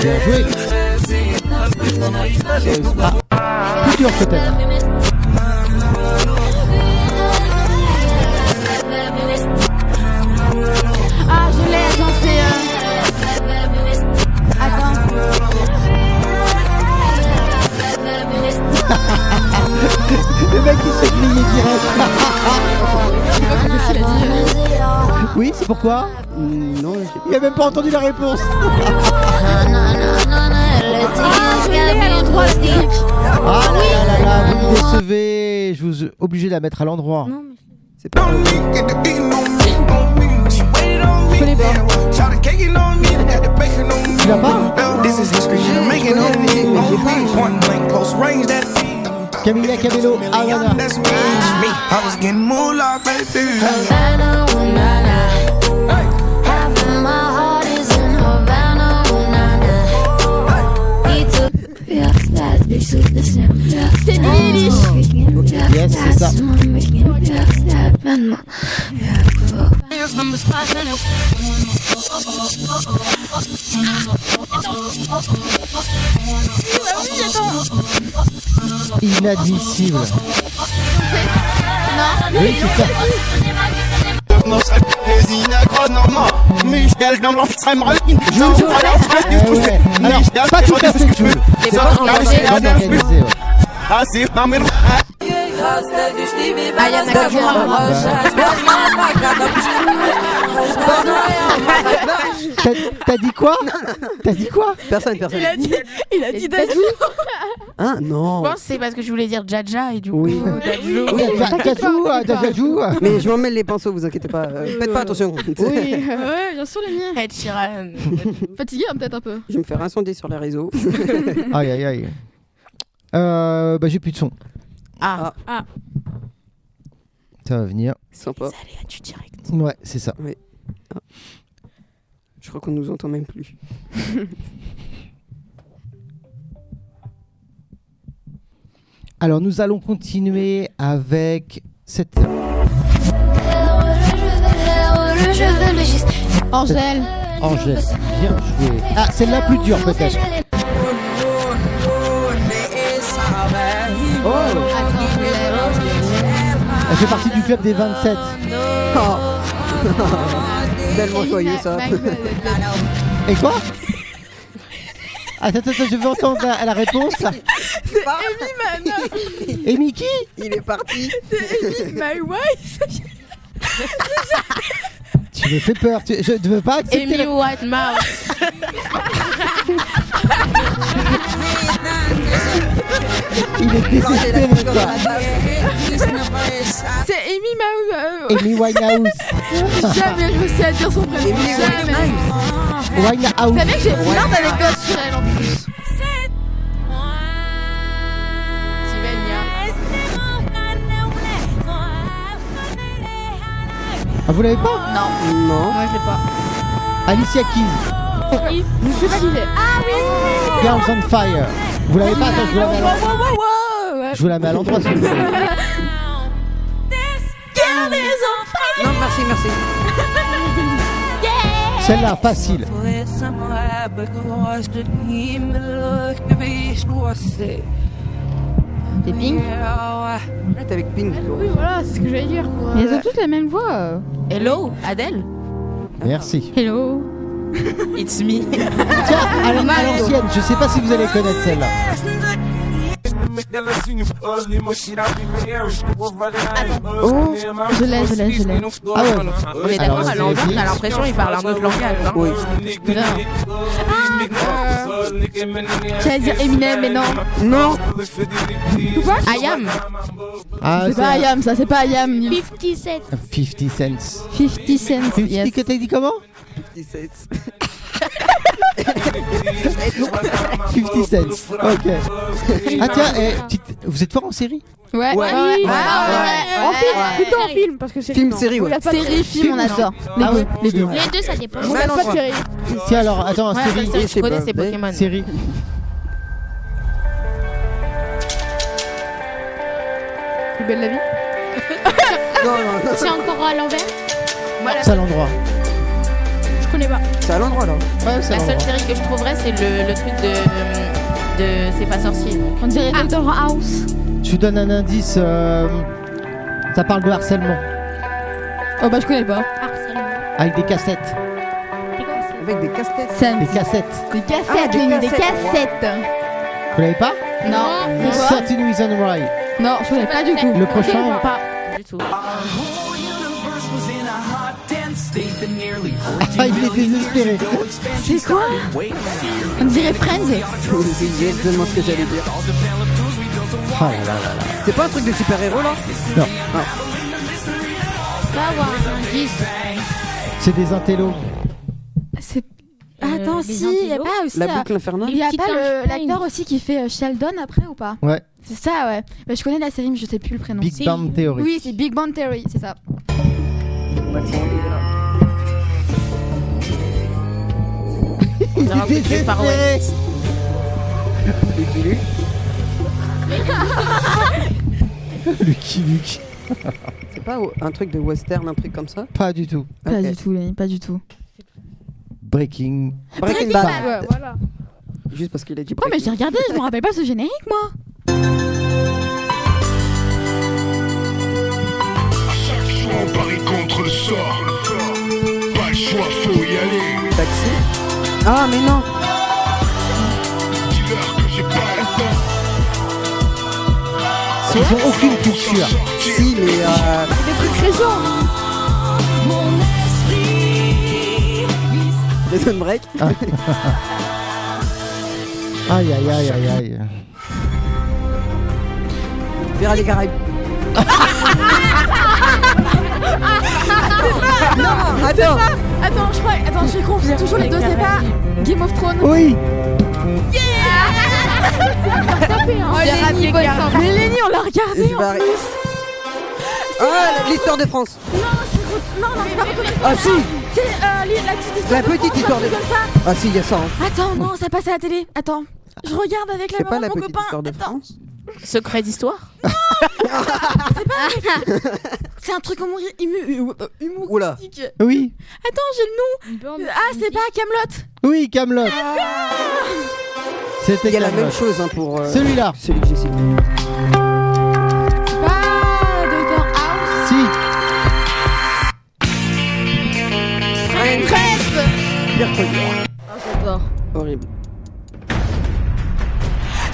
C: Bien joué. Ah, plus dur peut-être.
D: Ah, je l'ai, attends, c'est. euh, Attends.
C: Le mec il s'est grillé direct. Oui, c'est pourquoi Hmm,
A: Mm, Non, je-
C: Il a même pas entendu la réponse. Ah là là là, vous me décevez. Je vous obligé de la mettre à l'endroit.
A: c'est pas.
D: Je connais pas.
C: Tu l'as pas Camila Cabello, Havana.
D: C'est Billie Eilish.
C: Yes, c'est ça. Inadmissible. Oui, c'est ça. Eh ouais. Alors, pas tout à fait Jules. C'est pas organisé. Mal organisé, ouais.
F: Aya Nakamura.
C: T'as- T'as dit quoi T'as dit quoi
A: Personne, personne.
D: Il a dit Dadju.
A: Hein
F: Je
A: Non.
F: pense que c'est parce que je voulais dire Jaja et du coup.
A: Oui.
F: Dajou.
C: Oui, Dajajou, ah, Dajajou.
A: Mais je m'emmène les pinceaux, vous inquiétez pas. Euh, faites pas attention.
D: Oui, ouais, bien sûr, les miens.
F: Ed Sheeran.
D: Fatigué, hein, peut-être un peu.
A: je vais me faire incendier sur les réseaux.
C: Aïe, aïe, aïe. Euh, bah, j'ai plus de son.
F: Ah,
C: Ça va venir.
A: Sympa.
F: allez, à du direct.
C: Ouais, c'est ça.
A: Je crois qu'on nous entend même plus.
C: Alors, nous allons continuer avec cette.
I: Je veux le juste.
D: Angèle.
C: Angèle, bien joué. Ah, c'est la plus dure peut-être. Oh Elle fait partie du club des 27.
A: Oh. Tellement joyeux ça.
C: Et quoi Attends, attends, attends, je veux entendre la, la réponse. Et Mickey
A: Il est parti.
D: My
C: Tu me fais peur. tu- je ne veux pas accepter.
F: Amy
C: la-
F: Whitehouse.
C: Il est désespéré. quoi.
D: C'est Amy euh, Mahou.
C: Amy Winehouse.
D: jamais je réussi à dire son prénom. Jamais.
C: Winehouse.
D: Vous savez que j'ai plein d'anecdotes sur elle en plus.
C: Ah, vous l'avez pas
A: Non.
D: Moi je l'ai pas.
C: Alicia Keys.
D: Je sais pas qui c'est. Ah,
C: Girls on Fire. Vous l'avez pas Attends, je vous la mets à l'endroit.
D: wow, wow, wow, ouais.
C: Je vous la mets à l'endroit. s'il vous plaît.
A: Non, merci, merci.
C: Celle-là, facile.
D: Des Pink.
A: Arrête avec Pink. toi.
D: Oui, voilà, c'est ce que j'allais dire. Quoi. Mais elles ont toutes la même voix.
F: Hello, Adele.
C: Merci.
D: Hello.
F: It's me.
C: Tiens, à la- à l'ancienne, je sais pas si vous allez connaître celle-là.
D: Oh, je l'ai, je l'ai, je l'ai.
C: Ah ouais.
F: On est d'accord,
C: Alors,
F: à l'envers,
C: c'est-
F: on a l'impression qu'il parle un autre langage. hein.
A: Oui.
D: J'allais dire Eminem, mais non.
A: Non.
F: I am.
C: Ah,
D: C'est pas Ayam, ça, c'est pas Ayam.
G: 57.
C: 50 cents.
D: 50 Cent,
C: 50
D: yes.
C: que t'as dit comment
A: 17.
C: 50 cents. Ok. Ah tiens, eh, petite- vous êtes fort en série
D: Ouais, ouais, ouais.
H: Oui.
D: Ah ouais,
H: En
D: ouais.
H: film, plutôt en film, parce que c'est
A: Film, série, ouais.
D: Série, film, on adore. Les
C: Ah
D: deux,
C: ouais.
D: les deux.
G: Les deux, ça dépend.
A: Ouais, non,
H: Pas de
A: je-
H: série.
C: Tiens alors, attends,
F: Ouais,
C: série.
F: la seule que je
A: sais
F: connais,
A: pas,
F: c'est
A: mais-
F: Pokémon.
C: Série.
H: Plus belle la vie.
A: Non, non, non.
G: C'est encore à l'envers
C: C'est à l'endroit.
G: Je connais pas.
A: C'est à l'endroit là.
C: Ouais, c'est à
F: La seule
C: l'endroit.
F: série que je trouverais, c'est le, le truc de. de c'est pas sorcier.
D: On dirait
G: Ah.
D: Doctor House.
C: Je vous donne un indice. euh, ça parle de harcèlement
D: Oh bah je connais pas.
G: Harcèlement.
C: avec des cassettes.
A: Avec des casse-têtes.
C: Des cassettes.
D: Des
A: Ah,
D: cassettes,
A: des
D: Lynn, des
A: cassettes,
D: cassettes.
C: Vous l'avez pas
D: Non, tu vois
C: Certain Reason Why.
D: Non, je connais pas du tout.
C: Le prochain.
F: Du tout.
C: Ah, il est désespéré.
D: C'est quoi On dirait Friends.
A: C'est exactement ce que j'allais dire.
C: Oh là là là là.
A: C'est pas un truc de super-héros là
G: Pas avoir un indice.
C: C'est des intellos.
D: C'est. Ah,
G: Euh,
D: Attends,
G: les
D: si,
G: Antilos.
D: y a pas aussi.
A: La
D: euh,
A: boucle infernale
D: Il y a
G: Les
D: pas
G: petites
D: le-
G: Einstein.
D: l'acteur aussi qui fait euh, Sheldon après ou pas
C: Ouais.
D: C'est ça, ouais. Bah, je connais la série, mais je sais plus le prénom.
C: Big Bang Theory.
D: Oui, c'est Big Bang Theory, c'est ça.
F: On dirait un truc de Far West.
A: Lucky Luke.
C: Lucky Luke.
A: C'est pas un truc de western, un truc comme ça
C: Pas du tout.
D: Pas
A: Ok.
D: du tout, Léni, pas du tout.
C: Breaking.
A: Breaking
D: Ah
A: Bad.
D: ouais, voilà.
A: Juste parce qu'il a dit
D: Oh, mais j'ai
A: Breaking
D: regardé, je me rappelle pas ce générique, moi.
J: En Paris contre le sort. Pas le choix, faut y aller.
A: Taxi. Ah, mais non
J: Dis-leur que j'ai pas le temps.
C: Ils ont aucune culture.
A: Si, mais. euh, Prison Break.
C: Aïe aïe aïe aïe aïe.
A: Pirates des Caraïbes. non, attends.
D: Attends, je crois, attends, je suis con, c'est toujours les deux, c'est pas Game of Thrones.
C: Oui.
D: Mais Lenny, on l'a regardé
A: Je vais arrêter. Ah, l'histoire de France.
D: Non, non, mais pas reconnu.
A: Ah si,
D: C'est euh, li- la petite histoire.
A: la petite histoire de
D: Comme ça.
A: Ah si, il y a ça. hein.
D: Attends, non, ça passe à la télé. Attends. Je regarde avec la
A: C'est pas
D: maman de
A: la
D: mon
A: petite
D: copain.
A: histoire de
D: Attends,
A: France.
F: Secret d'histoire
D: c'est un truc humour- humu- euh, humour-
A: Oula.
D: humoristique.
C: Oui.
D: Attends, j'ai le nom. Ah, c'est pas Camelot.
C: Oui, Camelot. C'était
A: Il y a la
C: Camelot.
A: même chose hein, pour euh,
C: Celui-là.
A: celui que j'ai cité.
D: Pas Doctor House.
C: Si.
A: Pire truc.
E: J'adore.
A: Horrible.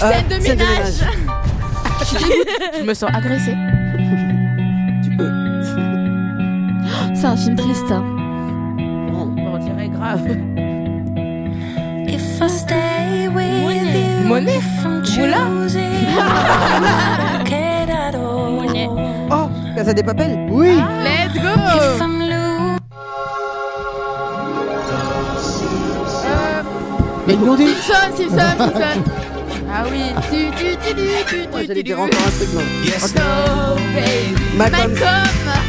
A: Euh,
D: Scène de ménage.
F: Je me sens agressée.
A: Tu peux.
D: C'est un film triste. hein.
F: On dirait grave.
I: If I stay with you,
F: Monet
I: if I'm
F: Moulin.
I: choosing, I don't care at all.
A: Oh, Casa des Papels.
C: Oui.
D: Let's go.
I: If I'm losing,
C: Mais non, dis-
D: Simpson, Simpson, Simpson.
F: Ah oui.
D: Du, du, du, du, du,
A: Ouais, J'allais
D: du, du, du.
A: dire encore un truc non.
D: No, baby.
A: Malcolm.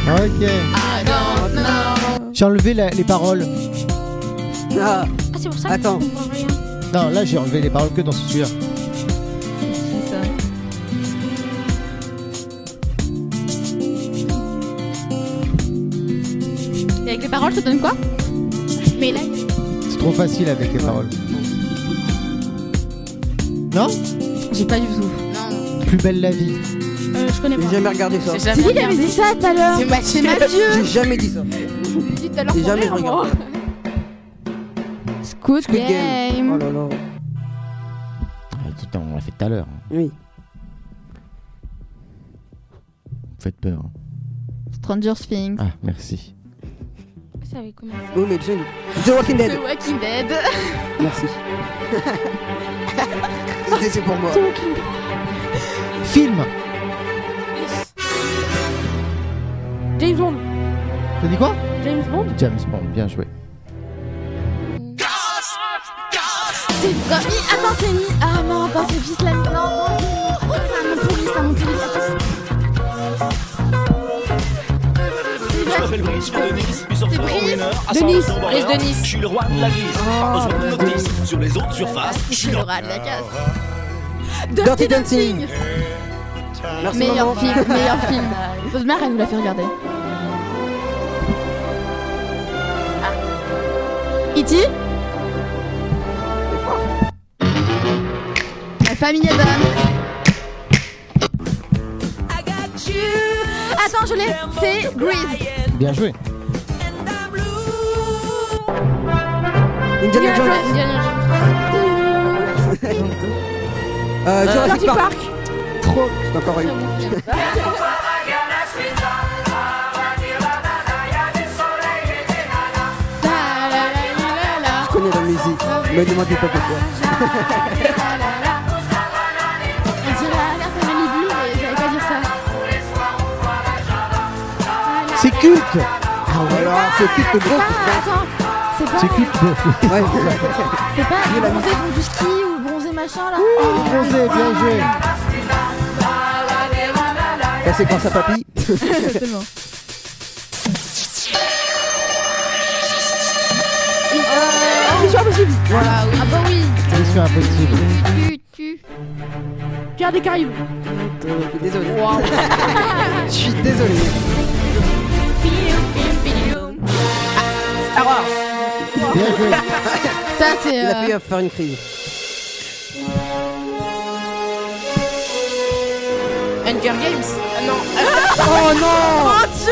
D: Malcolm.
C: Ok.
D: I don't know.
C: J'ai enlevé la- les paroles.
A: Ah,
G: Ah, c'est pour ça
A: attends.
C: Non, là j'ai enlevé les paroles que dans celui-là.
D: Et avec les paroles, ça donne quoi
G: Mais là,
C: C'est trop facile avec les paroles. Non
D: J'ai pas du tout.
E: Non.
C: Plus belle la vie.
G: euh, je connais
A: J'ai
G: pas.
A: jamais regardé ça.
F: C'est
D: C'est qui
F: jamais
D: qui avait dit ça tout à l'heure
F: C'est Mathieu.
D: C'est Mathieu.
A: J'ai jamais dit ça.
D: J'ai tout à l'heure hein,
A: J'ai
D: pour
A: jamais
D: rire, moi.
A: regardé.
D: Squid,
A: Squid
D: Game.
A: Game. Oh là là.
C: on l'a fait Ah, tout à l'heure. hein.
A: Oui.
C: Vous faites peur. hein.
D: Stranger Things.
C: Ah, merci.
G: Ça avait commencé.
A: Oui, mais tu sais, The Walking Dead.
D: The Walking Dead.
A: Merci. C'est- C'est pour moi.
C: Film
H: James Bond.
C: T'as dit quoi
H: James Bond.
C: James Bond, bien joué.
D: C'est non, mi- Attends, c'est mi. Ah non, attends, c'est juste la mi. Non, non, non. Ça m'a pourri, ça m'a pourri. C'est Brice.
H: Denis.
F: Brice de Nice.
J: suis le roi de la glisse. Pas besoin de notice sur les autres surfaces.
D: Je suis Ah, le rat de la casse.
A: Dirty Dancing. Merci maman.
D: Meilleur film, meilleur film. Votre mère, elle nous l'a fait regarder. Iti La famille Adam. Attends, je l'ai. C'est Grease.
C: Bien joué.
A: Indiana Jones. Euh, Jurassic Park. Trop. C'est encore eu. Je connais la musique. Me demandez pas pourquoi.
D: On dirait la famille Blue, mais j'allais pas dire ça.
C: C'est culte Ah
A: Alors, c'est tout le gros.
D: attends. C'est pas,
C: C'est culte de-
A: Ouais.
D: c'est pas
A: Ah.
D: bronzé bon du ski ou bronzé machin là. Oh,
C: Bronzé, bien joué.
A: Ça, Bah, c'est grâce à papy.
D: Exactement.
E: Ah bah oui.
C: Mission impossible.
D: Tu, tu.
H: Pierre des Caraïbes.
A: Je suis désolé. Je suis désolé.
C: Bien joué.
D: Ça c'est.
A: Il a
D: euh,
A: failli faire une crise.
F: Hunger Games. Ah non.
A: Oh non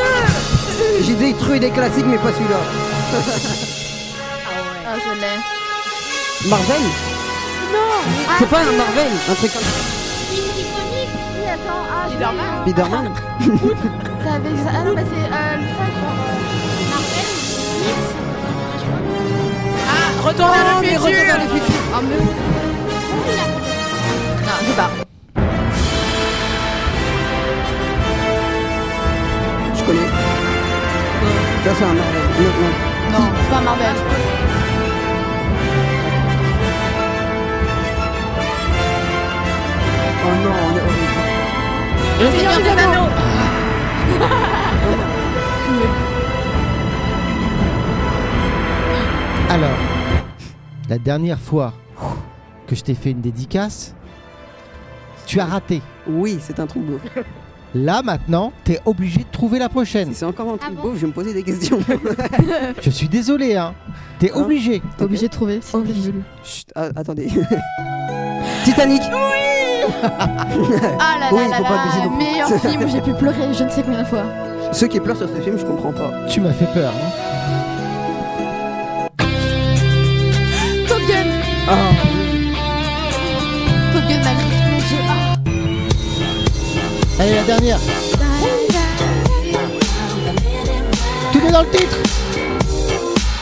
A: J'ai détruit des classiques, mais pas celui-là.
D: Ah je l'ai.
A: Marvel Non C'est pas un Marvel Un truc comme
D: Oui, attends. Ah, je l'ai.
A: Spider-Man
D: C'est avec ça. Ah non, bah c'est euh, le frère,
F: Ah, retour vers le futur.
D: genre. Ah mais. Non, je sais pas.
A: c'est un Marvel. Non,
D: Non, c'est pas Marvel.
A: non. Oh non, on est horrible. Oh
F: Le Seigneur des Anneaux
C: Alors, la dernière fois que je t'ai fait une dédicace, tu as raté.
A: Oui, c'est un truc beau.
C: Là maintenant, t'es obligé de trouver la prochaine.
A: Si c'est encore un truc
G: Ah bon
A: beau, je vais me poser des questions.
C: Je suis désolé, hein. T'es
A: Hein
C: obligé.
D: T'es obligé de trouver. sinon t'es
A: Obligé.
D: nul.
A: Chut, ah, attendez. Titanic
D: Ah là
A: Oui,
D: là là
A: Oh, faut pas abuser
D: là,
A: non plus.
D: meilleur film où j'ai pu pleurer je ne sais combien de fois.
A: Ceux qui pleurent sur ce film, je comprends pas.
C: Tu m'as fait peur. hein.
D: Top Gun
A: Ah,
D: Top Gun Maverick, mon dieu. Ah,
C: Allez, la dernière. Tout est dans le titre.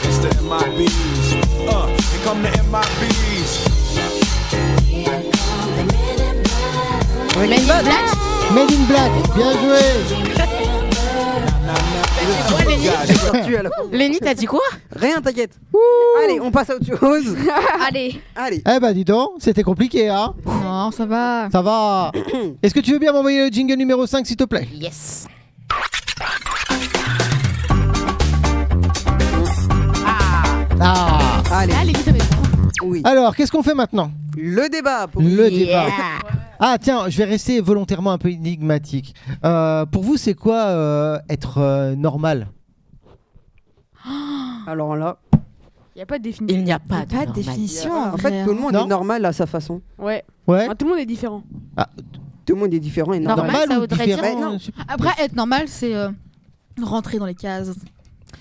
J: It's the MIBs. Uh, here come the MIBs.
F: Men in Black
C: Made in Black. Bien joué.
A: j'ai perdu à la fin.
F: Lenny, t'as dit quoi
A: Rien, t'inquiète. Allez, on passe à autre chose.
E: Allez,
A: Allez.
C: Eh ben, dis donc, c'était compliqué, hein.
D: Non, ça va.
C: Ça va. Est-ce que tu veux bien m'envoyer le jingle numéro 5, s'il te plaît
F: Yes
C: Ah.
A: Allez.
D: Allez, vite, vite.
A: Oui.
C: Alors, qu'est-ce qu'on fait maintenant
A: Le débat pour
C: Le débat.
F: Yeah.
C: Ah tiens, je vais rester volontairement un peu énigmatique. Euh, pour vous, c'est quoi euh, être euh, normal
A: Alors là,
H: Il n'y a pas de définition.
F: Il n'y a pas de,
D: Pas de
F: normal.
D: définition.
A: en fait, tout le monde
C: Non.
A: est normal à sa façon.
H: Ouais.
C: Ouais. Ah,
H: Enfin, tout le monde est différent.
A: Tout le monde est différent et normal.
F: Normal, ça voudrait dire-
A: Ouais, non.
C: je sais pas.
D: Après, être normal, c'est euh, rentrer dans les cases.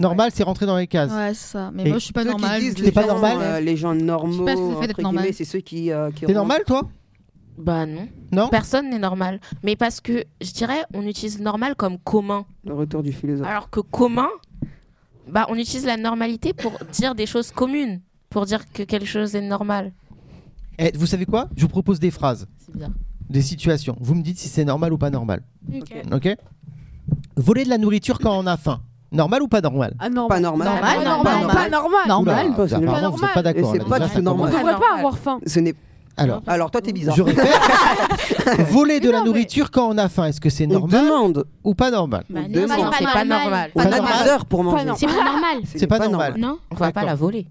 C: Normal, c'est rentrer dans les cases.
D: Ouais, c'est ça. Mais
C: Et
D: moi, je suis pas
A: Ceux qui
D: normale.
A: disent
D: je-
A: les
C: pas
A: gens,
C: normal.
A: euh, les gens normaux,
D: Je sais pas ce que ça fait d'être
A: entre
D: normal.
A: guillemets, c'est ceux qui. euh, qui
C: T'es
A: rentrent-
C: normal, toi
F: Bah non.
C: Non
F: Personne n'est normal. Mais parce que, je dirais, on utilise normal comme commun.
A: Le retour du philosophe.
F: Alors que commun, bah on utilise la normalité pour dire des choses communes. Pour dire que quelque chose est normal.
C: Eh, Vous savez quoi Je vous propose des phrases,
F: C'est bien.
C: des situations. Vous me dites si c'est normal ou pas normal.
G: Ok.
C: Ok Voler de la nourriture quand on a faim. Normal ou pas normal
A: Pas
H: Anormal.
A: normal.
F: Normal,
A: Pas
F: normal.
H: Pas Ah, normal.
D: Normal.
C: Oula,
A: Pas
C: apparemment,
A: normal.
C: vous êtes pas d'accord.
A: Et c'est
C: là.
A: pas
C: Déjà,
A: du
C: ça
A: tout
H: On
C: commence.
A: normal.
H: devrait
F: Anormal.
H: pas avoir faim.
A: Ce n'est.
C: Alors,
A: Alors toi, t'es bizarre.
C: je répète. Voler de la nourriture quand on a faim, est-ce que c'est
A: On
C: normal
A: demande.
C: ou pas normal
A: On
G: Bah,
A: demande.
G: normal,
F: Non, c'est pas normal.
A: On
C: Pas
A: a
C: normal.
A: des heures pour manger.
H: normal.
G: C'est pas normal.
A: Ce
C: C'est
A: n'est
C: pas normal.
G: Non
F: On va pas
C: D'accord.
F: la voler.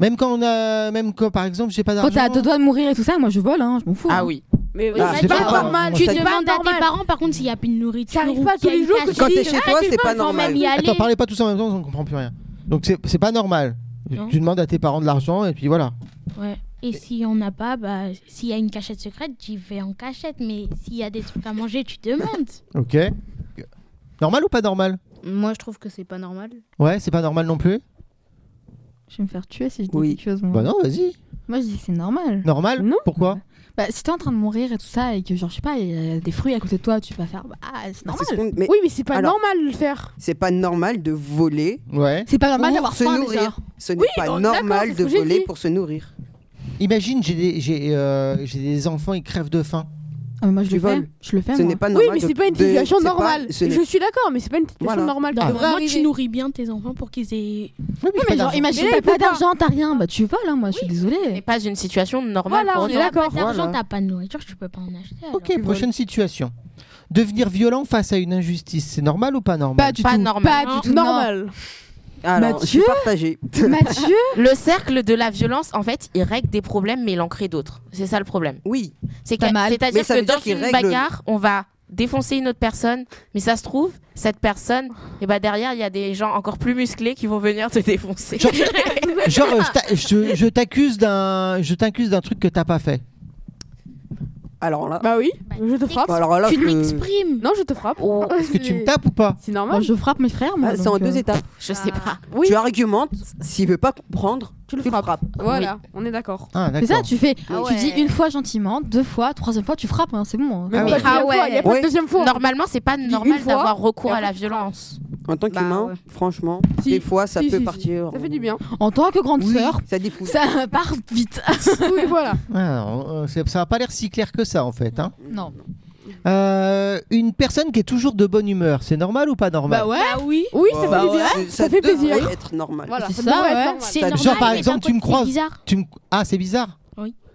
C: Même quand on a, même quand par exemple, j'ai pas
D: Quand t'as à deux
C: d'argent.
D: doigts de mourir et tout ça, moi, je vole, hein, je m'en fous.
F: Ah oui.
H: Mais
A: Ah,
H: c'est
A: c'est
H: pas
A: pas
H: normal.
A: normal.
G: Tu
A: Ça-
H: C'est pas
G: demandes à tes
H: normal.
G: parents, par contre, s'il n'y a plus de nourriture.
H: Ça arrive
G: ou
H: pas
G: qu'il y a
H: tous les
G: une
H: jours que ah,
G: cache-
A: Quand t'es chez toi, c'est pas
G: Quand
A: normal.
G: même y aller.
C: Attends, parlez pas tous en même temps, on comprend plus rien. Donc c'est c'est pas normal.
G: Non.
C: Tu demandes à tes parents de l'argent et puis voilà.
G: Ouais. Et si on n'a pas, bah, s'il y a une cachette secrète, j'y vais en cachette. Mais s'il y a des trucs à manger, tu demandes.
C: Ok. Normal ou pas normal
E: moi je trouve que c'est pas normal.
C: Ouais, c'est pas normal non plus.
D: Je vais me faire tuer si je dis
A: Oui.
D: quelque chose. Moi.
C: Bah non, vas-y.
D: Moi, je dis que c'est normal.
C: Normal
H: Non.
C: Pourquoi
D: Bah, si t'es en train de mourir et tout ça, et que, genre, je sais pas, il y a des fruits à côté de toi, tu vas faire. Bah, c'est normal.
A: C'est ce qu'on- Mais
H: Oui, mais c'est pas
A: Alors-
H: normal de le faire.
A: c'est pas normal de voler.
C: Ouais.
D: C'est pas normal
A: Pour
D: d'avoir
A: se
D: faim déjà.
A: nourrir. Ce n'est
H: Oui,
A: pas
H: oh, d'accord, c'est
A: normal
H: ce
A: de
H: que j'ai
A: voler
H: dit.
A: pour se nourrir.
C: Imagine, j'ai des, j'ai, euh, j'ai des enfants, ils crèvent de faim.
D: Ah, mais moi, je
A: Tu
D: le fais.
A: voles.
D: Je le fais,
A: Ce
D: moi.
A: n'est pas
H: Oui,
A: normal.
H: mais
A: de-
H: c'est pas une
A: de-
H: situation
A: c'est pas-
H: normale.
A: ce n'est-
H: Je suis d'accord, mais c'est pas une situation
A: Voilà.
H: normale.
G: Normalement,
H: devrait
G: tu
H: arriver.
G: nourris bien tes enfants pour qu'ils aient.
C: Oui,
D: Oui, mais genre, imagine,
H: Mais là,
D: t'as
H: il faut
D: pas
H: pas.
D: d'argent, t'as rien. Bah, tu voles, hein, moi, je suis
F: n'est
D: désolée.
F: pas une situation normale.
H: Voilà,
F: pour
H: on est
F: nous.
G: T'as pas
H: d'accord,
G: d'argent,
A: voilà.
G: t'as pas de nourriture, tu peux pas en acheter. alors.
C: Ok, prochaine situation. Devenir violent face à une injustice, c'est normal ou pas normal
D: Pas du
F: Pas
D: tout.
F: normal.
D: Pas du tout.
H: normal.
A: Alors, je suis
D: Mathieu
A: partagée.
D: non. Mathieu
F: Le cercle de la violence, en fait, il règle des problèmes, mais il en crée d'autres. C'est ça le problème.
A: Oui,
F: C'est
D: Pas
F: que-
D: mal.
F: c'est-à-dire
A: Mais ça
F: que
A: veut dire
F: dans
A: qu'il
F: une
A: règle-
F: bagarre, on va défoncer une autre personne, mais ça se trouve, cette personne, et bah derrière, il y a des gens encore plus musclés qui vont venir te défoncer.
C: Genre- Genre, euh, je t'a- je je t'accuse d'un, je t'accuse d'un truc que t'as pas fait.
A: alors là.
H: Bah oui,
G: Bah,
H: je te frappe.
A: Alors là,
G: Tu
A: je-
G: l'exprimes.
H: Non, je te frappe.
F: Ou-
C: Est-ce que tu me tapes ou pas
H: C'est
D: Moi,
H: normal.
D: je frappe mes frères, moi.
A: Hein Ah, c'est en
D: donc, euh,
A: deux étapes.
F: je sais pas.
H: Oui.
A: Tu argumentes, s'il veut pas comprendre, tu le frappes.
H: Voilà, on est d'accord.
C: Ah
D: C'est
C: d'accord.
D: ça, tu fais.
E: Ah
D: Tu
E: ouais.
D: dis une fois gentiment, deux fois, troisième fois, tu frappes, hein, c'est bon.
C: Ah
D: hein.
H: Même pas
C: ouais.
H: de deuxième
F: Ah ouais.
H: fois, y a pas
A: Ouais.
H: de deuxième fois.
F: Normalement, c'est pas normal
H: fois,
F: d'avoir recours
H: et
F: à la
H: après,
F: violence.
A: En tant
E: Bah,
A: qu'humain,
E: ouais.
A: franchement,
H: Si.
A: des fois, ça
H: Si,
A: peut
H: si, si.
A: partir.
H: Ça fait du bien.
D: En tant que grande
A: Oui,
D: sœur,
A: ça défoule.
D: ça part vite.
H: oui, voilà.
C: euh, Ah, on- on- c'est- ça a pas l'air si clair que ça en fait. hein.
D: non.
C: Euh, une personne qui est toujours de bonne humeur, c'est normal ou pas normal
D: Bah ouais.
H: Ah oui. Oui, ça fait
A: Bah
H: plaisir.
A: ouais,
H: ça fait
A: devrait
H: plaisir.
A: être normal.
H: Voilà,
D: C'est
H: ça,
D: ça,
H: devrait être
D: ouais.
H: normal.
G: C'est
A: Genre,
G: normal,
C: Genre par
G: mais
C: exemple,
G: d'un
C: tu me
G: côté,
C: croises,
G: C'est bizarre.
C: tu me- ah c'est bizarre.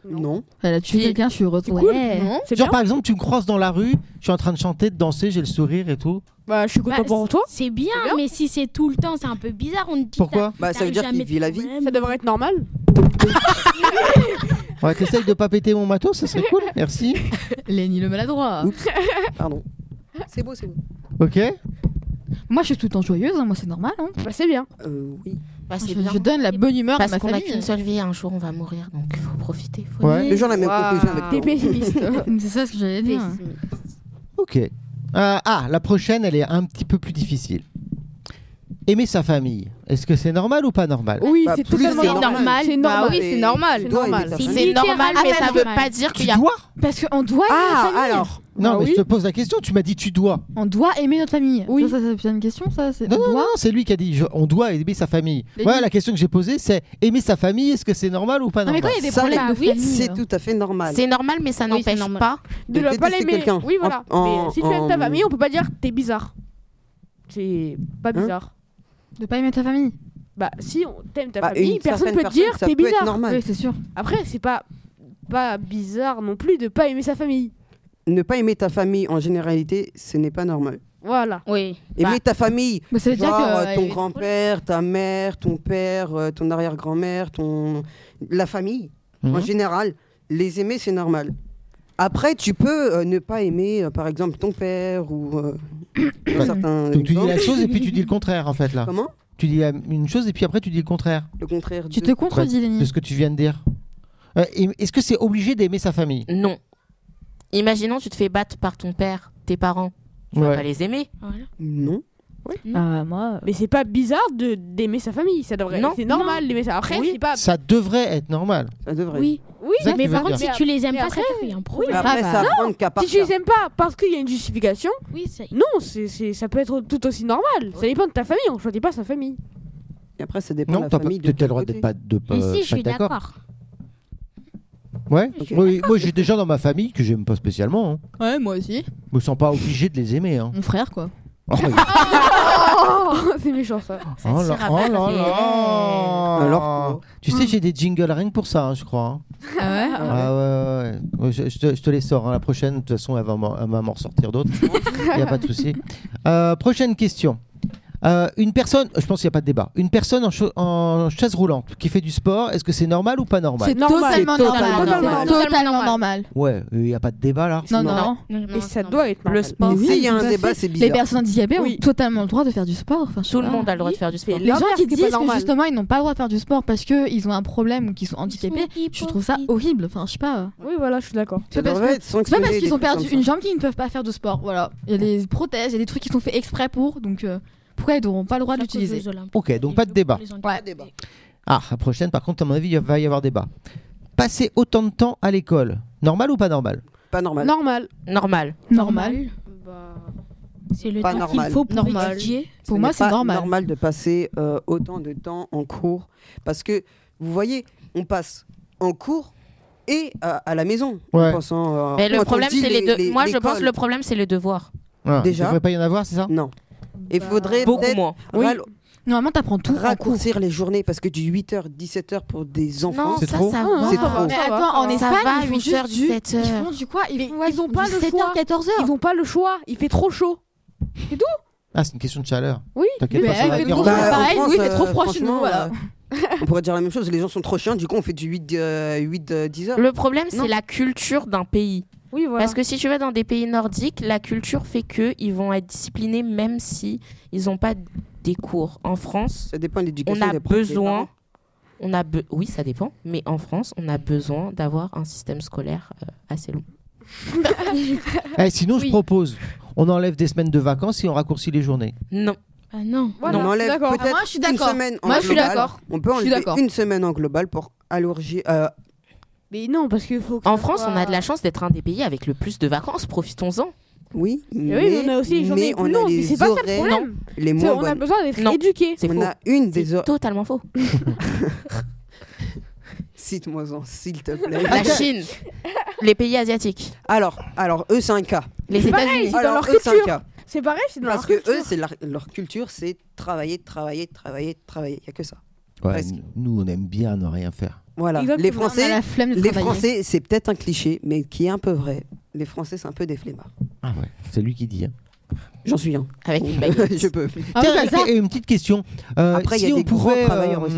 A: Non.
D: Elle a tué quelqu'un, je suis retournée.
H: cool.
D: Non.
H: C'est
C: Genre
H: bien.
C: par exemple, tu me croises dans la rue, je suis en train de chanter, de danser, j'ai le sourire et tout.
H: Bah, je suis content
G: Bah,
H: pour toi.
G: C'est bien, mais si c'est tout le temps, c'est un peu bizarre. On te dit
C: Pourquoi
A: Bah, ça veut dire qu'il vit la vie.
H: Ça devrait être normal.
C: Ouais, t'essayes de pas péter mon matos, ça serait cool. Merci.
D: Lenny le
H: Ah.
D: maladroit.
A: Oups. Pardon. C'est beau, c'est beau.
C: Ok.
D: Moi, je suis tout le temps joyeuse, hein, moi, c'est normal. hein.
H: Bah, c'est bien.
A: Euh, oui.
D: Ah,
F: Bah,
D: Je,
F: c'est bien.
D: je donne la bonne humeur
F: Parce
D: à ma
F: qu'on a
D: famille.
F: qu'une seule vie, un jour on va mourir, donc faut profiter. Faut
C: Ouais.
A: Toujours la même
H: Waouh.
A: conclusion avec
H: T'es
A: toi.
H: pessimiste.
D: c'est ça ce que j'allais dire.
C: Ok. Euh, ah, la prochaine, elle est un petit peu plus difficile. Aimer sa famille, est-ce que c'est normal ou pas normal
H: Oui,
A: Bah,
H: c'est
A: plus
H: totalement
A: c'est
H: normal.
A: normal.
H: C'est
E: Bah
H: normal.
E: oui, c'est normal.
A: Toi, aimer ta
H: normal.
A: famille.
F: C'est normal,
G: littéralement
F: mais ça veut
G: Ah, normal.
F: pas dire
C: Tu
F: qu'il y a.
C: dois
D: Parce qu'on doit aimer notre
A: Ah,
D: famille.
A: alors.
C: Non,
H: Bah
C: mais
H: oui.
C: je te pose la question, tu m'as dit tu dois.
D: On doit aimer notre famille.
H: Oui.
D: Ça, ça, c'est bien une question, ça. C'est
C: Non,
D: on
C: non, non,
D: doit.
C: c'est lui qui a dit je- on doit aimer sa famille.
D: Mais
C: Ouais,
D: oui.
C: la question que j'ai posée, c'est aimer sa famille, est-ce que c'est normal ou pas
D: Non, mais
C: normal
D: quand il y a des
A: Ça,
D: problèmes
A: bah
D: de
A: oui,
D: famille,
A: c'est
D: là.
A: tout à fait normal.
F: C'est normal, mais ça
E: Oui, c'est
F: n'empêche
E: normal.
F: pas.
H: De la pas
A: détester
H: l'aimer.
A: quelqu'un.
H: Oui, voilà.
A: En-
H: Mais euh, si tu aimes ta
A: en-
H: famille, on peut pas dire t'es bizarre. C'est pas
A: Hein
H: bizarre.
D: De pas aimer ta famille.
H: Bah, si on t'aime ta
A: Bah,
H: famille,
A: une
H: personne
A: certaine
H: peut te dire
A: ça
H: t'es
A: peut être
H: bizarre.
A: normal.
D: Oui, c'est sûr.
H: Après, c'est pas pas bizarre non plus de pas aimer sa famille.
A: Ne pas aimer ta famille en généralité, ce n'est pas normal.
H: Voilà.
E: Oui.
A: Aimer ta famille,
D: Mais ça veut dire
A: genre,
D: que.
A: euh, ton grand-père, ta mère, ton père, euh, ton arrière-grand-mère, ton la famille en
C: Mhm.
A: général, les aimer c'est normal. Après, tu peux euh, ne pas aimer, euh, par exemple, ton père ou euh, dans
C: Bah,
A: certains
C: Donc tu dis
A: exemples.
C: la chose et puis tu dis le contraire en fait là.
A: Comment
C: Tu dis la- une chose et puis après tu dis le contraire
A: Le contraire.
D: Tu
A: de-
D: te contredis,
C: de
D: Lenny.
C: ce que tu viens de dire. Euh, et- Est-ce que c'est obligé d'aimer sa famille
F: Non. Imaginons, tu te fais battre par ton père, tes parents. Tu vas
C: Ouais.
F: pas les aimer.
G: Voilà.
A: Non.
D: Ah, moi.
H: Mais c'est pas bizarre de d'aimer sa famille, ça devrait.
F: Non.
H: C'est normal d'aimer ça. Après,
F: Oui.
H: c'est pas.
C: Ça devrait être normal.
A: Ça devrait.
G: Oui,
H: Oui.
C: C'est ça que
G: mais
C: tu
G: par
C: veux
G: contre, si
C: dire.
G: tu les aimes
H: Mais
G: pas, ça veut dire qu'il y a un
A: Mais
G: problème.
A: Après,
D: grave.
A: ça prendre qu'à part
H: Si tu les aimes pas parce qu'il y a une justification,
G: Oui, c'est
C: Euh,
H: non, c'est c'est- ça peut être tout aussi normal. Ça dépend de ta famille, on choisit pas sa famille.
A: Et après, ça dépend
C: Non,
A: de la
C: t'as pas-
A: famille. de
C: t'as le droit
A: quel côté.
C: d'être pas, de pas,
G: Mais si,
C: pas
G: je suis
C: d'accord.
G: d'accord.
C: Ouais.
A: Ok.
C: Oui, moi j'ai des gens dans ma famille que j'aime pas spécialement. hein.
D: Ouais, moi aussi.
C: Je me sens pas obligé de les aimer. hein.
D: euh, Mon frère, quoi.
C: Oh, mais-
H: Oh, c'est méchant ça.
F: Ça
C: oh là,
F: tire à
C: oh là
F: balles
C: là.
F: réelles.
A: Alors,
C: Tu sais, j'ai des jingles rien que pour ça, hein, je crois. hein.
D: Ah
A: euh,
D: ouais.
C: Ah ouais, ouais, ouais. Ouais, je, je te, je te les sors. hein. La prochaine, de toute façon, elle va m'en elle va m'en ressortir d'autres. Il n'y a pas de souci. Euh, prochaine question. Euh, une personne, je pense qu'il n'y a pas de débat. Une personne en, cha- en chaise roulante qui fait du sport, est-ce que c'est normal ou pas normal
D: C'est
H: normal.
D: totalement
A: C'est
D: normal.
A: totalement
D: Totalement
A: normal.
D: Totalement normal.
C: Ouais, il n'y a pas de débat là.
D: Non,
A: Non.
D: non.
H: Et ça doit être normal.
F: Le sport.
D: Oui,
A: S'il y a
D: tout
A: un
D: à
A: débat,
D: fait.
A: c'est
D: Les
A: bizarres.
D: personnes handicapées
H: Oui.
D: ont totalement le droit de faire du sport. Enfin, je sais
F: Tout le
D: pas.
F: monde a le droit de faire du sport.
H: C'est
D: Les gens
H: l'inverse
D: qui
H: est pas
D: disent que
H: normal.
D: justement ils n'ont pas le droit de faire du sport parce qu'ils ont un problème ou qu'ils sont handicapés, je trouve ça horrible. Enfin, je sais pas. euh.
H: Oui, voilà, je suis d'accord.
A: Ça
D: C'est parce
A: devrait
D: que-
A: être
D: C'est pas
A: sanctionné,
D: parce
A: des
D: qu'ils ont
A: trucs
D: perdu
A: comme ça.
D: une jambe qu'ils ne peuvent pas faire de sport. Voilà. Il y a des prothèses, il y a des trucs qui sont faits exprès pour. Donc euh, pourquoi ils n'auront pas le droit de l'utiliser
C: Ok, donc pas de débat.
A: Pas de débat.
C: Ah, la prochaine, par contre, à mon avis, il va y avoir débat. Passer autant de temps à l'école, normal ou pas normal
A: Pas normal.
H: Normal.
F: Normal.
D: Normal.
G: C'est le
A: Pas
G: temps qu'il
A: normal.
G: faut pour
D: Normal.
G: étudier.
A: Ce
D: Pour
A: n'est
D: moi, c'est
A: pas
D: normal.
A: normal de passer euh, autant de temps en cours. Parce que, vous voyez, on passe en cours et à, à la maison.
C: Ouais.
A: En pensant, euh,
F: Mais
A: quand
F: le
A: on
F: problème,
A: dit
F: c'est les
A: les-
F: deux.
A: les-
F: Moi, je
A: l'école.
F: pense le problème, c'est les devoirs.
C: Voilà,
A: Déjà.
C: Il ne devrait pas y en avoir, c'est ça
A: Non. Il faudrait
F: Beaucoup
A: peut-être
F: moins.
H: Oui.
A: ral-
D: Normalement, t'apprends tout. en cours.
A: raccourcir les journées parce que du 8h, 17h pour des enfants.
F: Non,
C: C'est
F: ça,
C: trop
F: ça
A: C'est
F: va.
A: trop.
D: Mais
H: Ça va,
D: attends, en
H: ça
F: Ça va,
D: Espagne, ils font
F: 8h,
D: juste du. Ils
F: 17h.
D: font du quoi Ils
H: Mais
D: font
H: ils ont pas le
D: 17h,
H: choix.
D: 14h.
H: Ils ont pas le choix, il fait trop chaud.
C: Ah, c'est une question de chaleur.
H: Oui.
C: T'inquiète
D: Mais
C: pas, ça
D: elle
C: va
D: fait
C: venir en
D: trop
C: bas.
D: chaud. pareil,
A: Bah, en
D: oui, c'est trop proche chez nous,
A: franchement,
D: voilà.
A: euh, on pourrait dire la même chose, les gens sont trop chiants, du coup on fait du 8, euh, 8 euh, 10 heures.
F: Le problème,
A: Non.
F: c'est la culture d'un pays.
H: Oui, voilà.
F: Parce que si tu vas dans des pays nordiques, la culture fait que ils vont être disciplinés même si ils n'ont pas des cours. En France,
A: Ça dépend de l'éducation
F: on a
A: des profs, des
F: besoin.
A: parents.
F: On a be- oui, ça dépend. Mais en France, on a besoin d'avoir un système scolaire euh, assez long.
C: Eh, sinon, je
G: Oui.
C: propose, on enlève des semaines de vacances et on raccourcit les journées.
F: Non.
G: Ah non.
H: Voilà,
A: on enlève
H: d'accord.
A: peut-être
D: Ah, moi, je suis
A: une
D: d'accord.
A: semaine en
D: Moi, je suis
A: global.
D: d'accord.
A: On peut
D: Je suis
A: enlever
D: d'accord.
A: une semaine en global pour allonger, euh,
H: Mais non, parce qu'il faut que
F: En
H: ça
F: France,
H: soit-
F: on a de la chance d'être un des pays avec le plus de vacances. Profitons-en.
A: Oui,
H: Mais
A: mais,
H: Eh oui, mais on a aussi les journées
A: mais on
H: plus longues,
A: a
H: mais
A: les
H: c'est pas ça le
A: horaires
H: problème.
A: les
H: C'est-
A: moins
H: On a
A: bonnes.
H: besoin d'être
F: Non.
H: éduqué.
F: C'est
A: On
F: faux.
A: a une des
F: C'est
A: horaires.
F: totalement faux.
A: Cite-moi en, s'il te plaît. Ah,
F: La Chine, les pays asiatiques.
A: alors, alors, eux, c'est un cas.
F: Les
H: C'est
F: États-Unis.
H: pareil, c'est dans
A: Alors,
H: leur
A: eux, c'est un
H: culture.
A: cas.
H: C'est pareil, c'est dans
A: Parce
H: leur
A: que
H: culture.
A: eux, c'est leur, leur culture, c'est travailler, travailler, travailler, travailler. Il n'y a que ça.
C: Ouais,
A: Presque.
C: nous, on aime bien ne rien faire.
A: Voilà.
H: Exactement.
A: Les
D: On a
A: Français,
D: la flemme de
A: les
D: travailler.
A: Français, c'est peut-être un cliché, mais qui est un peu vrai. Les Français, c'est un peu des flemmards.
C: Ah ouais, c'est lui qui dit. hein.
A: J'en suis un.
F: Avec une
H: Bah,
F: baguette.
A: Je peux.
D: Ah
C: Tiens,
D: oui, c'est ça.
C: et une petite question. Euh,
A: Après, il y
C: si
A: a
C: on
A: des gros
C: pouvait, euh,
A: travailleurs aussi.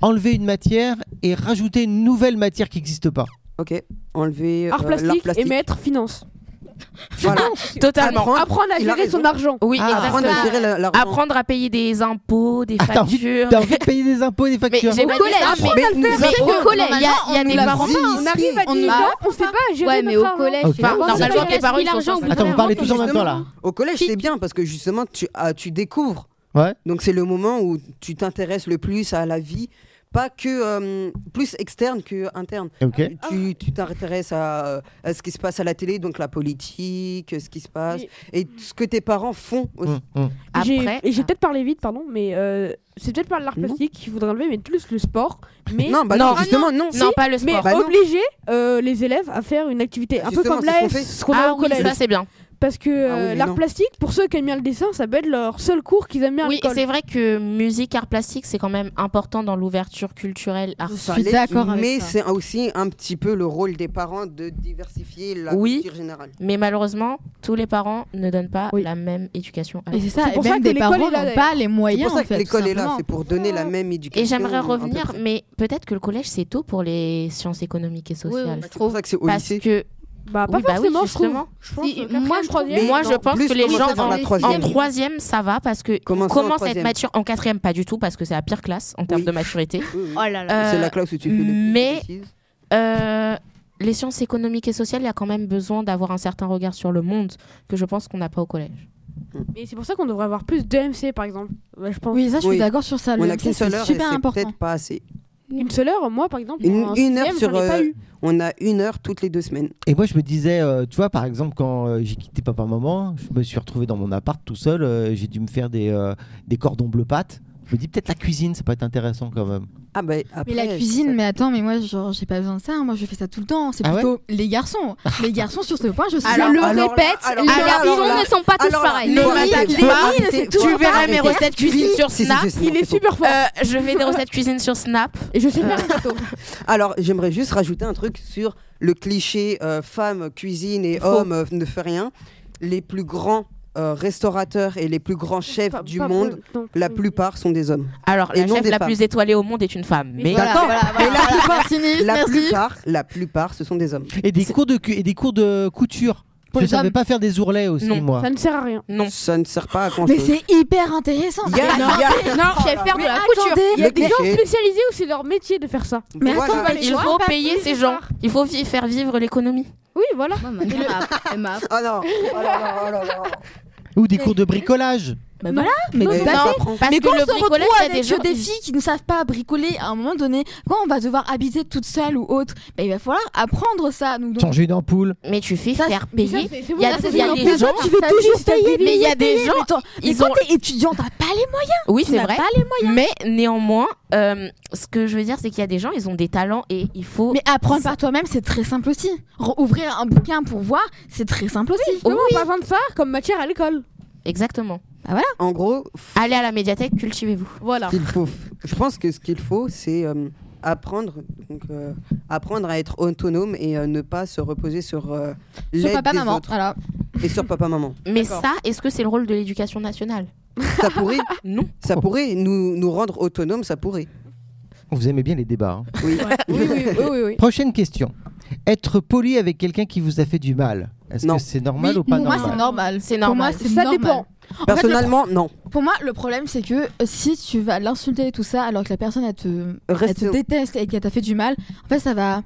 C: enlever une matière et rajouter une nouvelle matière qui n'existe pas.
A: Ok. Enlever euh,
H: Art plastique,
A: plastique.
H: et mettre finance.
A: Voilà.
F: Totalement.
A: Apprendre-
H: Apprendre à
A: il a
H: gérer son
A: raison. Oh,
H: argent.
F: Oui,
C: Ah,
F: exactement.
A: Apprendre à gérer la- l'argent.
F: Apprendre à payer des impôts, des
C: Ah, t'as envie-
F: factures.
C: T'as envie de payer des impôts et des
F: Mais
C: factures
F: j'ai pas dit ça, mais-
A: Mais nous-
F: mais au collège, il y a- il y a des parents.
H: On arrive à
E: on
H: 10
E: nous
H: ans,
E: apprend
H: on sait pas gérer
E: Ouais, mais
H: notre
E: au
H: argent.
E: collège,
C: Ok.
E: c'est pas-
H: Normalement,
E: c'est pas-
F: les parents, ils sont
G: l'argent,
F: censés-
G: au
C: Attends, vous
G: contraire.
C: parlez tous en même temps là.
A: Au collège,
G: Qui-
A: c'est bien parce que justement, tu, ah, tu découvres.
C: Ouais.
A: Donc, c'est le moment où tu t'intéresses le plus à la vie. Pas que euh, plus externe que interne.
C: Ok.
A: Tu tu t'intéresses à, euh, à ce qui se passe à la télé, donc la politique, ce qui se passe,
H: Oui.
A: et ce que tes parents font aussi.
C: Mm, mm.
H: J'ai-
F: Après,
H: Et j'ai peut-être parlé vite, pardon, mais euh, c'est peut-être pas l'art
A: Non.
H: plastique qu'il faudrait enlever, mais plus le sport. Mais,
A: Non, bah
F: Non.
A: non, justement, non.
F: non, pas le
H: mais
F: sport.
A: Bah non.
H: obliger euh, les élèves à faire une activité un peu
A: Justement,
H: comme
A: c'est ce qu'on
H: l'AS,
A: fait.
H: ce qu'on a
F: Ah
H: au
F: oui,
H: collège.
F: ça c'est bien.
H: Parce que
A: Ah oui,
H: euh,
A: mais
H: l'art
A: non.
H: plastique, pour ceux qui aiment bien le dessin, ça peut être leur seul cours qu'ils aiment bien à
F: Oui, et
H: l'école.
F: c'est vrai que musique, art plastique, c'est quand même important dans l'ouverture culturelle. Art...
D: Je suis d'accord avec
A: Mais
D: ça.
A: c'est aussi un petit peu le rôle des parents de diversifier la
F: Oui.
A: culture générale.
F: Mais malheureusement, tous les parents ne donnent pas
H: Oui.
F: la même éducation. à
D: Et
F: l'enfant.
D: c'est ça,
H: C'est pour
D: et
H: ça
D: même
H: que
D: des
H: l'école est
D: parents
H: là,
D: n'ont pas les
A: C'est
D: moyens.
A: pour ça
D: en
A: que
D: fait,
A: l'école
D: tout
A: est là,
D: simplement.
A: c'est pour donner la même éducation.
F: Et j'aimerais
A: à peu
F: revenir,
A: près.
F: mais peut-être que le collège c'est tôt pour les sciences économiques et sociales.
E: oui,
A: C'est pour ça que c'est au
F: Parce
A: lycée.
F: que
H: Bah, pas
F: oui, bah oui,
H: forcément, je trouve.
F: justement.
H: Je pense
E: Si,
H: que
E: moi,
H: quatrième,
E: je
H: troisième,
A: Mais
F: Moi,
A: non,
F: je pense
A: plus
F: que les
A: commencer
F: gens
A: par
E: en-
A: la
E: en
F: en
A: troisième.
F: troisième ça va parce que on
A: Commençons en
F: commence à être
A: troisième.
F: mature. En quatrième pas du tout parce que c'est la pire classe en termes
A: Oui.
F: de maturité.
A: Oui, oui.
E: Oh là là.
F: Euh,
A: C'est la classe où tu fais le plus de
F: mais-
A: bêtises.
F: Euh, les sciences économiques et sociales, il y a quand même besoin d'avoir un certain regard sur le monde que je pense qu'on n'a pas au collège.
H: Mais c'est pour ça qu'on devrait avoir plus d'EMC, par exemple. Ouais, je pense.
D: Oui, ça, je suis
A: Oui.
D: d'accord sur ça.
A: On
D: le
A: a
D: MC,
A: qu'une seule
D: c'est
A: heure et
D: super
A: c'est
D: important.
A: peut-être pas assez.
H: Une seule heure, moi, par exemple.
A: Une-
H: en
A: une heure
H: sixième,
A: sur,
H: j'en ai pas
A: euh,
H: eu.
A: On a une heure toutes les deux semaines.
C: Et moi, je me disais, euh, tu vois, par exemple, quand euh, j'ai quitté papa-maman, je me suis retrouvé dans mon appart tout seul. euh, j'ai dû me faire des, euh, des cordons bleu pâte. Je me dis, peut-être la cuisine, ça peut être intéressant quand même.
A: Ah bah, après,
D: Mais la
A: c'est
D: cuisine,
A: ça.
D: mais attends, mais moi, genre, j'ai pas besoin de ça. Moi, je fais ça tout le temps. C'est
C: Ah ouais
D: plutôt les garçons. les garçons, sur ce point, je suis.
A: Alors-
D: je le
A: alors-
D: répète.
A: alors-
D: les
A: alors-
D: garçons-
A: alors-
E: Ils ne sont pas tous
A: Alors là, faut
E: pareils.
F: Ne
A: arrêter,
F: m'attaque
A: faut
F: pas.
A: arrêter,
D: C'est
A: faut
D: tout.
A: arrêter.
F: Tu verras mes
A: Arrêtez.
F: recettes cuisine sur
A: Si, si,
F: Snap.
A: si, si, non,
H: Il est
A: c'est bon.
H: super fort.
F: Euh, je fais des recettes cuisine sur Snap.
H: Et je sais faire un gâteau.
A: Alors, j'aimerais juste rajouter un truc sur le cliché euh, femme cuisine et homme euh, ne fait rien. Les plus grands euh, restaurateurs et les plus grands chefs
H: Pas-
A: du
H: pas-
A: monde,
H: non,
A: la
H: oui.
A: plupart sont des hommes.
F: Alors,
A: Et
F: la
A: non
F: chef
A: des
F: la
A: femmes.
F: plus étoilée au monde est une femme. Mais
D: Voilà, voilà, voilà,
A: la
D: voilà.
A: plupart-
D: Merci, Nice,
A: La
D: merci.
A: plupart, la plupart, ce sont des hommes.
C: Et des cours de, cu- et des cours de couture.
D: Pour
C: je
D: les
C: savais
D: hommes.
C: pas faire des ourlets aussi,
F: Non.
C: moi.
H: Ça ne sert à rien.
F: non.
A: Ça ne sert pas à grand
D: Mais
A: chose.
D: c'est hyper intéressant.
A: Il y a- il y a-
E: Chef faire de la couture.
D: Attendez,
H: Il y a
A: Le
H: des gens
A: cliché.
H: spécialisés où c'est leur métier de faire ça.
D: mais
A: Voilà. Oh
D: attends,
F: Il faut payer ces gens. Il faut vi- faire vivre l'économie.
H: Oui, voilà.
E: Moi, ma mère, elle m'a-
A: Oh non, oh là là, oh là là.
C: Ou des cours de bricolage.
D: Bah voilà, mais
A: Mais
D: tout à
A: non,
D: fait.
F: Parce
D: mais
F: que
D: quand
F: le
D: on se retrouve
F: bricolage, il y a
D: avec
F: des
D: des,
F: gens.
D: des filles qui ne savent pas bricoler à un moment donné, quand on va devoir habiter toute seule ou autre, bah, il va falloir apprendre ça. Nous, donc,
C: Changer une ampoule.
F: Mais tu fais
D: Ça,
F: faire
H: Mais ça,
F: payer.
H: c'est- c'est
F: Il y a-
H: bon, ça,
F: il y a
H: c'est
F: des
H: bon.
F: gens-
H: Toi,
D: tu veux
H: t'as
D: toujours
H: dit, t'as
D: payer,
H: dit,
D: mais il y a des
H: payer.
D: gens.
H: Mais toi,
D: mais
F: ils
D: quand
F: ont-
D: t'es étudiant, t'as pas les moyens.
F: Oui,
D: Tu
F: c'est
D: n'as
F: vrai.
D: pas
F: Mais néanmoins, euh, ce que je veux dire, c'est qu'il y a des gens, ils ont des talents et il faut.
D: Mais apprendre par toi-même, c'est très simple aussi. Re- Ouvrir un bouquin pour voir, c'est très simple aussi.
H: Justement, pas besoin de ça comme matière à l'école.
F: Exactement.
A: En gros, f-
F: Allez à la médiathèque, cultivez-vous.
H: Voilà.
D: Ah.
A: ce qu'il faut, je pense que ce qu'il faut, c'est euh, apprendre, donc, euh, apprendre à être autonome et euh, ne pas se reposer sur euh,
D: Sur
A: l'aide
D: papa,
A: des
D: maman.
A: autres
D: Voilà.
A: et sur papa maman.
F: Mais ça, est-ce que c'est le rôle de l'éducation nationale
A: Ça pourrait,
F: Non.
A: ça pourrait nous, nous rendre autonomes, ça pourrait.
C: Vous aimez bien les débats. hein.
A: Oui.
H: Oui, oui, oui, oui, oui.
C: Prochaine question. Être poli avec quelqu'un qui vous a fait du mal. Est-ce
A: Non.
C: que c'est normal ou
D: Oui,
C: pas
D: pour moi,
C: normal
D: c'est normal.
F: C'est
D: Pour moi,
F: normal.
D: c'est
H: Ça
D: normal.
H: dépend.
D: En fait, le
A: Personnellement, non.
D: Pour moi, le problème, c'est que euh, si tu vas l'insulter et tout ça, alors que la personne, elle te, elle
A: Reste-
D: te déteste et qu'elle t'a fait du mal, en fait, ça va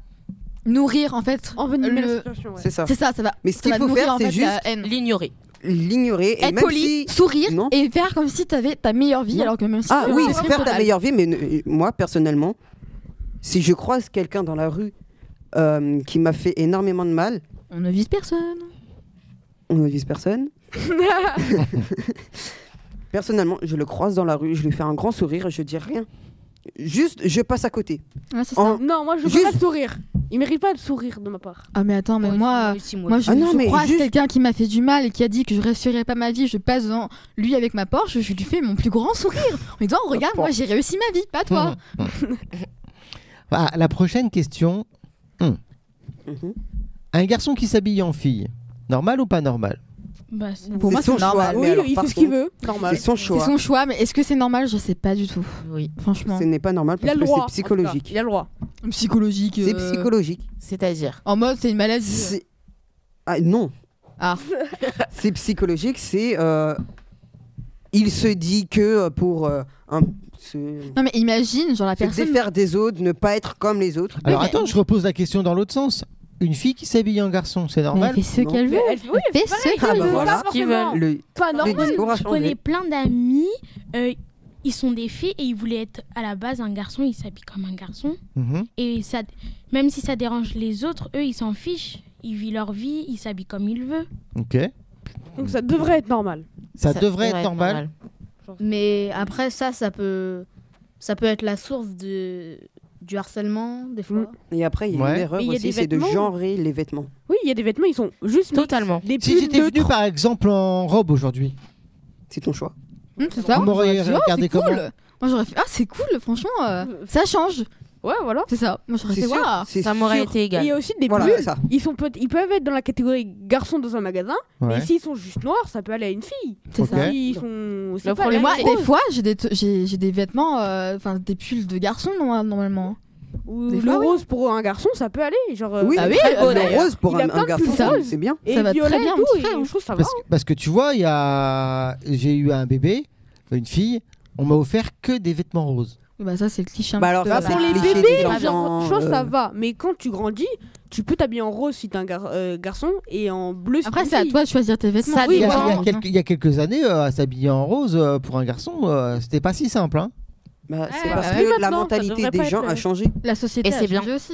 D: nourrir, en fait.
H: Envenimer
D: Le-
H: la situation. ouais.
A: C'est ça.
D: C'est ça, ça va.
A: Mais ce
D: ça
A: qu'il
D: va
A: faut
D: nourrir,
A: faire,
D: en
A: c'est
D: fait, la
A: juste
D: haine.
F: L'ignorer.
A: l'ignorer. Et
D: Être
A: même
D: poli,
A: si...
D: sourire
A: Non.
D: et faire comme si t'avais ta meilleure vie,
A: Non.
D: alors que même si
A: Ah
D: tu
A: oui,
D: l'as fait
A: faire
D: pour
A: ta
D: elle.
A: meilleure vie, mais ne- moi, personnellement, si je croise quelqu'un dans la rue euh, qui m'a fait énormément de mal,
D: On ne vise personne.
A: on ne vise personne. Personnellement, je le croise dans la rue, je lui fais un grand sourire, je dis rien. Juste, je passe à côté.
D: Ouais, c'est ça.
A: En-
H: Non, moi je veux
A: Juste-
H: pas sourire. Il mérite pas de sourire de ma part.
D: Ah mais attends, mais moi, moi, je,
A: Ah non,
D: je
A: mais
D: crois
A: juste-
D: à quelqu'un qui m'a fait du mal et qui a dit que je réussirais pas ma vie, je passe devant lui avec ma Porsche, je lui fais mon plus grand sourire en lui disant regarde, moi j'ai réussi ma vie, pas toi.
C: Ah, Mmh. la prochaine question. Hmm.
A: Mhm.
C: Un garçon qui s'habille en fille, normal ou pas normal
G: Bah, c'est-
D: Pour
A: Mhm. C'est
D: moi
A: son
D: c'est normal.
A: choix. mais
H: oui,
A: alors,
H: il
A: par
H: fait ce qu'il
A: contre,
H: veut, normal.
A: C'est son
D: C'est
A: choix.
D: son choix, mais est-ce que c'est normal Je sais pas du tout.
F: Oui.
D: Franchement,
A: Ce n'est pas normal
H: Il a
A: parce
H: le
A: que
H: droit. en
A: c'est
H: tout cas.
A: psychologique.
H: Il a le droit.
D: psychologique.
A: C'est
D: euh,
A: psychologique.
F: C'est-à-dire
D: En mode c'est une maladie.
A: C'est- Ah non,
D: Ah.
A: c'est psychologique, c'est euh, il se dit que euh, pour euh, un, se,
D: Non mais imagine, genre la
A: se
D: personne.
A: défaire des autres, ne pas être comme les autres.
C: Alors
D: mais-
C: attends, je repose la question dans l'autre sens. Une fille qui s'habille en garçon, c'est
D: Mais
C: normal
D: elle fait ce
A: Non.
D: qu'elle veut.
H: Elle- oui,
D: Elle fait ce
A: Ah
D: qu'elle
A: bah
D: veut.
A: voilà.
F: Ce qu'ils veulent.
A: Le,
H: Pas
A: le
H: normal.
A: discours a
G: Je connais
A: changé.
G: plein d'amis, euh, ils sont des filles et ils voulaient être à la base un garçon, ils s'habillent comme un garçon.
C: Mhm.
G: Et ça, même si ça dérange les autres, eux, ils s'en fichent. Ils vivent leur vie, ils s'habillent comme ils veulent.
C: Ok.
H: Donc ça devrait être normal.
C: Ça, devrait être normal.
E: Mais après ça, ça peut, ça peut être la source de du harcèlement des fois.
H: Mm.
A: Et après, il y a
C: Ouais.
A: une erreur
H: Mais il y a des
A: aussi, c'est de
H: vêtements.
A: genrer les vêtements.
H: Oui, il y a des vêtements, ils sont juste mix.
F: Totalement.
H: Des
C: Si
H: pulls
C: j'étais
H: de
C: venu par exemple en robe aujourd'hui,
A: C'est ton choix.
D: Hum, c'est ça.
C: Vous m'auriez
D: J'aurais dit, oh,
C: regardé
D: c'est
C: comment
D: cool. Moi j'aurais fait ah c'est cool, franchement, euh, ça change.
H: Ouais, voilà.
D: C'est ça. Moi j'aurais
A: C'est
D: fait
A: sûr,
D: waouh.
A: c'est
F: Ça m'aurait
A: sûr.
F: été
H: Et Il y
F: égal.
H: a aussi des
A: Voilà,
H: pulls.
A: c'est ça.
H: Ils, sont peut ils peuvent être dans la catégorie garçon dans un magasin, mais s'ils sont juste noirs, ça peut aller à une fille.
D: C'est
C: Ok.
D: ça.
H: Ils sont. c'est
F: Le
H: pas
D: Mais
F: problème,
H: la
D: moi,
H: même
F: c'est-
H: chose.
D: des fois, j'ai des, t- j'ai j'ai des vêtements, euh, enfin des pulls de garçon no- normalement.
H: Ou
D: Des
H: le
D: fois, oui.
H: rose pour un garçon, ça peut aller. Genre, euh,
A: Oui,
D: Bah oui,
A: très beau,
D: euh,
A: le rose pour
H: il a
A: un,
H: plein
A: un
H: de
A: garçon,
H: couleurs.
A: c'est- c'est bien.
H: et
D: ça va
H: violet
D: très bien,
H: et tout,
D: mon
H: et
D: frère.
H: je trouve que ça va.
C: Parce, parce que tu vois, il y a... j'ai eu un bébé, une fille, on m'a offert que des vêtements roses.
D: Oui, Bah ça, c'est le cliché. un
A: Bah
D: petit
A: alors,
D: peu,
A: ça,
D: bah.
A: c'est
H: pour les
A: cliché
H: bébés,
A: des
H: genre,
A: enfants,
H: je pense que ça
A: euh,
H: va. Mais quand tu grandis, tu peux t'habiller en rose si t'es un gar- euh, garçon et en bleu si
D: Après,
H: t'es
D: c'est à
H: une
D: toi de choisir tes vêtements.
F: Ça
C: Il
F: Oui,
C: y a,
F: voilà.
C: il y a quelques, il y a quelques années, euh, à s'habiller en rose euh, pour un garçon, euh, c'était pas si simple. hein.
A: bah, c'est
H: Ouais,
A: parce
D: bah
H: oui,
A: que la
H: maintenant, ça
A: mentalité
H: devrait
A: des
H: pas
A: gens
H: être-
A: a changé.
D: La société
F: Et
D: a
F: c'est bien.
D: changé aussi.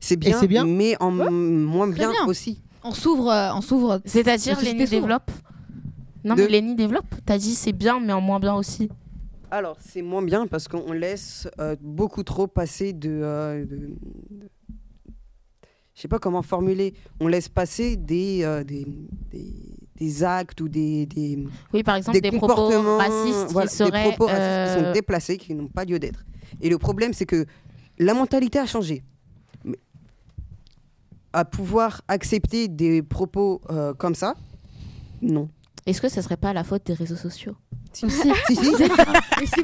A: C'est bien,
C: c'est bien.
A: mais en moins bien,
D: bien.
A: aussi.
D: On s'ouvre, euh, on s'ouvre.
F: C'est-à-dire
D: Mais c'est
F: les
D: ce
F: nids
D: qu'ils sont.
F: développent Non,
A: De-
F: mais les nids développent. T'as dit c'est bien, mais en moins bien aussi.
A: Alors, c'est moins bien parce qu'on laisse euh, beaucoup trop passer de. euh, de- de- Je sais pas comment formuler. On laisse passer des, euh, des, des- des actes ou des, des,
F: Oui, par exemple, des, propos
A: comportements,
F: racistes
A: voilà,
F: qui seraient.
A: des propos racistes qui
F: euh,
A: sont déplacés, qui n'ont pas lieu d'être. Et le problème, c'est que la mentalité a changé. Mais à pouvoir accepter des propos euh, comme ça, non.
F: Est-ce que ça serait pas la faute des réseaux sociaux
A: Si, si, si.
D: Tu sais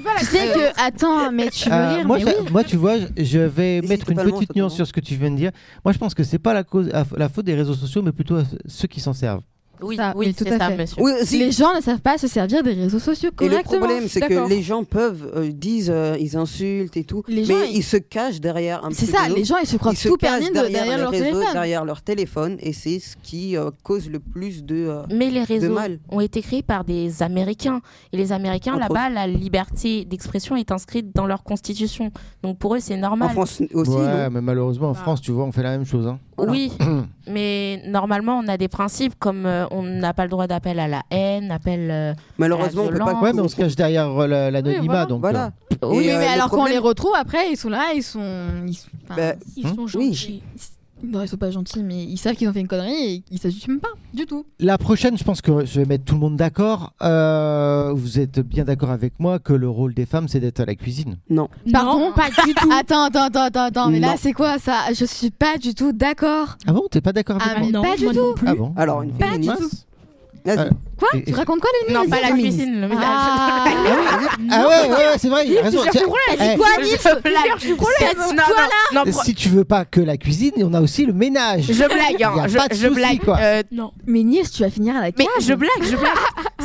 D: que, attends, mais tu veux
C: Euh,
D: rire,
C: moi,
D: mais
C: ça-
D: oui.
C: moi, tu vois, je- je vais
A: si,
C: mettre une
A: totalement,
C: petite
A: totalement.
C: nuance sur ce que tu viens de dire. Moi, je pense que c'est pas la, cause, la- la faute des réseaux sociaux, mais plutôt à ceux qui s'en servent.
F: Oui,
D: Ça, oui,
F: oui,
D: tout
F: c'est
D: à
F: ça,
D: fait.
F: monsieur.
A: Oui, si.
D: Les gens ne savent pas se servir des réseaux sociaux
A: Et le
D: correctement.
A: problème, c'est
H: d'accord.
A: que les gens peuvent, euh, disent, euh, ils insultent et tout,
D: Les
A: mais
D: gens, ils-
A: ils... se cachent derrière un
D: C'est ça,
A: pseudo,
D: les gens, ils se croient
A: ils se
D: tout
A: cachent
D: permis de-
A: derrière,
D: derrière,
A: les
D: leur
A: réseaux,
D: téléphone.
A: derrière leur téléphone, et c'est ce qui euh, cause le plus de. euh,
F: Mais les réseaux
A: mal.
F: ont été créés par des Américains. Et les Américains,
A: Entre
F: là-bas, la liberté d'expression est inscrite dans leur constitution. Donc pour eux, c'est
A: en
F: normal.
A: France aussi,
C: ouais,
A: non
C: mais malheureusement, en France, tu vois, on fait la même chose. hein.
A: Voilà.
F: Oui, mais normalement, on a des principes comme euh, on n'a pas le droit d'appel à la haine, appel. euh,
A: malheureusement, on peut pas.
F: violence.
C: Ouais, mais on se cache derrière euh, la- l'anonymat.
H: Oui, voilà.
C: donc, euh,
A: Voilà.
F: Oui,
D: Oui,
A: Et, euh,
D: mais
A: le
D: alors qu'on
A: problème-
D: les retrouve après, ils sont là, ils sont. Ils... sont- enfin,
A: Bah,
G: Ils
C: Hmm
G: sont
A: Oui.
G: gentils.
A: Bah.
D: Non, ils sont pas gentils, mais ils savent qu'ils ont fait une connerie et ils s'assument même pas, du tout.
C: La prochaine, je pense que je vais mettre tout le monde d'accord. Euh, vous êtes bien d'accord avec moi que le rôle des femmes, c'est d'être à la cuisine.
D: Pardon
G: non, pas du tout.
D: Attends, attends, attends, attends, attends, mais là
A: Non.
D: c'est quoi ça Je suis pas du tout d'accord.
C: Ah bon, t'es pas d'accord avec
D: Ah,
C: moi
D: mais
G: non,
D: pas du
G: moi non
D: tout.
G: plus.
C: Ah bon
A: Alors, une
D: Pas du
A: féministe.
D: tout.
A: Vas-y.
C: Euh,
D: Quoi
C: Et-
D: Tu racontes quoi les
F: Non, pas la
A: féministe.
F: cuisine, le ménage.
D: Ah
C: Ah ouais, ouais, ouais, c'est vrai, il a raison. Tiens, eh,
D: quoi,
F: Je
D: Nif
F: blague. C'est- non, non, non, pro-
C: si tu veux pas que la cuisine, on a aussi le ménage.
F: Je blague, hein,
C: Y a
F: je,
C: pas de
F: je
C: souci,
F: blague.
C: quoi.
F: euh,
G: Non.
D: Mais Nif, tu vas finir à la
F: mais
D: cave.
F: je blague, je blague.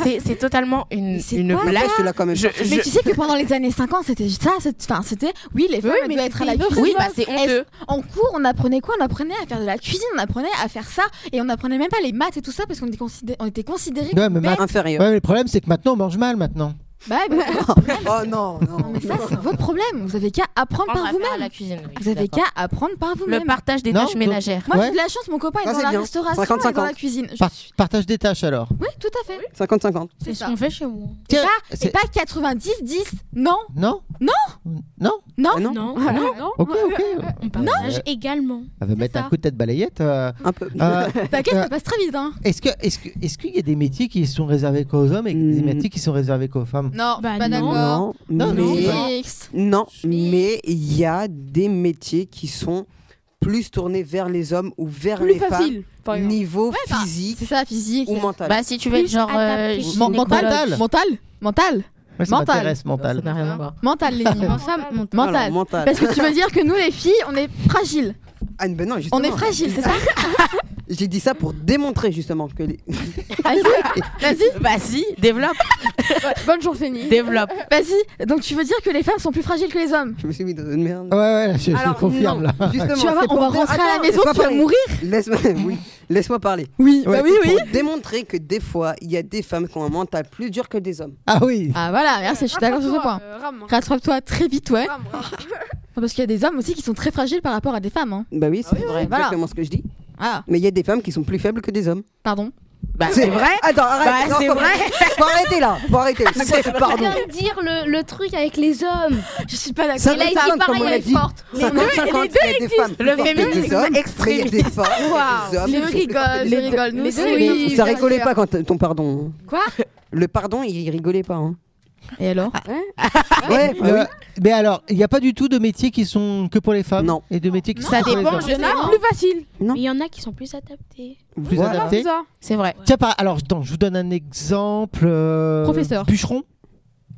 F: C'est- C'est totalement une,
D: Mais c'est
F: une
D: quoi,
F: blague.
A: Lâche-la quand même.
F: Je-
D: Mais
F: je-
D: tu sais que pendant les années 50, c'était ça, c'est- enfin c'était oui, les femmes elles
H: mais
D: doivent être à la
H: c'était une
D: cuisine.
F: Oui, bah c'est
D: Est-ce-
F: honteux.
D: En cours, on apprenait quoi On apprenait à faire de la cuisine, on apprenait à faire ça, et on apprenait même pas les maths et tout ça parce qu'on était, considé- on était considérés
C: Ouais,
D: comme
C: mais
D: bêtes.
A: Inférieur.
C: Ouais, mais le problème, c'est que maintenant, on mange mal maintenant.
D: Bah, ouais, bah,
A: Oh non,
D: non, mais ça, c'est votre problème. Vous avez qu'à apprendre
F: Apprendre à
D: par
F: faire
D: vous-même.
F: la cuisine. oui,
D: Vous avez
F: d'accord.
D: qu'à apprendre par vous-même.
F: Le partage des
C: Non,
F: tâches
C: donc-
F: ménagères.
D: Moi,
C: Ouais.
D: j'ai de la chance, mon copain est
A: Ça,
D: dans
A: c'est
D: la
A: bien.
D: restauration et dans la
A: 50-50.
D: cuisine. Je
C: Par-
D: suis-
C: partage des tâches alors.
D: Oui, tout à fait.
A: 50-50.
D: C'est
G: C'est ce
D: ça.
G: qu'on fait chez moi.
C: Tiens,
D: pas- Et
C: c'est-
D: pas 90-10, non
C: non
D: Non
C: Non
D: Non
A: Ah non
G: Non, non.
C: Ok, ok. Euh,
G: On partage également.
C: Elle va mettre
D: ça.
C: un coup de tête balayette. euh.
A: Un peu.
C: Euh,
D: T'inquiète,
C: Euh,
D: ça passe très vite, hein.
C: Est-ce que, est-ce que, est-ce qu'il y a des métiers qui sont réservés qu'aux hommes et des
A: Mm.
C: métiers qui sont réservés qu'aux femmes
D: Non,
G: Bah
D: pas
G: non.
D: d'accord.
A: mais-
C: Non, non,
A: mais-
C: non.
D: Mix.
A: Non, mais il y a des métiers qui sont plus tournés vers les hommes ou vers
H: Plus
A: les
H: facile, par
A: femmes,
H: exemple.
A: niveau
D: bah,
A: physique
D: C'est ça, physique.
A: ou mental.
F: Bah, si tu veux être
G: Plus
F: genre. euh,
G: adapté.
F: gynécologue.
D: Mon- mental,
C: gynécologue.
D: mental, mental,
C: Ouais, ça
D: Mental.
C: m'intéresse, mental.
F: Ça n'a rien à voir.
D: mental, Lénine.
E: Comment ça, mon
D: mental.
A: Voilà, mental.
D: Parce que tu veux dire que nous, les filles, on est fragiles.
A: Ah, ben non, justement.
D: On est fragiles, c'est ça
A: J'ai dit ça pour démontrer justement que les-
D: Vas-y,
F: Vas-y, développe,
H: Bonne journée, Fanny.
F: développe.
D: vas-y. Donc tu veux dire que les femmes sont plus fragiles que les hommes
A: je me suis mis dans une merde.
C: Ouais, ouais, je- je,
A: Alors,
C: confirme
A: non,
C: là.
A: Justement,
D: Tu vas voir,
A: c'est
D: on
A: pour
D: va
A: dé-
D: rentrer à la
A: Attends,
D: maison,
A: c'est pas
D: tu vas
A: pareil.
D: mourir.
A: Laisse-moi oui, laisse parler.
D: Oui,
A: Ouais,
D: bah oui,
A: c'est
D: oui.
A: Pour démontrer que des fois, il y a des femmes qui ont un mental plus dur que des hommes.
C: Ah oui.
D: Ah voilà, merci, je suis d'accord sur ce point. Rattrape-toi très vite, ouais. Non, Parce qu'il y a des hommes aussi qui sont très fragiles par rapport à des femmes. Hein.
A: Bah oui, c'est
D: oui,
A: exactement
D: voilà.
A: ce que je dis.
D: Ah,
A: Mais il y a des femmes qui sont plus faibles que des hommes.
D: pardon.
F: Bah, c'est vrai.
A: Attends, arrête.
F: Bah,
A: non,
F: c'est
A: faut-
F: vrai.
A: Faut arrêter là. Faut arrêter. C'est quoi ce pardon
E: Viens de dire le, le truc avec les hommes.
D: Je suis pas d'accord.
E: Et là, il
A: 50-50,
E: dit
A: comme
E: pareil,
A: on l'a
E: elle est
A: dit.
E: forte.
A: 50-50, il y a des femmes plus
F: Le
A: fortes que des
F: féminisme
A: hommes. mais
F: extrême.
A: Il y a des femmes. il y a des hommes
D: Les
A: qui sont plus fortes
D: rigoles,
A: que des
D: les
A: hommes.
D: rigoles, nous
A: Mais
D: aussi,
A: c'est-
D: oui,
A: mais
D: oui,
A: Ça
D: oui,
A: rigolait
D: oui.
A: pas quand ton pardon.
D: Quoi
A: Le pardon, il rigolait pas. hein.
D: Et alors
A: Ouais, bah
C: Euh, Mais alors, il n'y a pas du tout de métiers qui sont que pour les femmes
A: Non.
C: Et de métiers qui sont
F: Ça
C: pour les
F: dépend,
C: hommes.
F: je sais.
H: Plus facile.
G: Mais il y en a qui sont plus adaptés.
C: Plus
A: Voilà.
C: adapté.
H: ça.
F: C'est vrai.
C: Tiens, pas. Alors, attends, je vous donne un exemple. euh,
D: Professeur.
C: Bûcheron.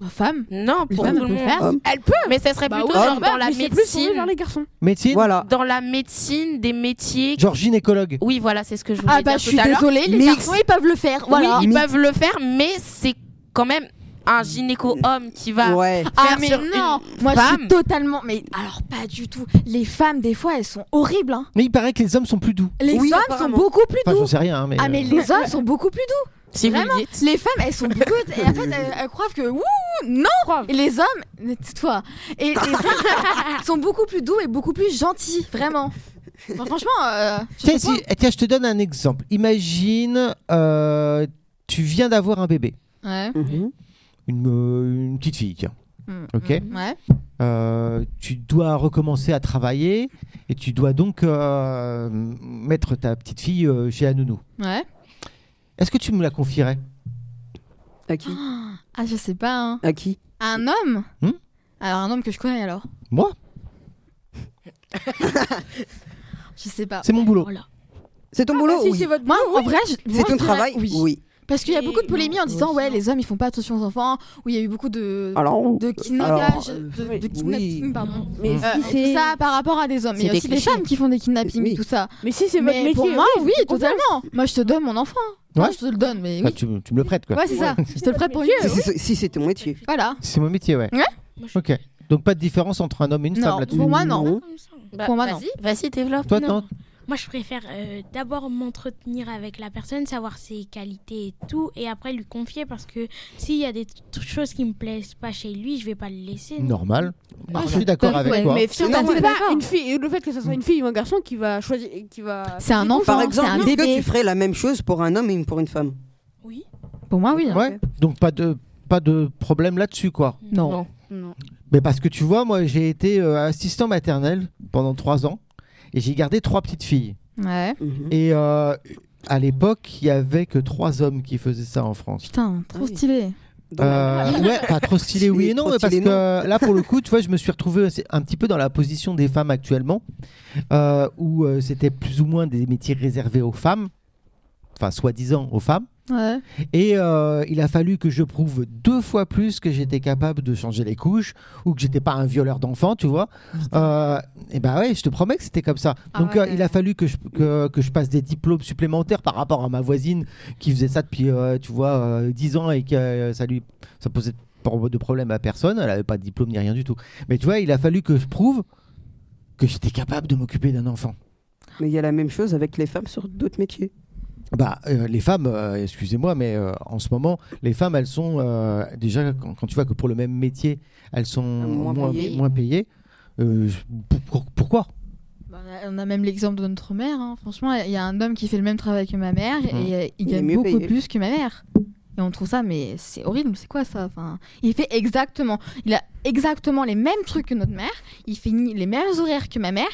D: Bah, Femme
F: Non, pour
D: femmes,
F: tout
D: elles
F: le
D: peuvent
F: monde.
D: faire.
A: Homme.
F: Elle peut, mais ça serait
H: Bah
F: plutôt
H: ouais,
F: genre dans la
H: mais c'est plus tourné vers
F: médecine.
H: les garçons.
C: Médecine.
A: Voilà.
F: Dans la médecine, des métiers.
C: Genre gynécologue.
F: Oui, voilà, c'est ce que je voulais
D: Ah bah
F: dire
D: je suis
F: tout à l'heure.
D: désolée, les
A: Mix.
D: garçons ils peuvent le faire. Voilà.
F: Oui, ils peuvent le faire, mais c'est quand même un gynéco homme qui va.
A: Ouais.
D: Ah
F: faire
D: mais
F: sur
D: non, moi je suis
F: femme.
D: totalement. Mais alors pas du tout. Les femmes des fois elles sont horribles. hein.
C: Mais il paraît que les hommes sont plus doux.
D: Les
A: Oui,
D: hommes sont
A: apparemment.
D: beaucoup plus
C: Enfin,
D: doux.
C: j'en sais rien, hein, mais.
D: Ah mais
C: euh,
D: les hommes sont beaucoup plus doux.
F: Si vous
D: Vraiment.
F: le dites.
D: Les femmes elles sont brutes et en fait elles, elles croient que wouh non. Et les hommes, mais tais-toi. Et les hommes sont beaucoup plus doux et beaucoup plus gentils vraiment. Enfin, franchement, euh, sur
C: Tiens,
D: ce point-
C: si- tiens, je te donne un exemple. Imagine, euh, tu viens d'avoir un bébé,
D: Ouais.
A: Mhm.
C: une, euh, une petite fille, tiens.
D: Mm,
C: Ok.
D: mm, Ouais.
C: Euh, tu dois recommencer à travailler et tu dois donc euh, mettre ta petite fille euh, chez la nounou.
D: Ouais.
C: Est-ce que tu me la confierais
A: À qui
D: Ah je sais pas. Hein.
A: À qui
D: Un homme.
C: Hmm
D: alors un homme que je connais alors.
C: Moi
D: Je sais pas.
C: C'est mon
A: Oh.
C: boulot.
G: Voilà.
A: C'est ton boulot
H: Ah, bah, Si
A: oui.
H: c'est votre
D: Moi, en vrai, je- moi,
A: C'est ton
D: je dirais
A: travail
D: Oui.
A: Oui.
D: Parce qu'il y a
G: Et
D: beaucoup de polémies en
G: non,
D: disant
G: aussi,
D: ouais,
G: non.
D: les hommes ils font pas attention aux enfants, où il y a eu beaucoup de
A: Alors.
D: de
A: alors,
D: kidnappage,
A: euh,
D: de, de
A: oui,
D: kidnapping,
A: oui.
D: pardon.
H: Mais
C: Mm.
D: Euh,
H: si
D: tout
H: c'est
D: ça par rapport à des hommes. Mais il y a
F: C'est
D: aussi
F: des
D: des
F: clichés.
D: femmes qui font des kidnappings,
A: Oui.
D: tout ça.
H: mais si c'est
D: mais
H: votre métier.
D: pour moi, oui,
H: comprends.
D: totalement. Moi, je te donne mon enfant.
C: Ouais.
D: Moi, je te le donne, mais
A: Ah,
C: Enfin,
D: oui.
C: tu, tu me le prêtes, quoi.
D: Ouais, c'est ça. Je te le prête pour une.
A: Si c'est- Si c'est ton métier.
D: Voilà.
C: C'est mon métier, ouais.
D: Ouais.
G: Moi, je-
C: Ok. Donc pas de différence entre un homme et une
D: Non,
C: femme là-dessus.
D: pour moi, non.
A: Oh.
G: Comme ça.
D: Pour moi, non.
F: vas-y, vas-y, développe.
C: Toi,
G: Non.
C: t'en-
G: Moi, je préfère euh, d'abord m'entretenir avec la personne, savoir ses qualités et tout, et après lui confier parce que s'il y a des t- choses qui me plaisent pas chez lui, je vais pas le laisser.
C: normal. Ah,
F: Normal.
C: je suis d'accord
D: Ouais,
C: avec
D: ouais,
C: toi.
D: mais
A: C'est normal.
H: C'est pas une fille, le fait que ça soit une fille ou un garçon qui va choisir, qui va.
D: C'est un enfant,
A: Par
D: c'est
A: exemple,
D: un
A: est-ce que
D: bébé.
A: tu ferais la même chose pour un homme et pour une femme
G: Oui.
D: Pour moi, oui. hein.
C: Ouais. Donc pas de pas de problème là-dessus, quoi.
D: Non.
F: Non.
E: Non.
C: Mais parce que tu vois, moi, j'ai été euh, assistant maternel pendant trois ans et j'ai gardé trois petites filles.
D: Ouais.
A: Mhm.
C: Et euh, à l'époque, il y avait que trois hommes qui faisaient ça en France.
D: Putain, trop
A: Ah oui.
D: stylé.
C: Euh, ouais, pas trop stylé, oui et non,
A: Trop
C: mais parce
A: stylé,
C: que là, pour le coup, tu vois, je me suis retrouvé aussi un petit peu dans la position des femmes actuellement, euh, où euh, c'était plus ou moins des métiers réservés aux femmes, enfin, soi-disant aux femmes.
D: Ouais.
C: Et euh, il a fallu que je prouve deux fois plus que j'étais capable de changer les couches ou que j'étais pas un violeur d'enfants, tu vois. Euh, et bah ouais, je te promets que c'était comme ça.
D: Ah
C: Donc
D: ouais,
C: euh,
D: ouais.
C: il a fallu que je, que, que je passe des diplômes supplémentaires par rapport à ma voisine qui faisait ça depuis, euh, tu vois, euh, 10 ans et que euh, ça lui ça posait pas de problème à personne. Elle avait pas de diplôme ni rien du tout. Mais tu vois, il a fallu que je prouve que j'étais capable de m'occuper d'un enfant.
A: Mais il y a la même chose avec les femmes sur d'autres métiers.
C: Bah, euh, les femmes, euh, excusez-moi, mais euh, en ce moment, les femmes, elles sont euh, déjà, quand, quand tu vois que pour le même métier, elles sont moins,
A: Moins
C: moins
A: payées.
C: payées. euh, je- pour- pour- pourquoi
D: Bah, on a- on a même l'exemple de notre mère. hein. Franchement, il y a un homme qui fait le même travail que ma mère
C: Mhm.
D: et euh,
A: Il
D: il
A: est
D: gagne
A: mieux
D: beaucoup
A: payé.
D: plus que ma mère. Et on trouve ça, mais c'est horrible, c'est quoi ça enfin, Il fait exactement, il a exactement les mêmes trucs que notre mère, il fait ni- les mêmes horaires que ma mère.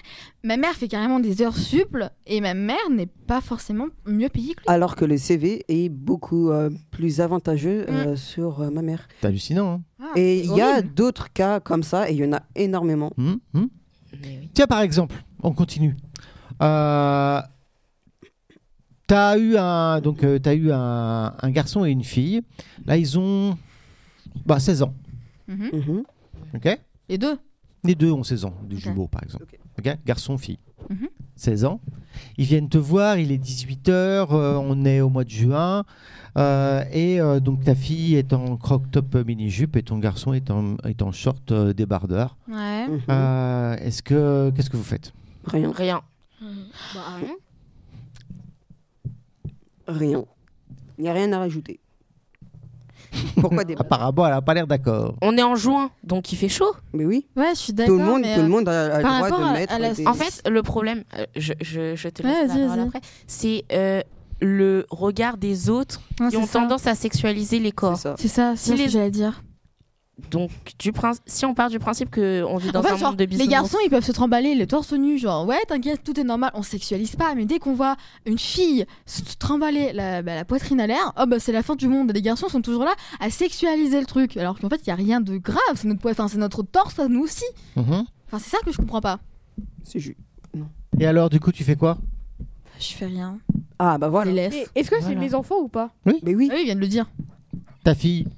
D: Ma mère fait carrément des heures suples et ma mère n'est pas forcément mieux payée que lui.
A: Alors que le CV est beaucoup euh, plus avantageux euh, sur euh, ma mère.
C: C'est hallucinant.
A: et
C: hein.
D: Mm. Ah, c'est
A: il y a
D: horrible.
A: d'autres cas comme ça, et il y en a énormément.
C: Hmm, hmm.
A: Eh
C: Tiens, par exemple, on continue. Euh, t'as eu un donc euh, t'as eu un, un garçon et une fille. Là, ils ont bah 16 ans.
D: Mhm.
A: Mhm.
C: Ok.
D: Les deux.
C: Les deux ont 16 ans, du jumeau par exemple. Ok, Garçon, fille.
D: Mhm.
C: 16 ans. Ils viennent te voir, il est 18h, on est au mois de juin. euh, et euh, donc ta fille est en croc-top euh, mini-jupe et ton garçon est en, est en short euh, débardeur.
D: Ouais.
A: Mhm.
C: Euh, Est-ce que qu'est-ce que vous faites
A: Rien.
F: Rien.
E: Bah, rien.
A: Rien. Il n'y a rien à rajouter. Pourquoi des...
C: Apparemment, elle n'a pas l'air d'accord.
F: On est en juin, donc il fait chaud.
A: Mais oui,
D: Ouais, je suis d'accord.
A: tout le monde,
D: mais,
A: tout
D: euh,
A: le monde a, a
D: par
A: le droit
D: rapport à-
A: de mettre.
D: à la-
A: des-
F: En fait, le problème, euh, je, je- je te laisse
D: Ouais,
F: la
D: vas-y,
F: parole
D: vas-y.
F: après, c'est euh, le regard des autres
D: ouais,
F: qui
D: c'est
F: ont
D: ça.
F: tendance à sexualiser les
A: c'est
F: corps.
A: ça.
D: C'est ça, c'est
F: Si
D: ce
F: les-
D: que j'allais dire.
F: Donc, du princ- si on part du principe qu'on vit dans
D: En fait,
F: un
D: genre,
F: monde de
D: les
F: bisounours,
D: garçons, ils peuvent se trimballer le torse nu, genre ouais, t'inquiète, tout est normal, on sexualise pas. Mais dès qu'on voit une fille se trimballer la, bah, la poitrine à l'air, oh bah c'est la fin du monde. Les garçons sont toujours là à sexualiser le truc, alors qu'en fait, il y a rien de grave. C'est notre poitrine, c'est notre torse, à nous aussi.
C: Mhm.
D: Enfin, c'est ça que je comprends pas.
A: C'est ju-
C: Et alors, du coup, tu fais quoi
D: Je fais rien.
A: Ah bah
D: Je les
A: voilà.
D: laisse.
H: Et Est-ce que c'est
F: Voilà.
H: mes enfants ou pas
A: Mais oui.
D: Ah oui, ils viennent de le dire.
C: Ta fille,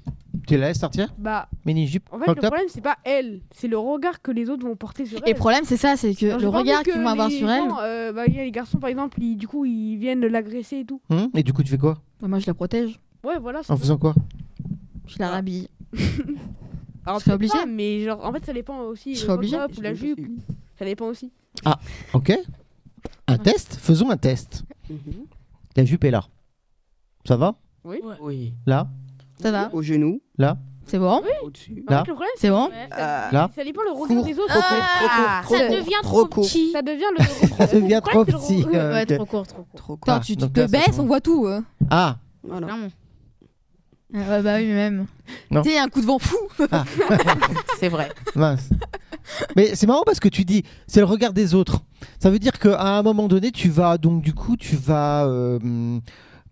C: tu la laisses sortir
H: Bah,
C: Mini-jupe
H: en fait, le
C: crop-top
H: problème, c'est pas elle, c'est le regard que les autres vont porter sur
D: Et
H: elle.
D: le problème, c'est ça, c'est que
H: Alors, j'ai
D: le
H: pas envie
D: regard
H: que
D: qu'ils vont avoir
H: les
D: sur elle.
H: gens, euh, bah, il y a les garçons, par exemple, ils- du coup, ils viennent l'agresser et tout.
C: Hum, Et du coup, tu fais quoi
D: Bah, moi, je la protège,
H: Ouais, voilà. c'est
C: En
H: ça.
C: faisant quoi
D: je la rhabille.
H: Alors,
D: je serais
H: peut-être
D: obligée.
H: pas, Mais genre, en fait, ça dépend aussi.
D: Je
H: le
D: serais obligée.
H: crop-top ou la jupe, ça dépend aussi.
C: Ok. Un test Faisons un test.
A: Mhm.
C: La jupe est là. Ça va
A: Oui.
C: Là
D: Ça va
A: Au genou,
C: Là
D: C'est bon
A: au-dessus.
C: Là
H: En fait, le problème,
D: C'est bon
H: c'est-
A: Ah.
C: Là
H: ça dépend le regard
A: Four.
H: des autres.
A: Trop
H: en fait.
A: court,
D: Ah.
A: trop
G: Ça
A: court,
G: devient
A: trop
G: trop
A: court.
G: petit.
H: Ça devient le. regard-
C: Ça devient
H: le
C: trop
H: problème, c'est le
C: petit.
H: regard-
C: euh,
E: Ouais,
C: ok.
E: trop court, trop court.
A: Trop court.
D: Toi,
C: Ah,
D: tu, tu
C: donc
D: te
C: là, c'est
D: baisses,
C: bon.
D: on voit tout. euh.
C: Ah
A: Voilà.
E: Clairement.
D: Ah, ouais, bah oui, mais même.
C: Non.
D: Tu sais, un coup de vent fou.
F: c'est vrai.
C: Mince. Mais c'est marrant parce que tu dis, c'est le regard des autres. Ça veut dire qu'à un moment donné, tu vas, donc du coup, tu vas euh, hum,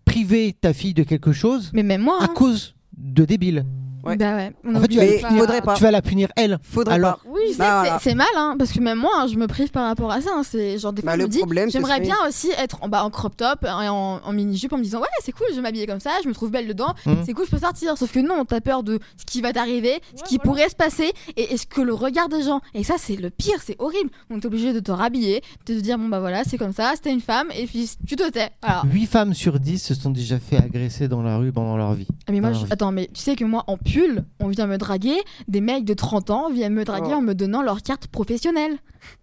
C: priver ta fille de quelque chose
D: Mais même moi.
C: à
D: hein.
C: cause de débile.
A: Ah, Ouais.
D: Bah ouais. on
C: En fait,
D: oublie
C: tu vas,
A: Mais
C: la
A: il
C: punir-
A: faudrait pas.
C: tu vas la punir elle.
A: Faudrait
C: Alors-
A: pas.
H: Oui,
D: Tu sais,
A: Bah,
D: c'est-
A: voilà.
D: c'est mal, hein, parce que même moi, hein, je me prive par rapport à ça. hein. C'est genre des fois,
A: Bah,
D: je
A: le
D: me dis,
A: problème, ce
D: j'aimerais
A: serait-
D: bien aussi être en, bah, en crop top hein, et en, en mini jupe en me disant ouais, c'est cool, je vais m'habiller comme ça, je me trouve belle dedans,
A: Mmh.
C: Mhm.
D: c'est cool, je peux sortir. Sauf que non, t'as peur de ce qui va t'arriver, ce qui
H: voilà.
D: pourrait se passer et, et ce que le regard des gens. Et ça, c'est le pire, c'est horrible. On est obligé de te rhabiller, de te dire bon bah voilà, c'est comme ça, c'était une femme et puis tu te tais. Voilà.
C: 8 femmes sur 10 se sont déjà fait agresser dans la rue pendant leur vie.
D: Ah, Mais moi,
C: Ah,
D: je-
C: oui.
D: attends, mais tu sais que moi, en pull, on vient me draguer, des mecs de 30 ans viennent me draguer
A: Oh.
D: en me donnant leur carte professionnelle.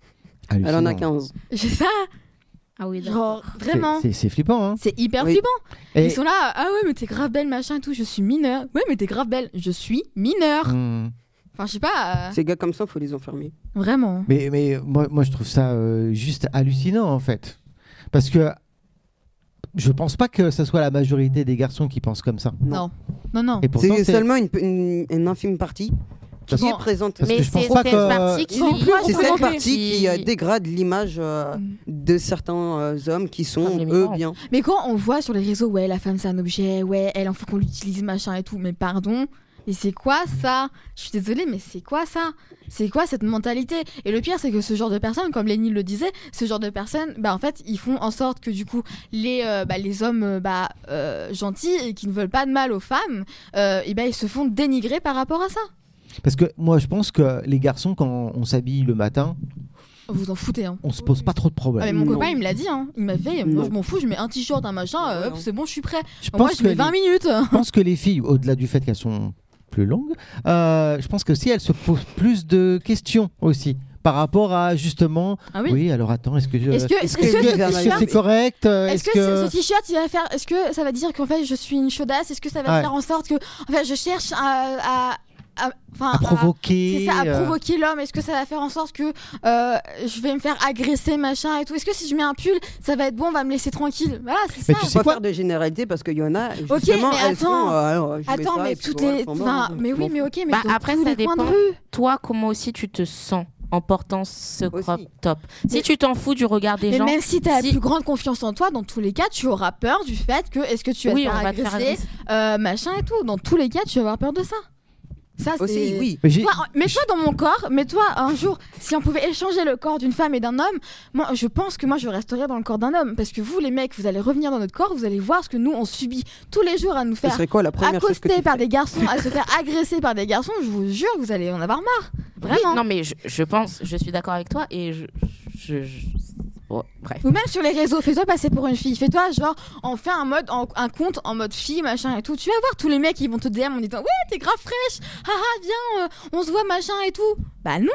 A: Elle en a
C: Hallucinant.
A: 15.
D: J'ai ça,
E: Ah oui, d'accord.
D: genre, vraiment.
C: C'est- C'est c'est flippant. Hein.
D: C'est hyper
A: Oui.
D: flippant.
C: Et-
D: Ils sont là, ah ouais, mais t'es grave belle, machin et tout, je suis mineure. Ouais, mais t'es grave belle, je suis mineure.
C: Hum.
D: Enfin, je sais pas, euh,
A: Ces gars comme ça, faut les enfermer.
D: vraiment.
C: Mais, mais moi, moi, je trouve ça euh, juste hallucinant, en fait. Parce que je pense pas que ce soit la majorité des garçons qui pensent comme ça.
D: Non. Non, non.
C: Et pourtant,
A: C'est
C: c'est-
A: seulement une, une- une infime partie qui
C: Parce-
A: est présente.
C: parce
F: Mais
C: que je pense
F: c'est
C: pas
F: cette
C: que-
F: partie qui.
H: Ils ont plus
A: C'est cette
H: Représenter.
A: partie qui euh, dégrade l'image euh,
D: Mm.
A: de certains euh, hommes qui
F: Comme
A: sont,
F: les
A: eux,
F: migrants.
A: bien.
D: Mais quand on voit sur les réseaux, ouais, la femme c'est un objet, ouais, elle en faut qu'on l'utilise, machin et tout, mais pardon, mais c'est quoi ça Je suis désolée, mais c'est quoi ça C'est quoi cette mentalité Et le pire, c'est que ce genre de personnes, comme Lenny le disait, ce genre de personnes, bah en fait, ils font en sorte que du coup, les, euh, bah, les hommes euh, bah, euh, gentils et qui ne veulent pas de mal aux femmes, et ben ils se font dénigrer par rapport à ça.
C: Parce que moi, je pense que les garçons, quand on s'habille le matin,
D: Vous en foutez, hein
C: on se pose pas trop de
D: Ah,
C: problèmes.
D: mais mon
A: Non.
D: copain il me l'a dit, hein. il m'a fait, moi
A: Non.
D: je m'en fous, je mets un t-shirt, un machin, euh,
A: Ouais,
D: hop,
A: hein.
D: c'est bon, je suis prêt.
C: Je pense,
D: Moi je
C: que
D: mets
C: les...
D: 20 minutes.
C: je pense que les filles, au-delà du fait qu'elles sont plus longues, euh, je pense que si elles se posent plus de questions aussi par rapport à justement.
D: Ah
C: Oui,
D: oui.
C: alors attends, est-ce que je-
D: Est-ce que,
A: Est-ce
D: est-ce
A: que
D: que
A: je
D: ce
A: vais vers
C: est-ce que
A: ma-
C: c'est correct euh,
D: Est-ce que, ce- ce t-shirt, il va faire. Est-ce que ça va dire qu'en fait je suis une chaudasse Est-ce que ça va
C: Ouais.
D: faire en sorte que. En fait, je cherche à, à- à- enfin,
C: à provoquer.
D: c'est ça, à
C: euh,
D: provoquer l'homme. Est-ce que ça va faire en sorte que euh, je vais me faire agresser, machin et tout Est-ce que si je mets un pull, ça va être bon, on va me laisser tranquille Voilà, c'est
C: Mais
D: ça.
C: tu sais
A: Pas
C: quoi
A: faire de généralité parce qu'il y en a.
D: Ok,
A: Justement,
D: mais
A: elles
D: attends.
A: font, euh, alors, je mets
D: Attends,
A: ça,
D: mais
A: et puis
D: toutes
A: voilà,
D: les.
A: elles sont
D: enfin,
A: mortes.
D: mais
A: Je
D: oui,
A: m'en
D: mais ok, mais
F: Bah,
D: dans
F: après,
D: tous
F: ça
D: les coins de
F: dépend.
D: rue.
F: Toi, comment aussi tu te sens en portant ce
A: Aussi.
F: crop top Si
D: Mais-
F: tu t'en fous du regard des
D: Mais
F: gens,
D: même si t'as la
F: si-
D: plus grande confiance en toi, dans tous les cas, tu auras peur du fait que est-ce que tu vas
F: oui,
D: te
F: on
D: faire
F: va te faire
D: agresser,
F: agresser.
D: euh, machin et tout. Dans tous les cas, tu vas avoir peur de ça. Ça, c'est.
A: Aussi, oui.
C: mais j'ai-
D: Toi, en- Mets-toi dans mon corps, mets-toi un jour, si on pouvait échanger le corps d'une femme et d'un homme, moi je pense que moi je resterais dans le corps d'un homme. Parce que vous les mecs, vous allez revenir dans notre corps, vous allez voir ce que nous on subit tous les jours à nous
A: Ce
D: faire
A: serait quoi la première chose que
D: accoster
A: tu
D: par des garçons, à se faire agresser par des garçons, je vous jure, vous allez en avoir marre. Vraiment.
F: Oui, non, mais je, je pense, je suis d'accord avec toi et je. je- je- bon, bref.
D: Ou même sur les réseaux, fais-toi passer pour une fille. Fais-toi genre, en fais un mode, en- un compte en mode fille, machin et tout. Tu vas voir tous les mecs ils vont te DM en disant ouais t'es grave fraîche, haha viens, euh, on se voit machin et tout. Bah non.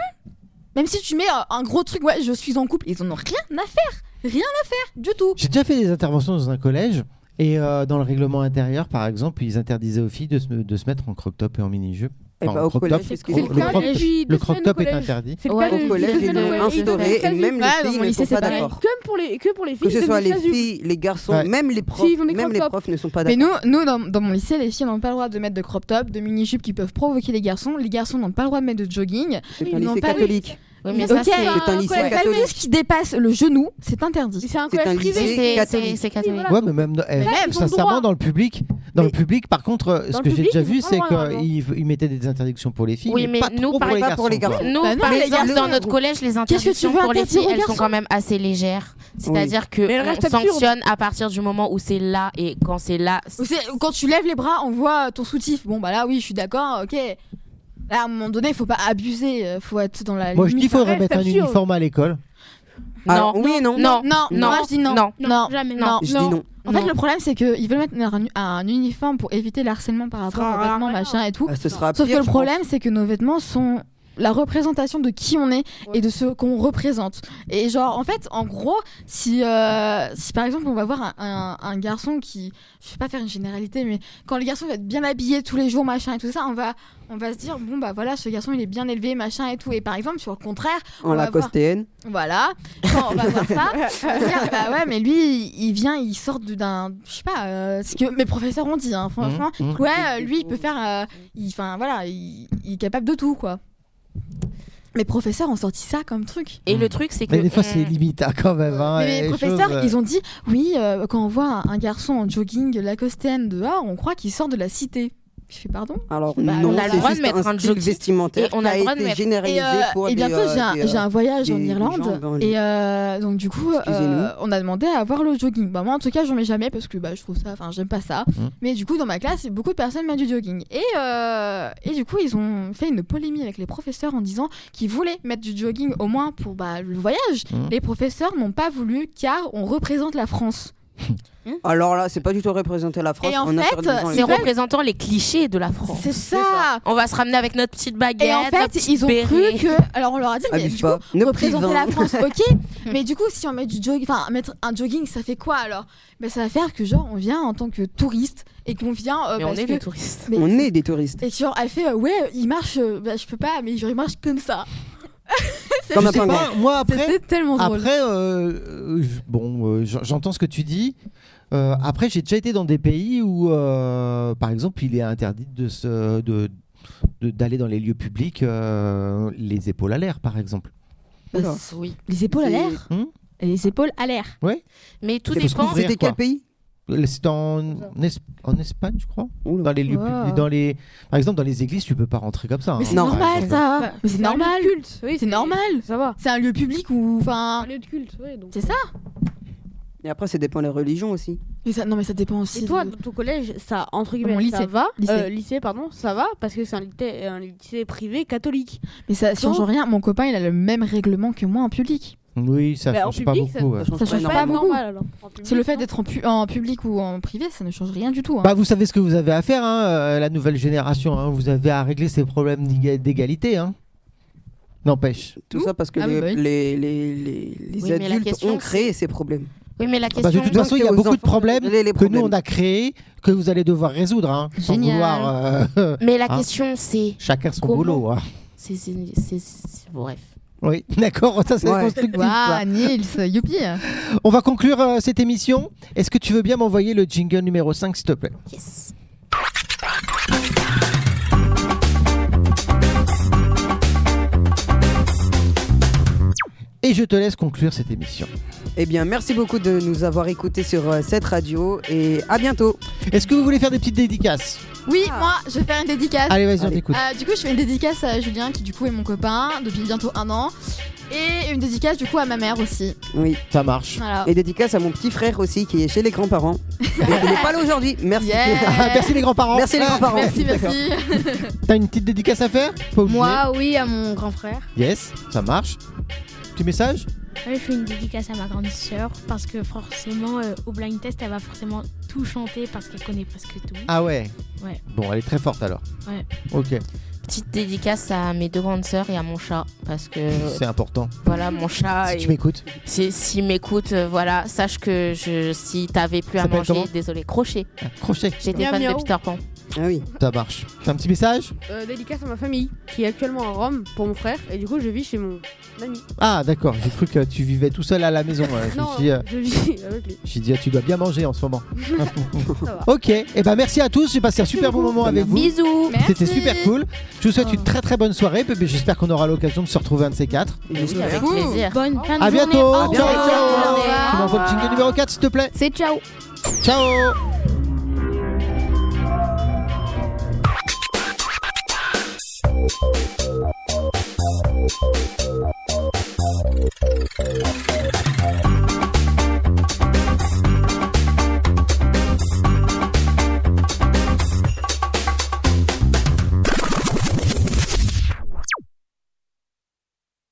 D: Même si tu mets euh, un gros truc, ouais je suis en couple, ils en ont rien à faire, rien à faire du tout.
C: J'ai déjà fait des interventions dans un collège. Et euh, dans le règlement intérieur, par exemple, ils interdisaient aux filles de se, de se mettre en croc-top et en mini-jupe.
A: Eh
C: Enfin,
A: ben,
C: en
A: au collège,
C: croc-top.
A: c'est ce qu'ils
C: Le
H: C'est
A: ont
H: le cas
C: croc-
H: depuis deux
C: Le
H: semaines au
C: croc-top est
H: collège.
C: interdit.
H: C'est le
F: Ouais,
H: cas
A: Au
H: depuis deux
A: collège, ils
H: semaines au
A: l'ont
H: collège.
A: instauré et
H: Ça,
A: même les
H: c'est-
D: Ouais, dans
A: filles
D: mon
A: ne
D: lycée,
A: sont
D: c'est
A: pas
D: pareil.
A: d'accord.
H: Comme pour les, que pour les filles,
A: Que ce
H: c'est
A: soit les
H: devenu ça,
A: filles, les garçons,
C: Ouais.
A: même les profs,
H: ils font des
A: même les
H: crop-tops.
A: profs ne sont pas
D: Mais
A: d'accord.
D: nous, nous dans, dans mon lycée, les filles n'ont pas le droit de mettre de crop top, de mini jupe qui peuvent provoquer les garçons. Les garçons n'ont pas le droit de mettre de jogging.
A: C'est
D: ils
A: un
D: n'ont
A: lycée
D: pas-
A: catholique.
F: Oui,
D: mais
F: mais ça,
D: ok.
F: c'est-
A: C'est un lycée
H: collège
D: Tout
A: catholique.
D: ce qui dépasse le genou, c'est interdit.
H: C'est un
A: C'est un
H: collège privé.
A: lycée
F: c'est- c'est
A: catholique.
F: c'est catholique.
H: voilà.
C: Ouais, mais même, eh,
H: même, ils ont le
C: sincèrement,
H: droit.
C: dans le public, dans le
A: Mais-
C: public, par contre, euh, ce
H: Dans
C: que
H: le
C: j'ai
H: public,
C: déjà
H: ils
C: vu,
H: ont pas
C: c'est
H: le droit, normalement.
C: qu'ils ils mettaient des interdictions pour les filles,
F: Oui,
C: mais,
F: mais
C: pas
F: nous,
C: trop
F: par-
A: pas pour les
C: quoi.
A: garçons.
F: Nous,
D: Bah non,
F: par
D: mais les
F: exemple,
D: garçons-
F: dans notre collège, les
D: Qu'est-ce que tu
F: interdictions
D: veux
F: pour les
D: interdire
F: filles,
D: aux
F: elles sont
D: garçons
F: quand même assez légères. C'est-à-dire
H: Mais elles
F: que
H: restent
F: on
H: absurdes.
F: sanctionne à partir du moment où c'est là et quand c'est là.
D: Ou c'est- ou quand tu lèves les bras, on voit ton soutif. Bon, bah là, oui, je suis d'accord, ok. Là, à un moment donné, il faut pas abuser, euh, faut être dans la.
C: Moi, je dis
D: limite.
C: qu'il faudrait
H: reste
C: mettre un
H: absurde.
C: uniforme à l'école.
A: Alors, oui et non.
F: non,
D: non,
F: non,
D: moi, je dis non.
F: non,
D: Non.
G: jamais.
A: Je dis non.
D: En fait, le problème, c'est qu'ils veulent mettre un, un uniforme pour éviter le harcèlement par rapport
H: Ah,
D: aux vêtements,
H: ouais.
D: machin et tout.
A: Ah, Ce sera
D: Sauf
A: pire,
D: que le
A: je
D: problème, c'est que nos vêtements sont la représentation de qui on est et de ce qu'on représente. Et genre, en fait, en gros, si, euh, si par exemple on va voir un, un- un garçon qui, je vais pas faire une généralité, mais quand le garçon va être bien habillé tous les jours, machin et tout ça, on va, on va se dire, bon bah voilà, ce garçon il est bien élevé, machin et tout. Et par exemple, sur le contraire,
A: pense,
D: on
A: En
D: va
A: la costéenne.
D: voilà, quand on va voir ça, on va se dire, bah ouais, mais lui, il- il vient, il sort de- d'un, je sais pas, euh, ce que mes professeurs ont dit, hein, franchement.
C: Mhm, mhm.
D: Ouais, euh, lui, il peut faire, euh, il- enfin voilà, il, il est capable de tout, quoi. Mes professeurs ont sorti ça comme truc.
F: Et le truc, c'est que
C: Mais des fois, c'est
F: on-
C: limite hein, quand même. hein,
D: Mais
C: les
D: mes professeurs,
C: choses, euh.
D: ils ont dit, oui, euh, quand on voit un garçon en jogging lacostéenne dehors, on croit qu'il sort de la cité. Je fais pardon.
A: Alors,
D: Bah,
A: non,
F: on a le
A: c'est
F: droit de
A: juste
F: mettre un
A: style
F: jogging
A: vestimentaire
F: et on a le
A: qui
F: droit de
A: été
F: mettre-
A: généralisé
D: Et, euh,
A: pour
D: et
A: des,
D: bientôt,
A: euh,
D: j'ai un,
A: des, euh,
D: j'ai un voyage en
A: des gens
D: Irlande.
A: dans les-
D: Et euh, donc, du coup, euh,
A: Excusez-nous.
D: on a demandé à avoir le jogging. Bah, moi, en tout cas, j'en mets jamais parce que bah, je trouve ça, enfin, j'aime pas ça.
C: Mhm.
D: Mais du coup, dans ma classe, beaucoup de personnes mettent du jogging. Et, euh, et du coup, ils ont fait une polémie avec les professeurs en disant qu'ils voulaient mettre du jogging au moins pour bah, le voyage.
C: Mhm.
D: Les professeurs n'ont pas voulu car on représente la France.
A: Alors là, c'est pas du tout représenter la France
D: Et en
A: en
D: fait,
A: interdisant
F: c'est
A: les-
D: vrai.
F: représentant les clichés de la France.
D: Oh. C'est ça.
F: On va se ramener avec notre petite baguette.
D: Et en
F: notre
D: fait,
F: petit
D: ils ont
F: béret.
D: cru que. Alors, on leur a dit, mais
A: Abuse
D: du coup,
A: pas. Ne
D: représenter
A: prive,
D: la
A: hein.
D: France, ok. mais du coup, si on met du jogging, enfin, mettre un jogging, ça fait quoi alors ben, Ça va faire que, genre, on vient en tant que touriste et qu'on vient. euh,
F: Mais on
D: parce
F: est
D: que...
F: des touristes.
D: mais-
A: On est des touristes.
D: Et que, genre, elle fait, euh, ouais, euh, il marche, euh, bah, je peux pas, mais genre, il marche comme ça. C'est-
A: Comme un
C: Je sais
A: pingouin.
C: pas, moi, après,
D: C'était tellement drôle.
C: Après, euh, euh, je- bon, euh, j- j'entends ce que tu dis. Euh, après, j'ai déjà été dans des pays où, euh, par exemple, il est interdit de se, de, de- d'aller dans les lieux publics euh, les épaules à l'air, par exemple.
A: Oula.
F: Oui.
D: Euh, Les épaules à l'air
C: Hmm
D: Les épaules à l'air.
F: Mais tout
C: C'est parce
F: dépend.
C: qu'on Ouvrir,
A: C'était quel
C: quoi.
A: pays
C: C'est en, en Es- en Espagne, je crois.
A: Oula.
C: Dans les lieux
D: Wow.
C: publics, dans les, par exemple, dans les églises, tu peux pas rentrer comme ça.
D: Mais
C: hein.
D: c'est
A: Non.
D: normal,
C: Ouais.
D: ça.
H: Bah,
D: mais c'est
H: un lieu de
D: normal.
H: culte, oui,
D: C'est normal.
H: Ça va.
D: C'est un lieu public ou. Enfin.
H: Un lieu de Ah. culte, oui. donc.
D: C'est ça.
A: Et après, ça dépend des religions aussi.
D: Mais ça. Non, mais ça dépend aussi.
H: Et toi,
D: de-
H: dans ton collège, ça, entre
D: Dans
H: guillemets,
D: mon
H: ça
D: lycée.
H: va
D: Lycée.
H: Euh, lycée, pardon, ça va, parce que c'est un lycée, un lycée privé catholique.
D: Mais ça change
H: Non.
D: rien. Mon copain, il a le même règlement que moi en public.
C: Oui, ça
H: Bah, en
C: change pas
H: public,
C: beaucoup. ouais.
A: Ça change
D: Ça
A: pas
D: change pas
A: énormément.
D: beaucoup.
H: normal, alors. En public,
D: C'est le fait
H: non
D: d'être en, pu- en public ou en privé, ça ne change rien du tout. hein.
C: Bah, vous savez ce que vous avez à faire, hein, euh, la nouvelle génération. hein. vous avez à régler ces problèmes d'iga- d'égalité. hein. N'empêche.
A: Tout ça parce que
D: Ah oui,
A: les,
D: bah oui.
A: les, les, les- les
F: Oui, mais la
A: adultes
F: question,
A: ont créé ces problèmes.
F: Oui, mais la
C: Ah bah,
F: question.
C: de toute façon, il y a
A: aux
C: beaucoup de
A: enfants,
C: problèmes
A: les- les
C: que nous,
A: problèmes.
C: on a créés, que vous allez devoir résoudre. Hein, sans
D: Génial.
C: vouloir, euh,
F: Mais la
C: Hein
F: question, c'est.
C: chacun son
F: Comment
C: boulot. hein.
F: c'est- c'est- c'est- c'est- Bref.
C: Oui, d'accord, ça c'est
A: Ouais.
C: constructif.
D: Waouh, Nils, youpi
C: quoi. On va conclure euh, cette émission. Est-ce que tu veux bien m'envoyer le jingle numéro 5, s'il te plaît
F: Yes.
C: Et je te laisse conclure cette émission.
A: Eh bien, merci beaucoup de nous avoir écoutés sur euh, cette radio et à bientôt.
C: Est-ce que vous voulez faire des petites dédicaces
D: Oui, moi, je vais faire une dédicace.
C: Allez, vas-y, on
A: Ah, Allez.
C: t'écoute.
D: Euh, du coup, je fais une dédicace à Julien, qui du coup est mon copain depuis bientôt un an. Et une dédicace du coup à ma mère aussi.
A: Oui.
C: Ça marche.
F: Ah.
D: Voilà.
A: Et dédicace à mon petit frère aussi qui est chez les grands-parents. Il n'est pas là aujourd'hui. Merci.
D: Yeah.
C: Ah, Merci les grands-parents.
A: Ah,
C: Eh,
A: Merci les grands-parents.
D: Merci,
A: D'accord.
D: merci.
C: T'as une petite dédicace à faire Pas obligé.
E: Moi, oui, à mon grand frère.
C: Yes, ça marche. Petit message
G: Ouais, je fais une dédicace à ma grande sœur parce que forcément, euh, au blind test, elle va forcément tout chanter parce qu'elle connaît presque tout.
C: Ah ouais
G: Ouais.
C: Bon, elle est très forte alors.
G: Ouais.
C: Ok,
F: Petite dédicace à mes deux grandes sœurs et à mon chat. Parce que
A: Euh,
C: c'est important.
F: voilà, mon chat.
C: si
F: est-
C: tu m'écoutes.
F: Si, si m'écoute, euh, voilà, sache que je, si t'avais plus à
C: S'appelle
F: manger,
C: comment
F: désolé, crochet.
C: Crochet,
F: J'étais
H: Miam,
F: fan de
H: miaou.
F: Peter Pan.
A: Ah oui.
C: ça marche. T'as un petit message
H: Euh, dédicace à ma famille qui est actuellement à Rome pour mon frère et du coup je vis chez mon ami.
C: Ah d'accord, j'ai cru que tu vivais tout seul à la maison. euh, je me
H: Non,
C: suis dit, euh,
H: je vis avec lui.
C: j'ai dit, ah, tu dois bien manger en ce moment.
H: va.
C: ok, et ben merci à tous, j'ai passé un super bon moment avec vous.
F: Bisous.
C: C'était super cool. Je vous souhaite
D: Oh.
C: une très très bonne soirée. puis J'espère qu'on aura l'occasion de se retrouver un de ces quatre.
F: Oui, avec
D: Ouh.
F: plaisir.
G: Bonne fin de
C: Oh. À
G: journée.
C: bientôt.
G: Au
C: Ciao,
G: revoir.
C: ciao.
F: Bonne journée.
C: Tu m'envoies le jingle numéro 4 s'il te plaît.
E: C'est ciao
C: Ciao.